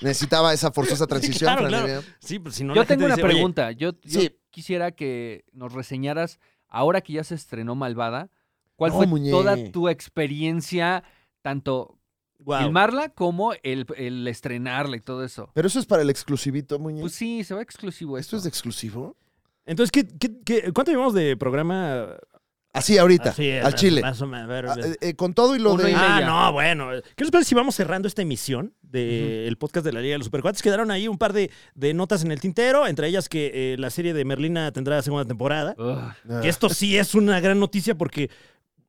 [SPEAKER 1] Necesitaba esa forzosa transición.
[SPEAKER 3] Claro,
[SPEAKER 1] Fran
[SPEAKER 3] claro.
[SPEAKER 1] Evia.
[SPEAKER 3] Sí, pues si no
[SPEAKER 4] Yo
[SPEAKER 3] la gente
[SPEAKER 4] tengo una
[SPEAKER 3] dice, "Oye,
[SPEAKER 4] pregunta. Yo, yo
[SPEAKER 1] Sí.
[SPEAKER 4] quisiera que nos reseñaras, ahora que ya se estrenó Malvada, ¿cuál
[SPEAKER 1] No,
[SPEAKER 4] fue
[SPEAKER 1] muñe.
[SPEAKER 4] toda tu experiencia, tanto
[SPEAKER 3] wow.
[SPEAKER 4] filmarla como el, el estrenarla y todo eso?
[SPEAKER 1] Pero eso es para el exclusivito, Muñe.
[SPEAKER 4] Pues sí, se va exclusivo
[SPEAKER 1] ¿Esto
[SPEAKER 4] esto.
[SPEAKER 1] es de exclusivo?
[SPEAKER 3] Entonces, ¿qué, qué, qué, cuánto llevamos de programa?
[SPEAKER 1] Así, ahorita,
[SPEAKER 3] Así es,
[SPEAKER 1] al chile.
[SPEAKER 3] más o menos, a ver,
[SPEAKER 1] Ah, eh, eh, con todo y lo
[SPEAKER 4] Uno
[SPEAKER 1] de...
[SPEAKER 4] y
[SPEAKER 3] Ah,
[SPEAKER 4] media.
[SPEAKER 3] no, bueno. ¿Qué les parece si vamos cerrando esta emisión del podcast de la Liga de los Supercuates? Quedaron ahí un par de, de notas en el tintero, entre ellas que eh, la serie de Merlina tendrá segunda temporada.
[SPEAKER 4] Ugh.
[SPEAKER 1] Ah,
[SPEAKER 3] Que esto sí es una gran noticia porque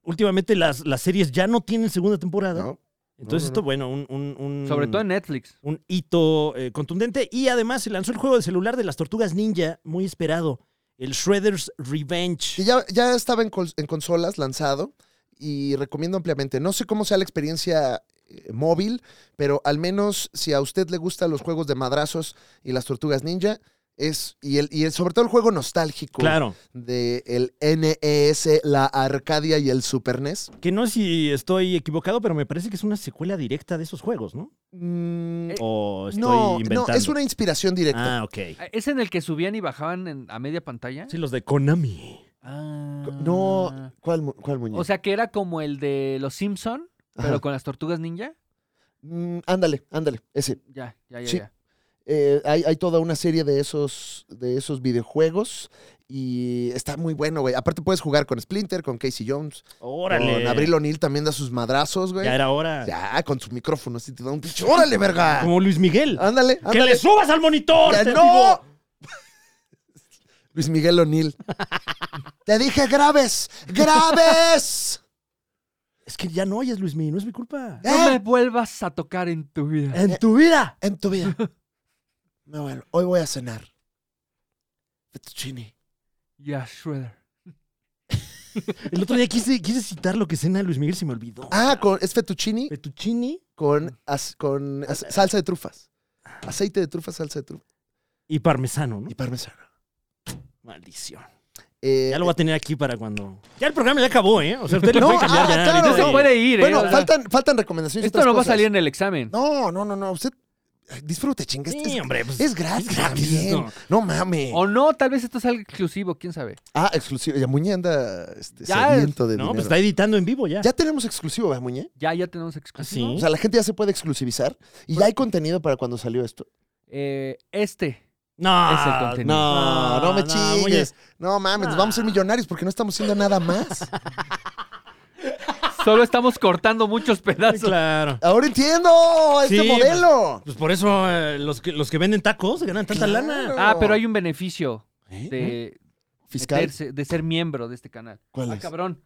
[SPEAKER 3] últimamente las, las series ya no tienen segunda temporada.
[SPEAKER 1] ¿no?
[SPEAKER 3] Entonces,
[SPEAKER 1] no,
[SPEAKER 3] esto, bueno, un, un- un-
[SPEAKER 1] Mm.
[SPEAKER 4] Sobre todo en Netflix.
[SPEAKER 3] un hito eh, contundente. Y además se lanzó el juego de celular de las tortugas ninja, muy esperado. El Shredder's Revenge.
[SPEAKER 1] Que ya, ya estaba en, col- en consolas lanzado y recomiendo ampliamente. No sé cómo sea la experiencia eh, móvil, pero al menos si a usted le gustan los juegos de madrazos y las tortugas ninja, es y, el, y el- sobre todo el juego nostálgico
[SPEAKER 3] Claro.
[SPEAKER 1] de el NES, la Arcadia y el Super E NES.
[SPEAKER 3] Que no sé si estoy equivocado, pero me parece que es una secuela directa de esos juegos, ¿no?
[SPEAKER 1] Mm,
[SPEAKER 3] O estoy
[SPEAKER 1] no, no,
[SPEAKER 3] inventando.
[SPEAKER 1] es una inspiración directa.
[SPEAKER 3] Ah, ok.
[SPEAKER 4] ¿Es en el que subían y bajaban en- a media pantalla?
[SPEAKER 3] Sí, los de Konami.
[SPEAKER 4] Ah.
[SPEAKER 1] No, ¿cuál, mu- cuál muñeco?
[SPEAKER 4] O sea, que era como el de Los Simpson, pero con las tortugas ninja.
[SPEAKER 1] Mm, ándale, ándale, ese.
[SPEAKER 4] Ya, ya, ya.
[SPEAKER 1] Sí.
[SPEAKER 4] ya.
[SPEAKER 1] Eh, hay, hay toda una serie de esos, de esos videojuegos y está muy bueno, güey. Aparte puedes jugar con Splinter, con Casey Jones,
[SPEAKER 3] Órale.
[SPEAKER 1] con Abril O'Neill también da sus madrazos, güey.
[SPEAKER 3] Ya
[SPEAKER 1] Ya,
[SPEAKER 3] era hora.
[SPEAKER 1] con su micrófono, así te da un pinche. ¡Órale, verga!
[SPEAKER 3] Como Luis Miguel.
[SPEAKER 1] Ándale,
[SPEAKER 3] ¡Que
[SPEAKER 1] ándale.
[SPEAKER 3] le subas al monitor!
[SPEAKER 1] Ya,
[SPEAKER 3] te
[SPEAKER 1] ¡No!
[SPEAKER 3] digo!
[SPEAKER 1] (laughs) Luis Miguel O'Neill. te dije graves, graves.
[SPEAKER 3] Es que ya no oyes, Luis Miguel, no es mi culpa.
[SPEAKER 4] (laughs) No me
[SPEAKER 1] ¿Eh?
[SPEAKER 4] vuelvas a tocar en tu vida.
[SPEAKER 3] ¡En tu vida!
[SPEAKER 1] En tu vida. (laughs) No, bueno, hoy voy a cenar. Fettuccine.
[SPEAKER 4] Ya, Shredder.
[SPEAKER 3] El otro día quise, quise citar lo que cena Luis Miguel, se me olvidó.
[SPEAKER 1] Ah, con, es fettuccine
[SPEAKER 3] Fettuccini
[SPEAKER 1] con, as- con
[SPEAKER 3] Ah,
[SPEAKER 1] as- salsa de trufas. Aceite de trufa, salsa de trufa
[SPEAKER 3] y parmesano, Ah. ¿no?
[SPEAKER 1] y parmesano.
[SPEAKER 3] Maldición.
[SPEAKER 1] Eh,
[SPEAKER 3] Ya lo va a tener aquí para cuando. Ya el programa ya acabó, ¿eh? O sea, usted le
[SPEAKER 1] No,
[SPEAKER 3] puede cambiar
[SPEAKER 1] ah,
[SPEAKER 3] ya.
[SPEAKER 1] claro,
[SPEAKER 4] No
[SPEAKER 3] ahorita.
[SPEAKER 4] se puede ir, ¿eh?
[SPEAKER 1] bueno,
[SPEAKER 4] O sea,
[SPEAKER 1] faltan, faltan recomendaciones. y
[SPEAKER 4] Esto
[SPEAKER 1] otras
[SPEAKER 4] no va a
[SPEAKER 1] cosas.
[SPEAKER 4] salir en el examen.
[SPEAKER 1] No, no, no, no. Usted ay, disfrute, chingue.
[SPEAKER 3] Sí,
[SPEAKER 1] este es,
[SPEAKER 3] hombre, pues,
[SPEAKER 1] es gratis.
[SPEAKER 3] es gratis Oh.
[SPEAKER 1] también.
[SPEAKER 3] esto.
[SPEAKER 1] No mames.
[SPEAKER 4] O no, tal vez esto es algo exclusivo, quién sabe.
[SPEAKER 1] Ah, exclusivo. Ya Muñe anda este,
[SPEAKER 4] Ya,
[SPEAKER 1] sediento de
[SPEAKER 3] No,
[SPEAKER 1] dinero.
[SPEAKER 3] pues está editando en vivo ya.
[SPEAKER 1] Ya tenemos exclusivo, ¿verdad, Muñe?
[SPEAKER 4] Ya, ya tenemos exclusivo.
[SPEAKER 3] ¿Sí?
[SPEAKER 1] O sea, la gente ya se puede exclusivizar
[SPEAKER 3] Pues
[SPEAKER 1] y ya hay contenido para cuando salió esto.
[SPEAKER 4] Eh, este.
[SPEAKER 3] No.
[SPEAKER 4] Es el contenido.
[SPEAKER 1] No, no me chingues. No mames,
[SPEAKER 3] No.
[SPEAKER 1] vamos a ser millonarios porque no estamos haciendo nada (laughs) más.
[SPEAKER 4] Solo estamos cortando muchos
[SPEAKER 3] Oye,
[SPEAKER 4] pedazos.
[SPEAKER 3] Claro.
[SPEAKER 1] Ahora entiendo este
[SPEAKER 3] Sí,
[SPEAKER 1] modelo.
[SPEAKER 3] Pues por eso eh, los, que, los que venden tacos ganan tanta
[SPEAKER 1] Claro.
[SPEAKER 3] lana.
[SPEAKER 4] Ah, pero hay un beneficio
[SPEAKER 3] ¿Eh?
[SPEAKER 4] de,
[SPEAKER 1] Fiscal.
[SPEAKER 4] meterse- de ser miembro de este canal.
[SPEAKER 1] ¿Cuál
[SPEAKER 4] Ah,
[SPEAKER 1] es?
[SPEAKER 4] cabrón.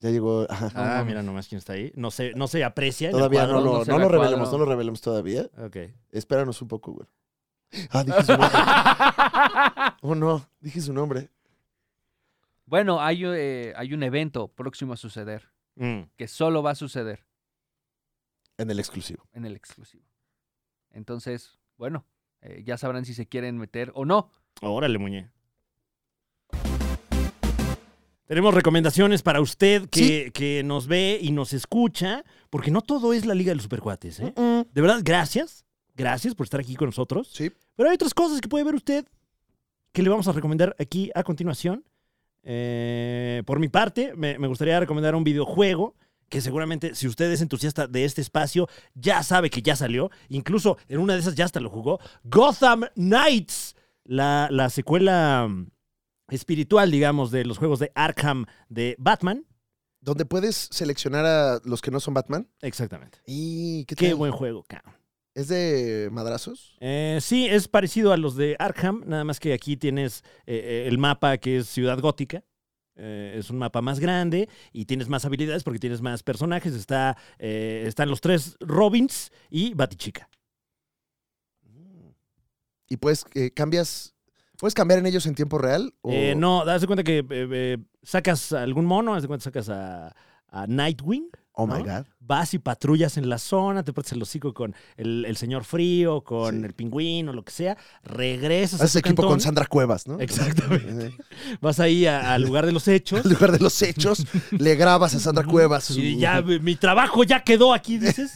[SPEAKER 1] Ya llegó. ajá.
[SPEAKER 3] Ah, mira nomás quién está ahí. No se, no se aprecia. en el
[SPEAKER 1] Todavía no
[SPEAKER 3] cuadro.
[SPEAKER 1] lo,
[SPEAKER 4] no se
[SPEAKER 1] no
[SPEAKER 4] ve
[SPEAKER 1] lo
[SPEAKER 4] cuadro.
[SPEAKER 1] revelemos, no lo revelemos todavía.
[SPEAKER 3] Ok.
[SPEAKER 1] Espéranos un poco, güey. Ah, dije su nombre. (laughs) oh, no, dije su nombre.
[SPEAKER 4] Bueno, hay, eh, hay un evento próximo a suceder
[SPEAKER 3] Mm.
[SPEAKER 4] que solo va a suceder
[SPEAKER 1] En el exclusivo.
[SPEAKER 4] en el exclusivo. Entonces, bueno, eh, ya sabrán si se quieren meter o no.
[SPEAKER 3] Órale, muñe. Tenemos recomendaciones para usted que, que nos ve y nos escucha, porque no todo es la Liga de los Supercuates. ¿eh?
[SPEAKER 1] Mm.
[SPEAKER 3] De verdad, gracias. Gracias por estar aquí con nosotros.
[SPEAKER 1] Sí.
[SPEAKER 3] Pero hay otras cosas que puede ver usted que le vamos a recomendar aquí a continuación. Eh, por mi parte, me, me gustaría recomendar un videojuego que seguramente si usted es entusiasta de este espacio, ya sabe que ya salió. Incluso en una de esas ya hasta lo jugó. Gotham Knights, la, la secuela mm, espiritual, digamos, de los juegos de Arkham de Batman.
[SPEAKER 1] Donde puedes seleccionar a los que no son Batman.
[SPEAKER 3] Exactamente.
[SPEAKER 1] Y qué,
[SPEAKER 3] Qué
[SPEAKER 1] tal?
[SPEAKER 3] buen juego, cabrón.
[SPEAKER 1] ¿Es de madrazos?
[SPEAKER 3] Eh, sí, es parecido a los de Arkham, nada más que aquí tienes eh, eh, el mapa que es Ciudad Gótica. Eh, es un mapa más grande y tienes más habilidades porque tienes más personajes. Está, eh, están los tres Robins y Batichica.
[SPEAKER 1] Y puedes eh, cambias. ¿Puedes cambiar en ellos en tiempo real? o-
[SPEAKER 3] Eh, no, das de cuenta que eh, eh, sacas a algún mono, haz de cuenta sacas a, a Nightwing,
[SPEAKER 1] Oh
[SPEAKER 3] ¿no?
[SPEAKER 1] my God.
[SPEAKER 3] vas y patrullas en la zona, te partes el hocico con el, el señor frío, con
[SPEAKER 1] Sí.
[SPEAKER 3] el pingüino, lo que sea, regresas
[SPEAKER 1] Haces
[SPEAKER 3] a tu
[SPEAKER 1] equipo con
[SPEAKER 3] cantón,
[SPEAKER 1] Sandra Cuevas, ¿no? (laughs)
[SPEAKER 3] Exactamente.
[SPEAKER 1] Eh,
[SPEAKER 3] vas ahí a- al lugar de los hechos
[SPEAKER 1] Al lugar de los hechos, le grabas a
[SPEAKER 3] (laughs)
[SPEAKER 1] Sandra Cuevas. su-
[SPEAKER 3] Y ya, mi trabajo ya quedó aquí, dices.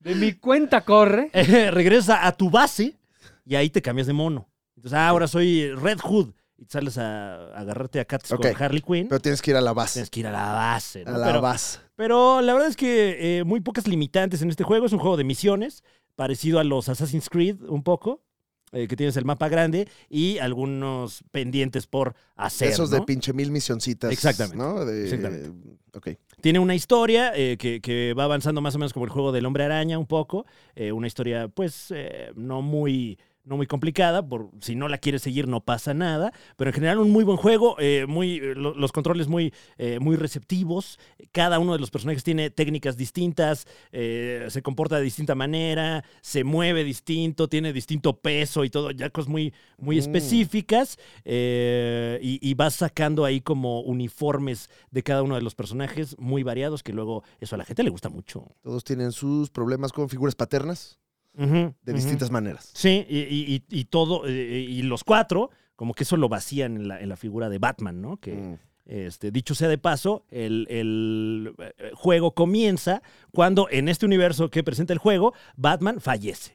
[SPEAKER 4] De mi cuenta corre.
[SPEAKER 3] (laughs) Eh, regresa a tu base y ahí te cambias de mono. Entonces, ah, ahora soy Red Hood. Y sales a, a agarrarte a Cats
[SPEAKER 1] Ok.
[SPEAKER 3] con Harley
[SPEAKER 1] (laughs)
[SPEAKER 3] Quinn.
[SPEAKER 1] Pero tienes que ir a la base.
[SPEAKER 3] Tienes que ir a la base. ¿no?
[SPEAKER 1] A la
[SPEAKER 3] pero,
[SPEAKER 1] base.
[SPEAKER 3] pero la verdad es que eh, muy pocas limitantes en este juego. Es un juego de misiones, parecido a los Assassin's Creed un poco. eh, que tienes el mapa grande y algunos pendientes por hacer.
[SPEAKER 1] Esos de
[SPEAKER 3] ¿no?
[SPEAKER 1] pinche mil misioncitas.
[SPEAKER 3] Exactamente.
[SPEAKER 1] ¿no? De-
[SPEAKER 3] Exactamente.
[SPEAKER 1] Ok.
[SPEAKER 3] Tiene una historia eh, que, que va avanzando más o menos como el juego del hombre araña un poco. eh, una historia, pues, eh, no muy. No muy complicada, por, si no la quieres seguir no pasa nada, pero en general un muy buen juego, eh, muy, eh, lo- los controles muy, eh, muy receptivos, cada uno de los personajes tiene técnicas distintas, eh, se comporta de distinta manera, se mueve distinto, tiene distinto peso y todo, ya cosas muy, muy
[SPEAKER 1] Mm.
[SPEAKER 3] específicas, eh, y, y vas sacando ahí como uniformes de cada uno de los personajes muy variados, que luego eso a la gente le gusta mucho.
[SPEAKER 1] Todos tienen sus problemas con figuras paternas
[SPEAKER 3] Ujú,
[SPEAKER 1] de
[SPEAKER 3] ujú.
[SPEAKER 1] distintas maneras.
[SPEAKER 3] Sí, y, y- y- y todo, eh, y los cuatro, como que eso lo vacían en la, en la figura de Batman, ¿no? Que,
[SPEAKER 1] Mm.
[SPEAKER 3] este, dicho sea de paso, el, el, eh, juego comienza cuando en este universo que presenta el juego, Batman fallece.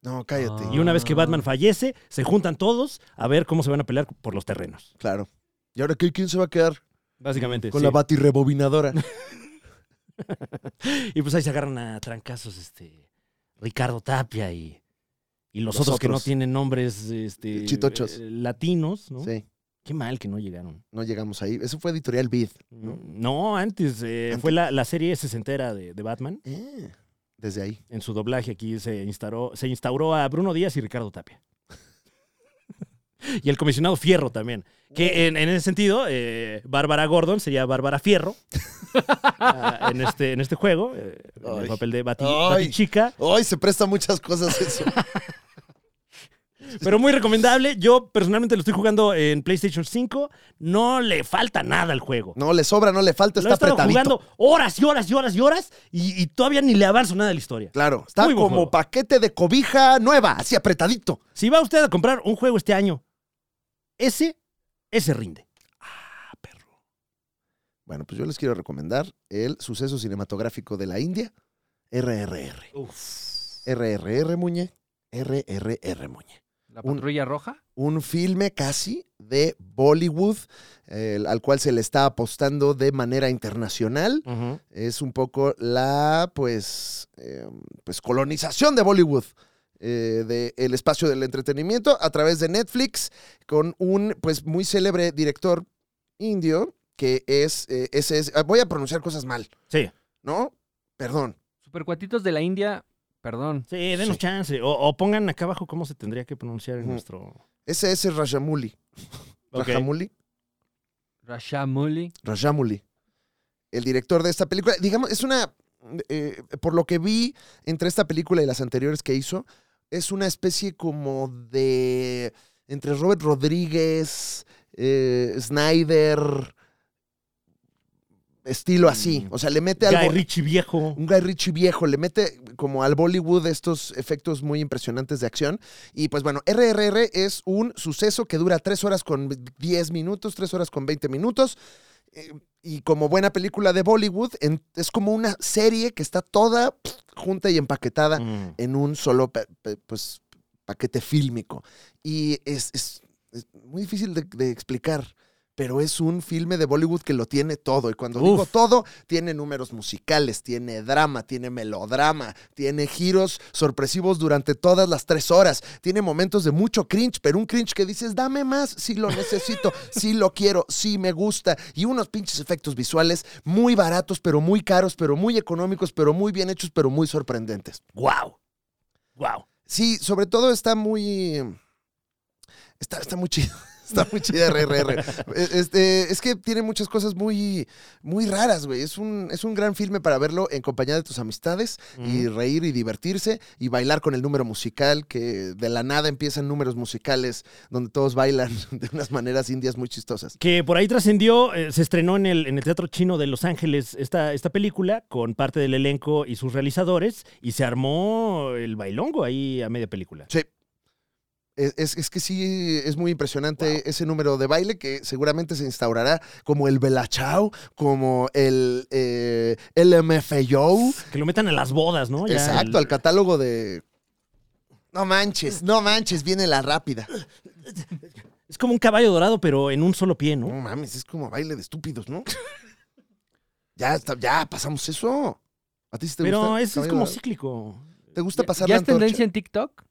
[SPEAKER 1] No, cállate.
[SPEAKER 3] Y una vez que
[SPEAKER 4] Ah.
[SPEAKER 3] Batman fallece, se juntan todos a ver cómo se van a pelear por los terrenos.
[SPEAKER 1] Claro. ¿Y ahora qué? ¿Quién se va a quedar
[SPEAKER 3] Básicamente.
[SPEAKER 1] con la bati rebobinadora?
[SPEAKER 3] (laughs) Y pues ahí se agarran a trancazos este, Ricardo Tapia y, y los,
[SPEAKER 1] Los
[SPEAKER 3] otros que no
[SPEAKER 1] otros.
[SPEAKER 3] tienen nombres este,
[SPEAKER 1] Chitochos.
[SPEAKER 3] eh, latinos, ¿no?
[SPEAKER 1] Sí,
[SPEAKER 3] Qué mal que no llegaron.
[SPEAKER 1] no llegamos ahí. Eso fue Editorial Bid.
[SPEAKER 3] No, antes, eh,
[SPEAKER 1] Antes.
[SPEAKER 3] fue la, la serie sesentera de, de Batman.
[SPEAKER 1] Eh, Desde ahí.
[SPEAKER 3] En su doblaje aquí se instauró, se instauró a Bruno Díaz y Ricardo Tapia. (laughs) y el comisionado Fierro también. Que en, en ese sentido, eh, Bárbara Gordon sería
[SPEAKER 1] (laughs)
[SPEAKER 3] Bárbara Fierro ah, en, este, en este juego, eh, en
[SPEAKER 1] Ay.
[SPEAKER 3] el papel de Bati,
[SPEAKER 1] Ay.
[SPEAKER 3] Batichica.
[SPEAKER 1] ¡Ay, se presta muchas cosas
[SPEAKER 3] (laughs)
[SPEAKER 1] eso!
[SPEAKER 3] Pero muy recomendable. Yo personalmente lo estoy jugando en PlayStation 5. No le falta nada al juego.
[SPEAKER 1] No le sobra, no le falta,
[SPEAKER 3] Lo he
[SPEAKER 1] está
[SPEAKER 3] estado
[SPEAKER 1] apretadito.
[SPEAKER 3] jugando horas y horas y horas y horas y, y todavía ni le avanzo nada a la historia.
[SPEAKER 1] Claro, está
[SPEAKER 3] Muy buen
[SPEAKER 1] como
[SPEAKER 3] juego.
[SPEAKER 1] paquete de cobija nueva, así apretadito.
[SPEAKER 3] Si va usted a comprar un juego este año, ese, ese rinde.
[SPEAKER 1] Bueno, pues yo les quiero recomendar el suceso cinematográfico de la India, RRR. RRR Muñe, RRR Muñe.
[SPEAKER 4] La
[SPEAKER 1] Un-
[SPEAKER 4] patrulla roja.
[SPEAKER 1] Un filme casi de Bollywood, eh, al cual se le está apostando de manera internacional. es un poco la pues, eh, pues colonización de Bollywood eh, de el espacio del entretenimiento a través de Netflix con un pues muy célebre director indio que es eh, ese es- ah, voy a pronunciar cosas mal
[SPEAKER 3] Sí.
[SPEAKER 1] no perdón
[SPEAKER 4] Supercuatitos de la India. Perdón.
[SPEAKER 3] Sí, denos
[SPEAKER 1] Sí.
[SPEAKER 3] chance. O, o pongan acá abajo cómo se tendría que pronunciar en
[SPEAKER 1] Ujú.
[SPEAKER 3] nuestro.
[SPEAKER 1] ese es Rajamouli
[SPEAKER 3] Ok.
[SPEAKER 1] Rajamouli
[SPEAKER 4] Rashamuli.
[SPEAKER 1] Rajamouli el director de esta película digamos es una eh, por lo que vi entre esta película y las anteriores que hizo es una especie como de. entre Robert Rodríguez, eh, Snyder. estilo así. O sea, le mete
[SPEAKER 3] Guy
[SPEAKER 1] algo.
[SPEAKER 3] Ritchie viejo.
[SPEAKER 1] un Guy Ritchie viejo, le mete como al Bollywood estos efectos muy impresionantes de acción. Y pues bueno, RRR es un suceso que dura 3 horas con 10 minutos, 3 horas con 20 minutos. Eh, Y como buena película de Bollywood, en- es como una serie que está toda pff, junta y empaquetada
[SPEAKER 3] Mm.
[SPEAKER 1] en un solo pa- pa- pues, paquete fílmico. Y es, es- es muy difícil de, de explicar, pero es un filme de Bollywood que lo tiene todo. Y cuando digo
[SPEAKER 3] Uf.
[SPEAKER 1] todo, tiene números musicales, tiene drama, tiene melodrama, tiene giros sorpresivos durante todas las tres horas, tiene momentos de mucho cringe, pero un cringe que dices, dame más, si lo necesito, si lo quiero, si me gusta. Y unos pinches efectos visuales muy baratos, pero muy caros, pero muy económicos, pero muy bien hechos, pero muy sorprendentes.
[SPEAKER 3] Wow. Wow.
[SPEAKER 1] Sí, sobre todo está muy. Está, está muy chido. (laughs) Está muy chida RRR. Eh, Este, es que tiene muchas cosas muy, muy raras, güey. Es un, es un gran filme para verlo en compañía de tus amistades y reír y divertirse y bailar con el número musical, que de la nada empiezan números musicales donde todos bailan (laughs) de unas maneras indias muy chistosas.
[SPEAKER 3] Que por ahí trascendió, eh, se estrenó en el, en el Teatro Chino de Los Ángeles esta, esta película con parte del elenco y sus realizadores y se armó el bailongo ahí a media película.
[SPEAKER 1] Sí. Es, es- es que sí, es muy impresionante ese número de baile que seguramente se instaurará como el Belachao, como el, eh, LMFAO.
[SPEAKER 3] Que lo metan a las bodas, ¿no? Ya
[SPEAKER 1] Exacto,
[SPEAKER 3] el-
[SPEAKER 1] al catálogo de... No manches, no manches, viene la rápida.
[SPEAKER 3] Es como un caballo dorado, pero en un solo pie,
[SPEAKER 1] No
[SPEAKER 3] ¿no?
[SPEAKER 1] mames, es como baile de estúpidos, ¿no? ya, está- ya, pasamos eso. ¿A ti sí te
[SPEAKER 3] pero
[SPEAKER 1] gusta?
[SPEAKER 3] es, es
[SPEAKER 1] Caballo
[SPEAKER 3] como
[SPEAKER 1] Dorado?
[SPEAKER 3] cíclico.
[SPEAKER 1] ¿Te gusta
[SPEAKER 4] ¿Ya-
[SPEAKER 1] pasar
[SPEAKER 4] ¿Ya
[SPEAKER 1] la
[SPEAKER 4] es
[SPEAKER 1] antorcha?
[SPEAKER 4] tendencia en TikTok?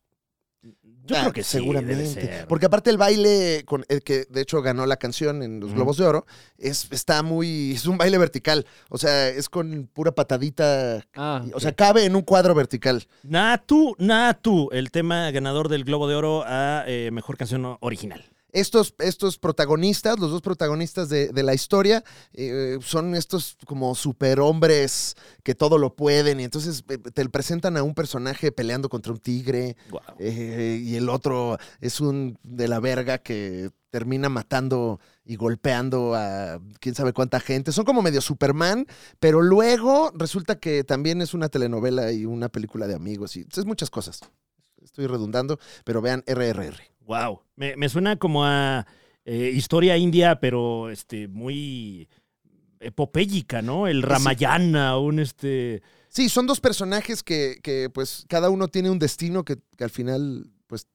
[SPEAKER 3] Yo
[SPEAKER 1] Ah,
[SPEAKER 3] creo que sí,
[SPEAKER 1] seguramente.
[SPEAKER 3] debe ser.
[SPEAKER 1] Porque aparte el baile, con el que de hecho ganó la canción en los
[SPEAKER 3] Ujú.
[SPEAKER 1] Globos de Oro, es, está muy. Es un baile vertical. O sea, es con pura patadita.
[SPEAKER 4] Ah,
[SPEAKER 1] O sea, cabe en un cuadro vertical.
[SPEAKER 3] Natu, Natu, el tema ganador del Globo de Oro a eh, Mejor Canción Original.
[SPEAKER 1] Estos, estos protagonistas, los dos protagonistas de, de la historia, eh, son estos como superhombres que todo lo pueden. Y entonces eh, te presentan a un personaje peleando contra un tigre.
[SPEAKER 3] Guau.
[SPEAKER 1] Eh, y el otro es un de la verga que termina matando y golpeando a quién sabe cuánta gente. Son como medio Superman, pero luego resulta que también es una telenovela y una película de amigos y es muchas cosas. Estoy redundando, pero vean RRR.
[SPEAKER 3] Wow. Me, me suena como a eh, historia india, pero este, muy epopéyica, ¿no? El Ramayana, un este.
[SPEAKER 1] Sí, son dos personajes que, que, pues cada uno tiene un destino que, que al final pues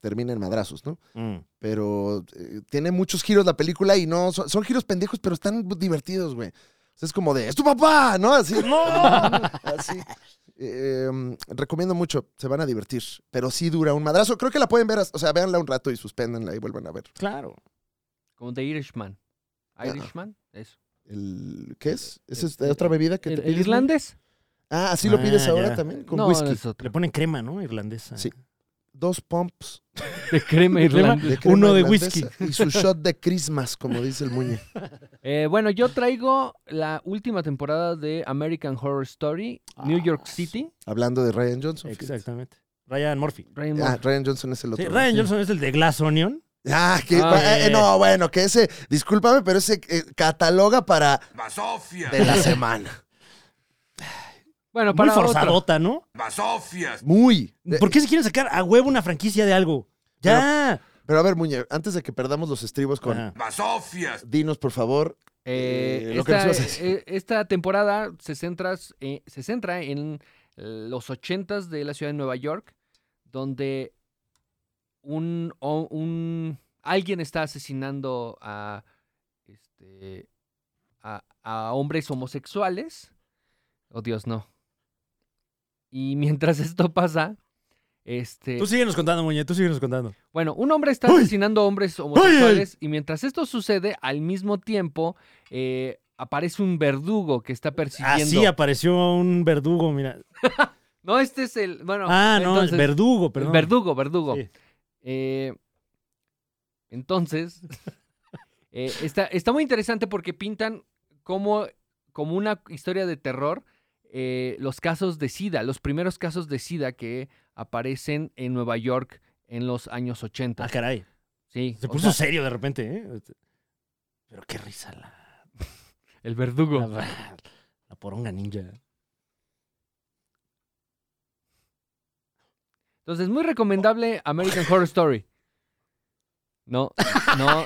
[SPEAKER 1] termina en madrazos, ¿no?
[SPEAKER 3] mm,
[SPEAKER 1] pero eh, tiene muchos giros la película y no, son, son giros pendejos, pero están divertidos, güey. O sea, es como de, ¡es tu papá! ¿No?
[SPEAKER 3] (laughs)
[SPEAKER 1] Así. (laughs) Así. Eh, em, recomiendo mucho, se van a divertir, pero sí dura un madrazo. Creo que la pueden ver, as- o sea, véanla un rato y suspéndanla y vuelvan a ver.
[SPEAKER 3] Claro.
[SPEAKER 4] como The Irishman.
[SPEAKER 1] Ah.
[SPEAKER 4] Irishman, eso.
[SPEAKER 1] El, ¿Qué es? ¿Esa ¿Es
[SPEAKER 4] El-
[SPEAKER 1] otra bebida que
[SPEAKER 4] ¿El,
[SPEAKER 1] te
[SPEAKER 4] el
[SPEAKER 1] pides? güey?
[SPEAKER 4] irlandés?
[SPEAKER 1] Ah, así lo pides
[SPEAKER 3] Ah,
[SPEAKER 1] ahora
[SPEAKER 3] ya.
[SPEAKER 1] también, con
[SPEAKER 4] no,
[SPEAKER 1] whisky.
[SPEAKER 4] no es
[SPEAKER 3] Le
[SPEAKER 4] otro.
[SPEAKER 3] ponen crema, ¿no? Irlandesa.
[SPEAKER 1] Sí. Dos pumps
[SPEAKER 4] De crema irlandés.
[SPEAKER 1] (laughs) de crema
[SPEAKER 3] Uno de
[SPEAKER 1] irlandesa Y su shot de Christmas, como dice el muñe.
[SPEAKER 4] Eh, bueno, yo traigo la última temporada de American Horror Story,
[SPEAKER 1] Ah,
[SPEAKER 4] New York City.
[SPEAKER 1] Hablando de Ryan Johnson. fíjate.
[SPEAKER 3] Exactamente. Ryan Murphy.
[SPEAKER 4] Ryan
[SPEAKER 1] Ah,
[SPEAKER 4] Murphy.
[SPEAKER 1] Ryan Johnson es el
[SPEAKER 3] Sí,
[SPEAKER 1] otro. ¿no?
[SPEAKER 3] Ryan Johnson es el de Glass Onion.
[SPEAKER 1] Ah, que,
[SPEAKER 4] Ah,
[SPEAKER 1] eh,
[SPEAKER 3] eh.
[SPEAKER 1] no, bueno, que ese, discúlpame, pero ese eh, cataloga para
[SPEAKER 5] Basofia.
[SPEAKER 1] de la semana.
[SPEAKER 4] Bueno,
[SPEAKER 3] Muy
[SPEAKER 4] para otra.
[SPEAKER 3] forzadota, ¿no?
[SPEAKER 5] Basofias.
[SPEAKER 1] Muy. Eh,
[SPEAKER 3] ¿Por qué se quieren sacar a huevo una franquicia de algo? ¡Ya!
[SPEAKER 1] Pero a ver, Muñe, antes de que perdamos los estribos con...
[SPEAKER 4] Ah.
[SPEAKER 3] Ajá.
[SPEAKER 5] Basofias.
[SPEAKER 1] Dinos, por favor.
[SPEAKER 4] Eh,
[SPEAKER 1] Eh, lo que
[SPEAKER 4] esta,
[SPEAKER 1] nos ibas a decir.
[SPEAKER 4] eh, esta temporada se, centras, eh, se centra en eh, los ochentas de la ciudad de Nueva York, donde un, o- un- alguien está asesinando a, este, a, a hombres homosexuales. Oh Dios, no. Y mientras (laughs) esto pasa, este,
[SPEAKER 3] Tú síguenos contando, Muñe, tú síguenos contando.
[SPEAKER 4] bueno, un hombre está asesinando hombres homosexuales y mientras esto sucede, al mismo tiempo eh, aparece un verdugo que está persiguiendo.
[SPEAKER 3] Así apareció un verdugo, mira.
[SPEAKER 4] no, este es el. Bueno,
[SPEAKER 3] ah, no,
[SPEAKER 4] entonces-
[SPEAKER 3] es verdugo,
[SPEAKER 4] el
[SPEAKER 3] perdón.
[SPEAKER 4] Verdugo, verdugo.
[SPEAKER 3] Sí.
[SPEAKER 4] Eh,
[SPEAKER 3] (laughs)
[SPEAKER 4] entonces, eh, está, está muy interesante porque pintan como, como una historia de terror eh, los casos de SIDA, los primeros casos de SIDA que aparecen en Nueva York en los años 80.
[SPEAKER 3] Ah, caray.
[SPEAKER 4] Sí,
[SPEAKER 3] Se
[SPEAKER 4] o
[SPEAKER 3] puso
[SPEAKER 4] sea,
[SPEAKER 3] Este, serio de repente, ¿eh? Pero qué risa la.
[SPEAKER 4] El verdugo.
[SPEAKER 3] La, la poronga ninja.
[SPEAKER 4] Entonces, muy recomendable American Horror Story. No, no.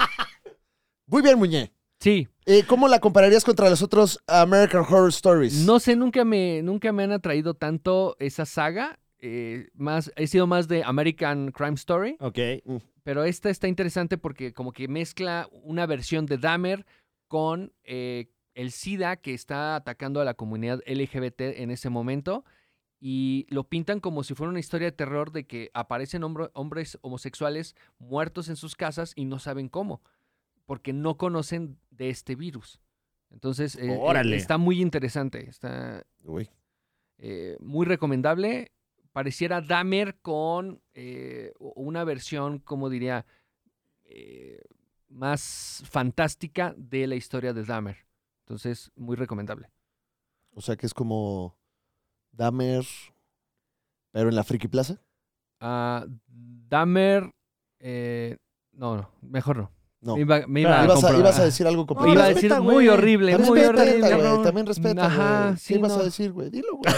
[SPEAKER 1] Muy bien, Muñe.
[SPEAKER 4] Sí,
[SPEAKER 1] Eh, ¿Cómo la compararías contra los otros American Horror Stories?
[SPEAKER 4] no sé, nunca me, nunca me han atraído tanto esa saga. Eh, más, he sido más de American Crime Story.
[SPEAKER 3] Ok.
[SPEAKER 1] mm.
[SPEAKER 4] pero esta está interesante porque como que mezcla una versión de Dahmer con eh, el SIDA que está atacando a la comunidad LGBT en ese momento y lo pintan como si fuera una historia de terror de que aparecen hombro- hombres homosexuales muertos en sus casas y no saben cómo, porque no conocen de este virus. Entonces, eh, eh,
[SPEAKER 3] Órale.
[SPEAKER 4] está muy interesante, está
[SPEAKER 1] Uy.
[SPEAKER 4] eh, muy recomendable. Pareciera Dahmer con eh, u- una versión, como diría, eh, más fantástica de la historia de Dahmer. Entonces, muy recomendable.
[SPEAKER 1] O sea que es como Dahmer, pero en la Friki Plaza.
[SPEAKER 4] Ah, Dahmer. eh, no, no, mejor no.
[SPEAKER 1] No.
[SPEAKER 4] Me iba, me iba
[SPEAKER 3] Claro,
[SPEAKER 4] a,
[SPEAKER 1] ibas, a,
[SPEAKER 4] compro-
[SPEAKER 1] ibas a
[SPEAKER 4] ah,
[SPEAKER 1] decir algo
[SPEAKER 4] me
[SPEAKER 1] completamente.
[SPEAKER 4] iba
[SPEAKER 3] No,
[SPEAKER 4] a decir
[SPEAKER 3] respeta,
[SPEAKER 4] muy
[SPEAKER 3] güey.
[SPEAKER 4] horrible,
[SPEAKER 1] También
[SPEAKER 4] muy
[SPEAKER 1] respeta,
[SPEAKER 4] horrible.
[SPEAKER 1] güey,
[SPEAKER 4] cabrón.
[SPEAKER 1] También respeta,
[SPEAKER 4] Ajá,
[SPEAKER 1] güey. ¿Qué
[SPEAKER 4] sí,
[SPEAKER 1] ibas
[SPEAKER 4] no.
[SPEAKER 1] a decir, güey? Dilo, güey.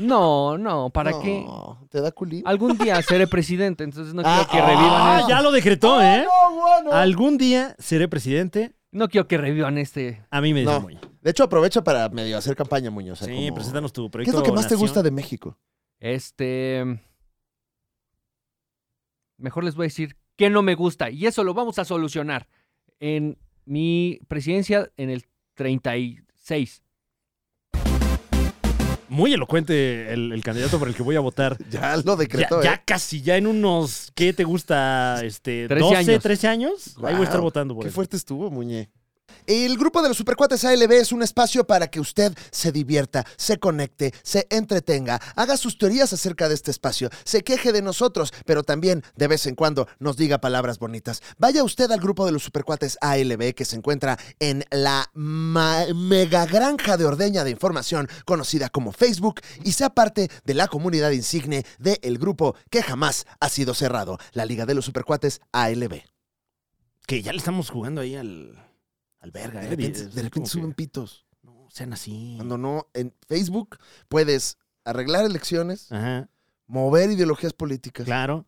[SPEAKER 4] No, no, ¿para
[SPEAKER 1] No,
[SPEAKER 4] qué?
[SPEAKER 1] ¿Te da culín?
[SPEAKER 4] Algún día seré presidente, entonces no
[SPEAKER 1] Ah,
[SPEAKER 4] quiero que revivan
[SPEAKER 3] Ah,
[SPEAKER 4] esto.
[SPEAKER 3] ya lo decretó, ¿eh?
[SPEAKER 1] No, güey, no.
[SPEAKER 3] Algún día seré presidente.
[SPEAKER 4] No quiero que revivan este.
[SPEAKER 3] A mí me dice
[SPEAKER 1] No.
[SPEAKER 3] muy.
[SPEAKER 1] De hecho, aprovecha para medio hacer campaña, Muñoz. ¿eh?
[SPEAKER 3] sí, preséntanos tu
[SPEAKER 1] ¿Qué
[SPEAKER 3] proyecto.
[SPEAKER 1] es lo que más te
[SPEAKER 3] Nación.
[SPEAKER 1] gusta de México? (laughs)
[SPEAKER 4] Este. Mejor les voy a decir qué no me gusta. Y eso lo vamos a solucionar en mi presidencia en el 36.
[SPEAKER 3] Muy elocuente el, el candidato por el que voy a votar.
[SPEAKER 1] Ya lo
[SPEAKER 3] Ya,
[SPEAKER 1] decretó,
[SPEAKER 3] ya
[SPEAKER 1] ¿eh?
[SPEAKER 3] casi, ya en unos, ¿qué te gusta? Este,
[SPEAKER 4] 13
[SPEAKER 3] 12,
[SPEAKER 4] años.
[SPEAKER 3] 13 años. Ahí voy a estar
[SPEAKER 1] Wow,
[SPEAKER 3] votando por
[SPEAKER 1] Qué
[SPEAKER 3] él.
[SPEAKER 1] fuerte estuvo, Muñe. El grupo de los Supercuates ALB es un espacio para que usted se divierta, se conecte, se entretenga, haga sus teorías acerca de este espacio, se queje de nosotros, pero también de vez en cuando nos diga palabras bonitas. Vaya usted al grupo de los Supercuates ALB que se encuentra en la ma- mega granja de ordeña de información conocida como Facebook y sea parte de la comunidad insigne del grupo que jamás ha sido cerrado, la Liga de los Supercuates ALB.
[SPEAKER 3] Que ya le estamos jugando ahí al, al verga,
[SPEAKER 1] De
[SPEAKER 3] ¿eh?
[SPEAKER 1] repente,
[SPEAKER 3] Es
[SPEAKER 1] de repente
[SPEAKER 3] como
[SPEAKER 1] suben
[SPEAKER 3] que,
[SPEAKER 1] pitos.
[SPEAKER 3] No, sean así.
[SPEAKER 1] Cuando no, en Facebook puedes arreglar elecciones,
[SPEAKER 3] Ajá,
[SPEAKER 1] mover ideologías políticas,
[SPEAKER 3] claro.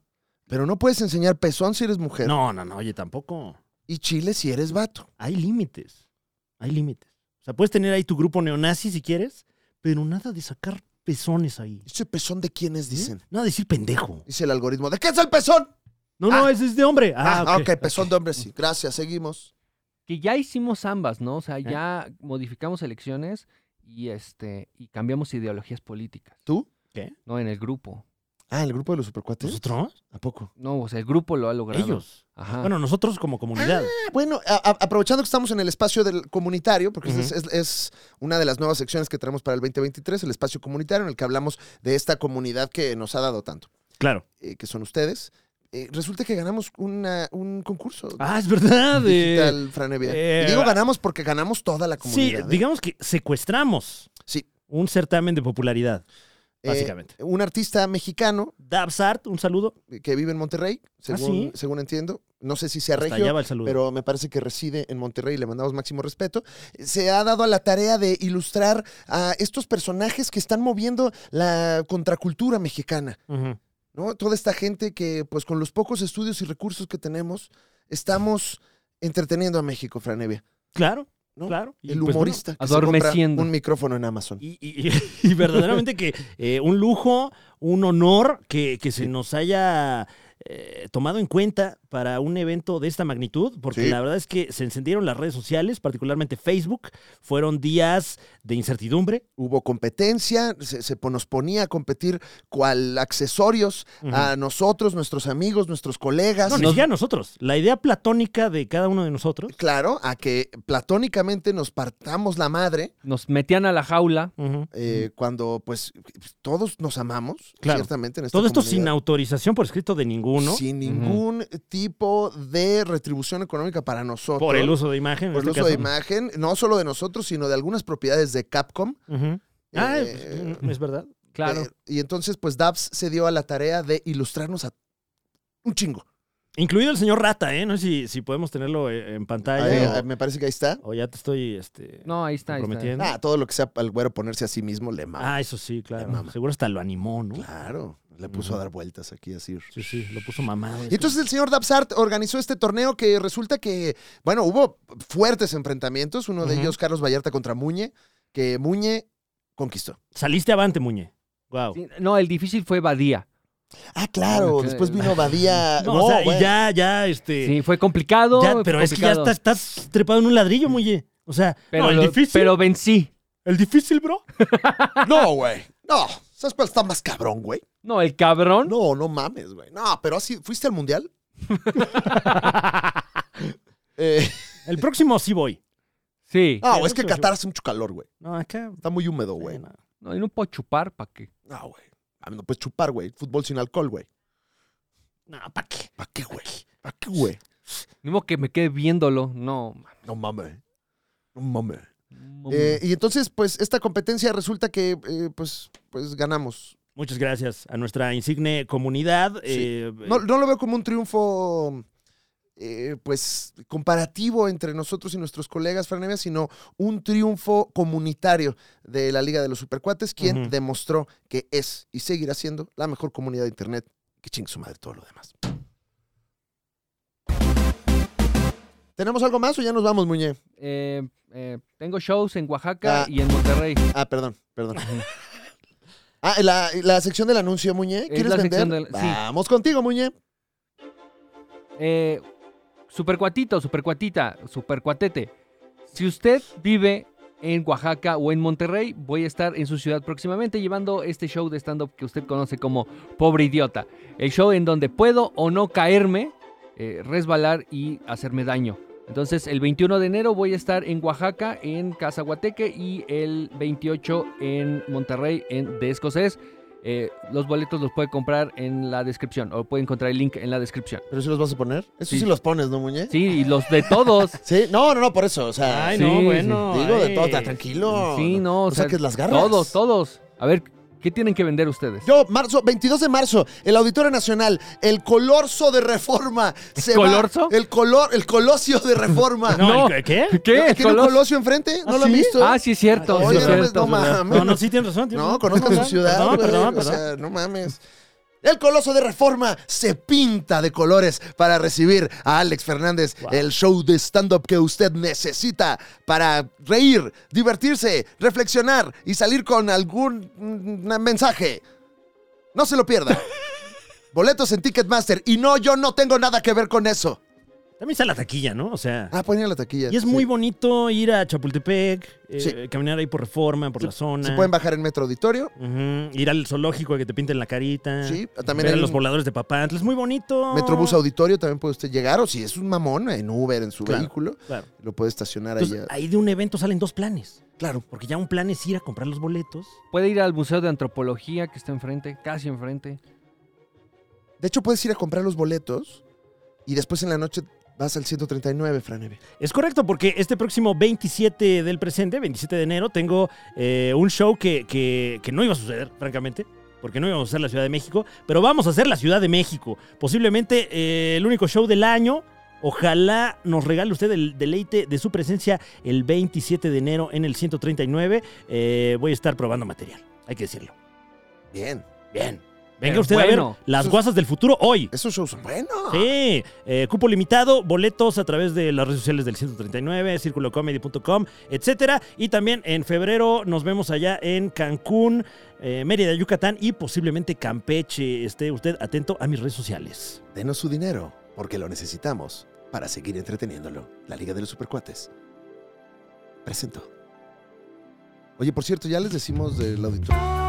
[SPEAKER 1] pero no puedes enseñar pezón si eres mujer
[SPEAKER 3] No, no, no, oye, tampoco.
[SPEAKER 1] y chile si eres vato.
[SPEAKER 3] Hay límites. Hay límites. O sea, puedes tener ahí tu grupo neonazi si quieres, pero nada de sacar pezones ahí.
[SPEAKER 1] ¿Ese pezón de quiénes dicen?
[SPEAKER 3] ¿Eh? Nada de decir pendejo.
[SPEAKER 1] Dice el algoritmo. ¿De qué es el pezón?
[SPEAKER 3] No, no, ese es de hombre. Ah, ok.
[SPEAKER 1] pezón de hombre, sí. Gracias, seguimos.
[SPEAKER 4] Que ya hicimos ambas, ¿no? O sea, ya modificamos elecciones y este. y cambiamos ideologías políticas.
[SPEAKER 1] ¿Tú?
[SPEAKER 4] No, en el grupo.
[SPEAKER 1] Ah, el grupo de los supercuates.
[SPEAKER 3] ¿Nosotros?
[SPEAKER 1] ¿A poco? Ah.
[SPEAKER 4] No, o sea, el grupo lo ha logrado.
[SPEAKER 3] Ellos.
[SPEAKER 4] Ajá.
[SPEAKER 3] Bueno, nosotros como comunidad.
[SPEAKER 1] Bueno, a- a- aprovechando que estamos en el espacio del comunitario, porque
[SPEAKER 3] Ujú.
[SPEAKER 1] es, es- es una de las nuevas secciones que traemos para el 2023, el espacio comunitario en el que hablamos de esta comunidad que nos ha dado tanto.
[SPEAKER 3] Claro.
[SPEAKER 1] eh, que son ustedes, eh, resulta que ganamos una- un concurso
[SPEAKER 3] Ah, es verdad. eh,
[SPEAKER 1] digital, Franevia.
[SPEAKER 3] eh,
[SPEAKER 1] digo ganamos porque ganamos toda la
[SPEAKER 3] sí,
[SPEAKER 1] comunidad. ¿eh?
[SPEAKER 3] digamos que secuestramos
[SPEAKER 1] Sí.
[SPEAKER 3] un certamen de popularidad,
[SPEAKER 1] Eh,
[SPEAKER 3] básicamente.
[SPEAKER 1] un artista mexicano
[SPEAKER 3] Dabsart, un saludo.
[SPEAKER 1] eh, que vive en Monterrey, según,
[SPEAKER 3] Ah, sí.
[SPEAKER 1] según entiendo. No sé si sea
[SPEAKER 3] Hasta
[SPEAKER 1] regio,
[SPEAKER 3] allá va el saludo.
[SPEAKER 1] pero me parece que reside en Monterrey, le mandamos máximo respeto, se ha dado a la tarea de ilustrar a estos personajes que están moviendo la contracultura mexicana,
[SPEAKER 3] Ujú.
[SPEAKER 1] ¿no? Toda esta gente que, pues con los pocos estudios y recursos que tenemos, estamos entreteniendo a México, Franevia.
[SPEAKER 3] Claro,
[SPEAKER 1] ¿no?
[SPEAKER 3] claro. Y,
[SPEAKER 1] El
[SPEAKER 3] pues, bueno,
[SPEAKER 1] humorista que se
[SPEAKER 4] adormeciendo.
[SPEAKER 1] compra un micrófono en Amazon.
[SPEAKER 3] Y, y- (laughs) y- y verdaderamente que eh, un lujo, un honor que, que se nos haya eh, tomado en cuenta para un evento de esta magnitud, porque
[SPEAKER 1] Sí.
[SPEAKER 3] la verdad es que se encendieron las redes sociales, particularmente Facebook. Fueron días de incertidumbre.
[SPEAKER 1] Hubo competencia, se, se pon- nos ponía a competir cual accesorios a nosotros, nuestros amigos, nuestros colegas.
[SPEAKER 3] No, ni siquiera nosotros. La idea platónica de cada uno de nosotros.
[SPEAKER 1] Claro, a que platónicamente nos partamos la madre
[SPEAKER 4] Nos metían a la jaula.
[SPEAKER 3] Ujú.
[SPEAKER 1] eh, cuando pues todos nos amamos,
[SPEAKER 3] Claro.
[SPEAKER 1] ciertamente. En esta
[SPEAKER 3] Todo esto sin
[SPEAKER 1] comunidad.
[SPEAKER 3] autorización por escrito de ninguno.
[SPEAKER 1] Sin ningún tipo de retribución económica para nosotros.
[SPEAKER 3] Por el uso de imagen. en
[SPEAKER 1] por el
[SPEAKER 3] este
[SPEAKER 1] uso de
[SPEAKER 3] caso.
[SPEAKER 1] imagen, no solo de nosotros, sino de algunas propiedades de Capcom.
[SPEAKER 3] Ujú. Ah,
[SPEAKER 1] Eh,
[SPEAKER 3] pues, es verdad.
[SPEAKER 4] Claro.
[SPEAKER 1] Eh, y entonces, pues Dabs se dio a la tarea de ilustrarnos a un chingo.
[SPEAKER 3] Incluido el señor Rata, ¿eh? No sé si, si podemos tenerlo eh, en
[SPEAKER 1] Ahí,
[SPEAKER 3] pantalla.
[SPEAKER 1] eh, me parece que ahí está.
[SPEAKER 3] o, o ya te estoy este,
[SPEAKER 4] No, ahí está. ahí está.
[SPEAKER 3] comprometiendo.
[SPEAKER 1] Ah, todo lo que sea al güero ponerse a sí mismo le mama.
[SPEAKER 3] Ah, eso sí,
[SPEAKER 1] Me
[SPEAKER 3] claro.
[SPEAKER 1] mama.
[SPEAKER 3] Seguro hasta lo animó, ¿no?
[SPEAKER 1] Claro, le puso a dar vueltas aquí así.
[SPEAKER 3] Sí, sí, lo puso mamado.
[SPEAKER 1] Y entonces el señor Dabsart organizó este torneo que resulta que, bueno, hubo fuertes enfrentamientos. Uno de
[SPEAKER 3] Ujú.
[SPEAKER 1] ellos, Carlos Vallarta contra Muñe, que Muñe conquistó.
[SPEAKER 3] Saliste avante, Muñe. Wow.
[SPEAKER 4] Sí, no, el difícil fue Badía.
[SPEAKER 1] Ah, claro.
[SPEAKER 4] Ok.
[SPEAKER 1] Después vino (laughs) Badía.
[SPEAKER 3] No, o sea, y
[SPEAKER 1] güey.
[SPEAKER 3] ya, ya, este.
[SPEAKER 4] Sí, fue complicado.
[SPEAKER 3] ya,
[SPEAKER 4] fue
[SPEAKER 3] pero es que ya
[SPEAKER 4] complicado.
[SPEAKER 3] estás, estás trepado en un ladrillo, Muñe. O sea,
[SPEAKER 4] Pero,
[SPEAKER 3] no, el
[SPEAKER 4] lo-
[SPEAKER 3] difícil.
[SPEAKER 4] pero vencí.
[SPEAKER 3] El difícil, bro.
[SPEAKER 1] No, güey. No. ¿Sabes cuál está más cabrón, güey?
[SPEAKER 4] No, el cabrón.
[SPEAKER 1] No, no mames, güey. No, pero así, ¿fuiste al (laughs) mundial? Eh,
[SPEAKER 3] El próximo sí voy.
[SPEAKER 4] Sí.
[SPEAKER 1] no, es que Qatar hace mucho calor, güey.
[SPEAKER 3] No, acá.
[SPEAKER 1] Está muy húmedo, güey.
[SPEAKER 3] bueno.
[SPEAKER 4] No, y no puedo chupar, ¿para qué?
[SPEAKER 1] No, güey. A mí no puedes chupar, güey. Fútbol sin alcohol, güey.
[SPEAKER 3] No, ¿para qué?
[SPEAKER 1] ¿Para qué, güey? ¿Para qué, güey?
[SPEAKER 4] Ni modo que me quede viéndolo. No.
[SPEAKER 1] No mames. No mames.
[SPEAKER 4] no,
[SPEAKER 1] Eh, y entonces, pues, esta competencia resulta que, eh, pues, pues ganamos.
[SPEAKER 3] Muchas gracias a nuestra insigne comunidad. eh,
[SPEAKER 1] No, no lo veo como un triunfo, eh, pues, comparativo entre nosotros y nuestros colegas, Fran Evia, sino un triunfo comunitario de la Liga de los Supercuates, quien
[SPEAKER 3] Ujú.
[SPEAKER 1] demostró que es y seguirá siendo la mejor comunidad de Internet. Que chingue su madre todo lo demás. ¿Tenemos algo más o ya nos vamos, Muñe?
[SPEAKER 4] Eh, eh, tengo shows en Oaxaca
[SPEAKER 1] Ah.
[SPEAKER 4] y en Monterrey.
[SPEAKER 1] Ah, perdón, perdón.
[SPEAKER 4] (laughs)
[SPEAKER 1] Ah, la, la sección del anuncio, Muñe. ¿Quieres
[SPEAKER 4] la
[SPEAKER 1] vender?
[SPEAKER 4] sección del- sí.
[SPEAKER 1] Vamos contigo, Muñe.
[SPEAKER 4] Eh, supercuatito, supercuatita, supercuatete. Si usted vive en Oaxaca o en Monterrey, voy a estar en su ciudad próximamente llevando este show de stand-up que usted conoce como Pobre Idiota. El show en donde puedo o no caerme, eh, resbalar y hacerme daño. Entonces, el 21 de enero voy a estar en Oaxaca, en Casa Guateque, y el 28 en Monterrey, en De Escocés. Eh, los boletos los puede comprar en la descripción, o puede encontrar el link en la descripción.
[SPEAKER 1] Pero sí los vas a poner. Eso sí,
[SPEAKER 4] Sí.
[SPEAKER 1] los pones, ¿no, Muñe?
[SPEAKER 4] Sí, y los de todos.
[SPEAKER 1] Sí, no, no, no, por eso. O sea,
[SPEAKER 3] eh, Ay,
[SPEAKER 4] sí,
[SPEAKER 3] no,
[SPEAKER 4] sí.
[SPEAKER 3] bueno. eh.
[SPEAKER 1] digo de
[SPEAKER 3] ay.
[SPEAKER 1] todo, está tranquilo.
[SPEAKER 4] Sí, no,
[SPEAKER 1] O
[SPEAKER 4] o
[SPEAKER 1] sea,
[SPEAKER 4] sea,
[SPEAKER 1] que las garras.
[SPEAKER 4] todos, todos. A ver, ¿qué tienen que vender ustedes?
[SPEAKER 1] Yo, marzo, 22 de marzo, el Auditorio Nacional, el Colorzo de Reforma. Se va-
[SPEAKER 4] ¿Colorzo?
[SPEAKER 1] el color, el Colosio de Reforma.
[SPEAKER 3] (laughs) No,
[SPEAKER 4] No.
[SPEAKER 3] ¿el ¿qué?
[SPEAKER 4] ¿Qué?
[SPEAKER 1] ¿Tiene un
[SPEAKER 4] Colos?
[SPEAKER 1] Colosio enfrente? ¿No
[SPEAKER 3] ¿Ah,
[SPEAKER 1] lo han
[SPEAKER 3] sí?
[SPEAKER 1] visto?
[SPEAKER 4] Ah, sí es cierto,
[SPEAKER 1] Oye,
[SPEAKER 4] sí es
[SPEAKER 1] ¿eh? no, pues,
[SPEAKER 4] cierto.
[SPEAKER 1] (laughs) no mames.
[SPEAKER 3] No, no, sí tienes razón. tienes
[SPEAKER 1] No,
[SPEAKER 3] razón.
[SPEAKER 1] conozco su
[SPEAKER 3] Perdón,
[SPEAKER 1] ciudad.
[SPEAKER 3] Perdón,
[SPEAKER 1] güey.
[SPEAKER 3] perdón,
[SPEAKER 1] O
[SPEAKER 3] perdón.
[SPEAKER 1] sea, no mames. El coloso de reforma se pinta de colores para recibir a Alex Fernández, el show de stand-up que usted necesita para reír, divertirse, reflexionar y salir con algún mm, mensaje. No se lo
[SPEAKER 3] (laughs)
[SPEAKER 1] pierda. Boletos en Ticketmaster. Y no, yo no tengo nada que ver con eso.
[SPEAKER 3] También está la taquilla, ¿no? O sea.
[SPEAKER 1] Ah, ponía la taquilla.
[SPEAKER 3] Y es
[SPEAKER 1] Sí.
[SPEAKER 3] muy bonito ir a Chapultepec, eh,
[SPEAKER 1] Sí.
[SPEAKER 3] caminar ahí por Reforma, por la zona.
[SPEAKER 1] Se pueden bajar en Metro Auditorio.
[SPEAKER 3] Ujú, Ir al zoológico a que te pinten la carita.
[SPEAKER 1] Sí, también
[SPEAKER 3] Ver a
[SPEAKER 1] hay
[SPEAKER 3] los
[SPEAKER 1] un-
[SPEAKER 3] voladores de Papantla. Es muy bonito.
[SPEAKER 1] Metrobús Auditorio también puede usted llegar. O si es un mamón en Uber, en su
[SPEAKER 3] Claro.
[SPEAKER 1] vehículo,
[SPEAKER 3] Claro.
[SPEAKER 1] lo puede estacionar ahí.
[SPEAKER 3] Entonces, ahí de un evento salen dos planes.
[SPEAKER 1] Claro.
[SPEAKER 3] Porque ya un plan es ir a comprar los boletos.
[SPEAKER 4] Puede ir al Museo de Antropología que está enfrente, casi enfrente.
[SPEAKER 1] De hecho, puedes ir a comprar los boletos y después en la noche vas al 139, Franeve.
[SPEAKER 3] Es correcto, porque este próximo 27 del presente, 27 de enero, tengo eh, un show que, que- que no iba a suceder, francamente, porque no íbamos a hacer la Ciudad de México, pero vamos a hacer la Ciudad de México. Posiblemente eh, el único show del año. Ojalá nos regale usted el deleite de su presencia el 27 de enero en el 139. Eh, voy a estar probando material, hay que decirlo.
[SPEAKER 1] Bien.
[SPEAKER 3] Bien. Venga
[SPEAKER 4] Pero
[SPEAKER 3] usted a ver
[SPEAKER 4] bueno.
[SPEAKER 3] las
[SPEAKER 1] Eso es-
[SPEAKER 3] guasas del futuro hoy.
[SPEAKER 1] Esos shows son buenos.
[SPEAKER 3] Sí, eh, cupo limitado, boletos a través de las redes sociales del 139, circulocomedy.com, etcétera. Y también en febrero nos vemos allá en Cancún, eh, Mérida, Yucatán y posiblemente Campeche. Esté usted atento a mis redes sociales.
[SPEAKER 1] Denos su dinero, porque lo necesitamos para seguir entreteniéndolo. La Liga de los Supercuates. Presento. Oye, por cierto, ya les decimos del auditorio.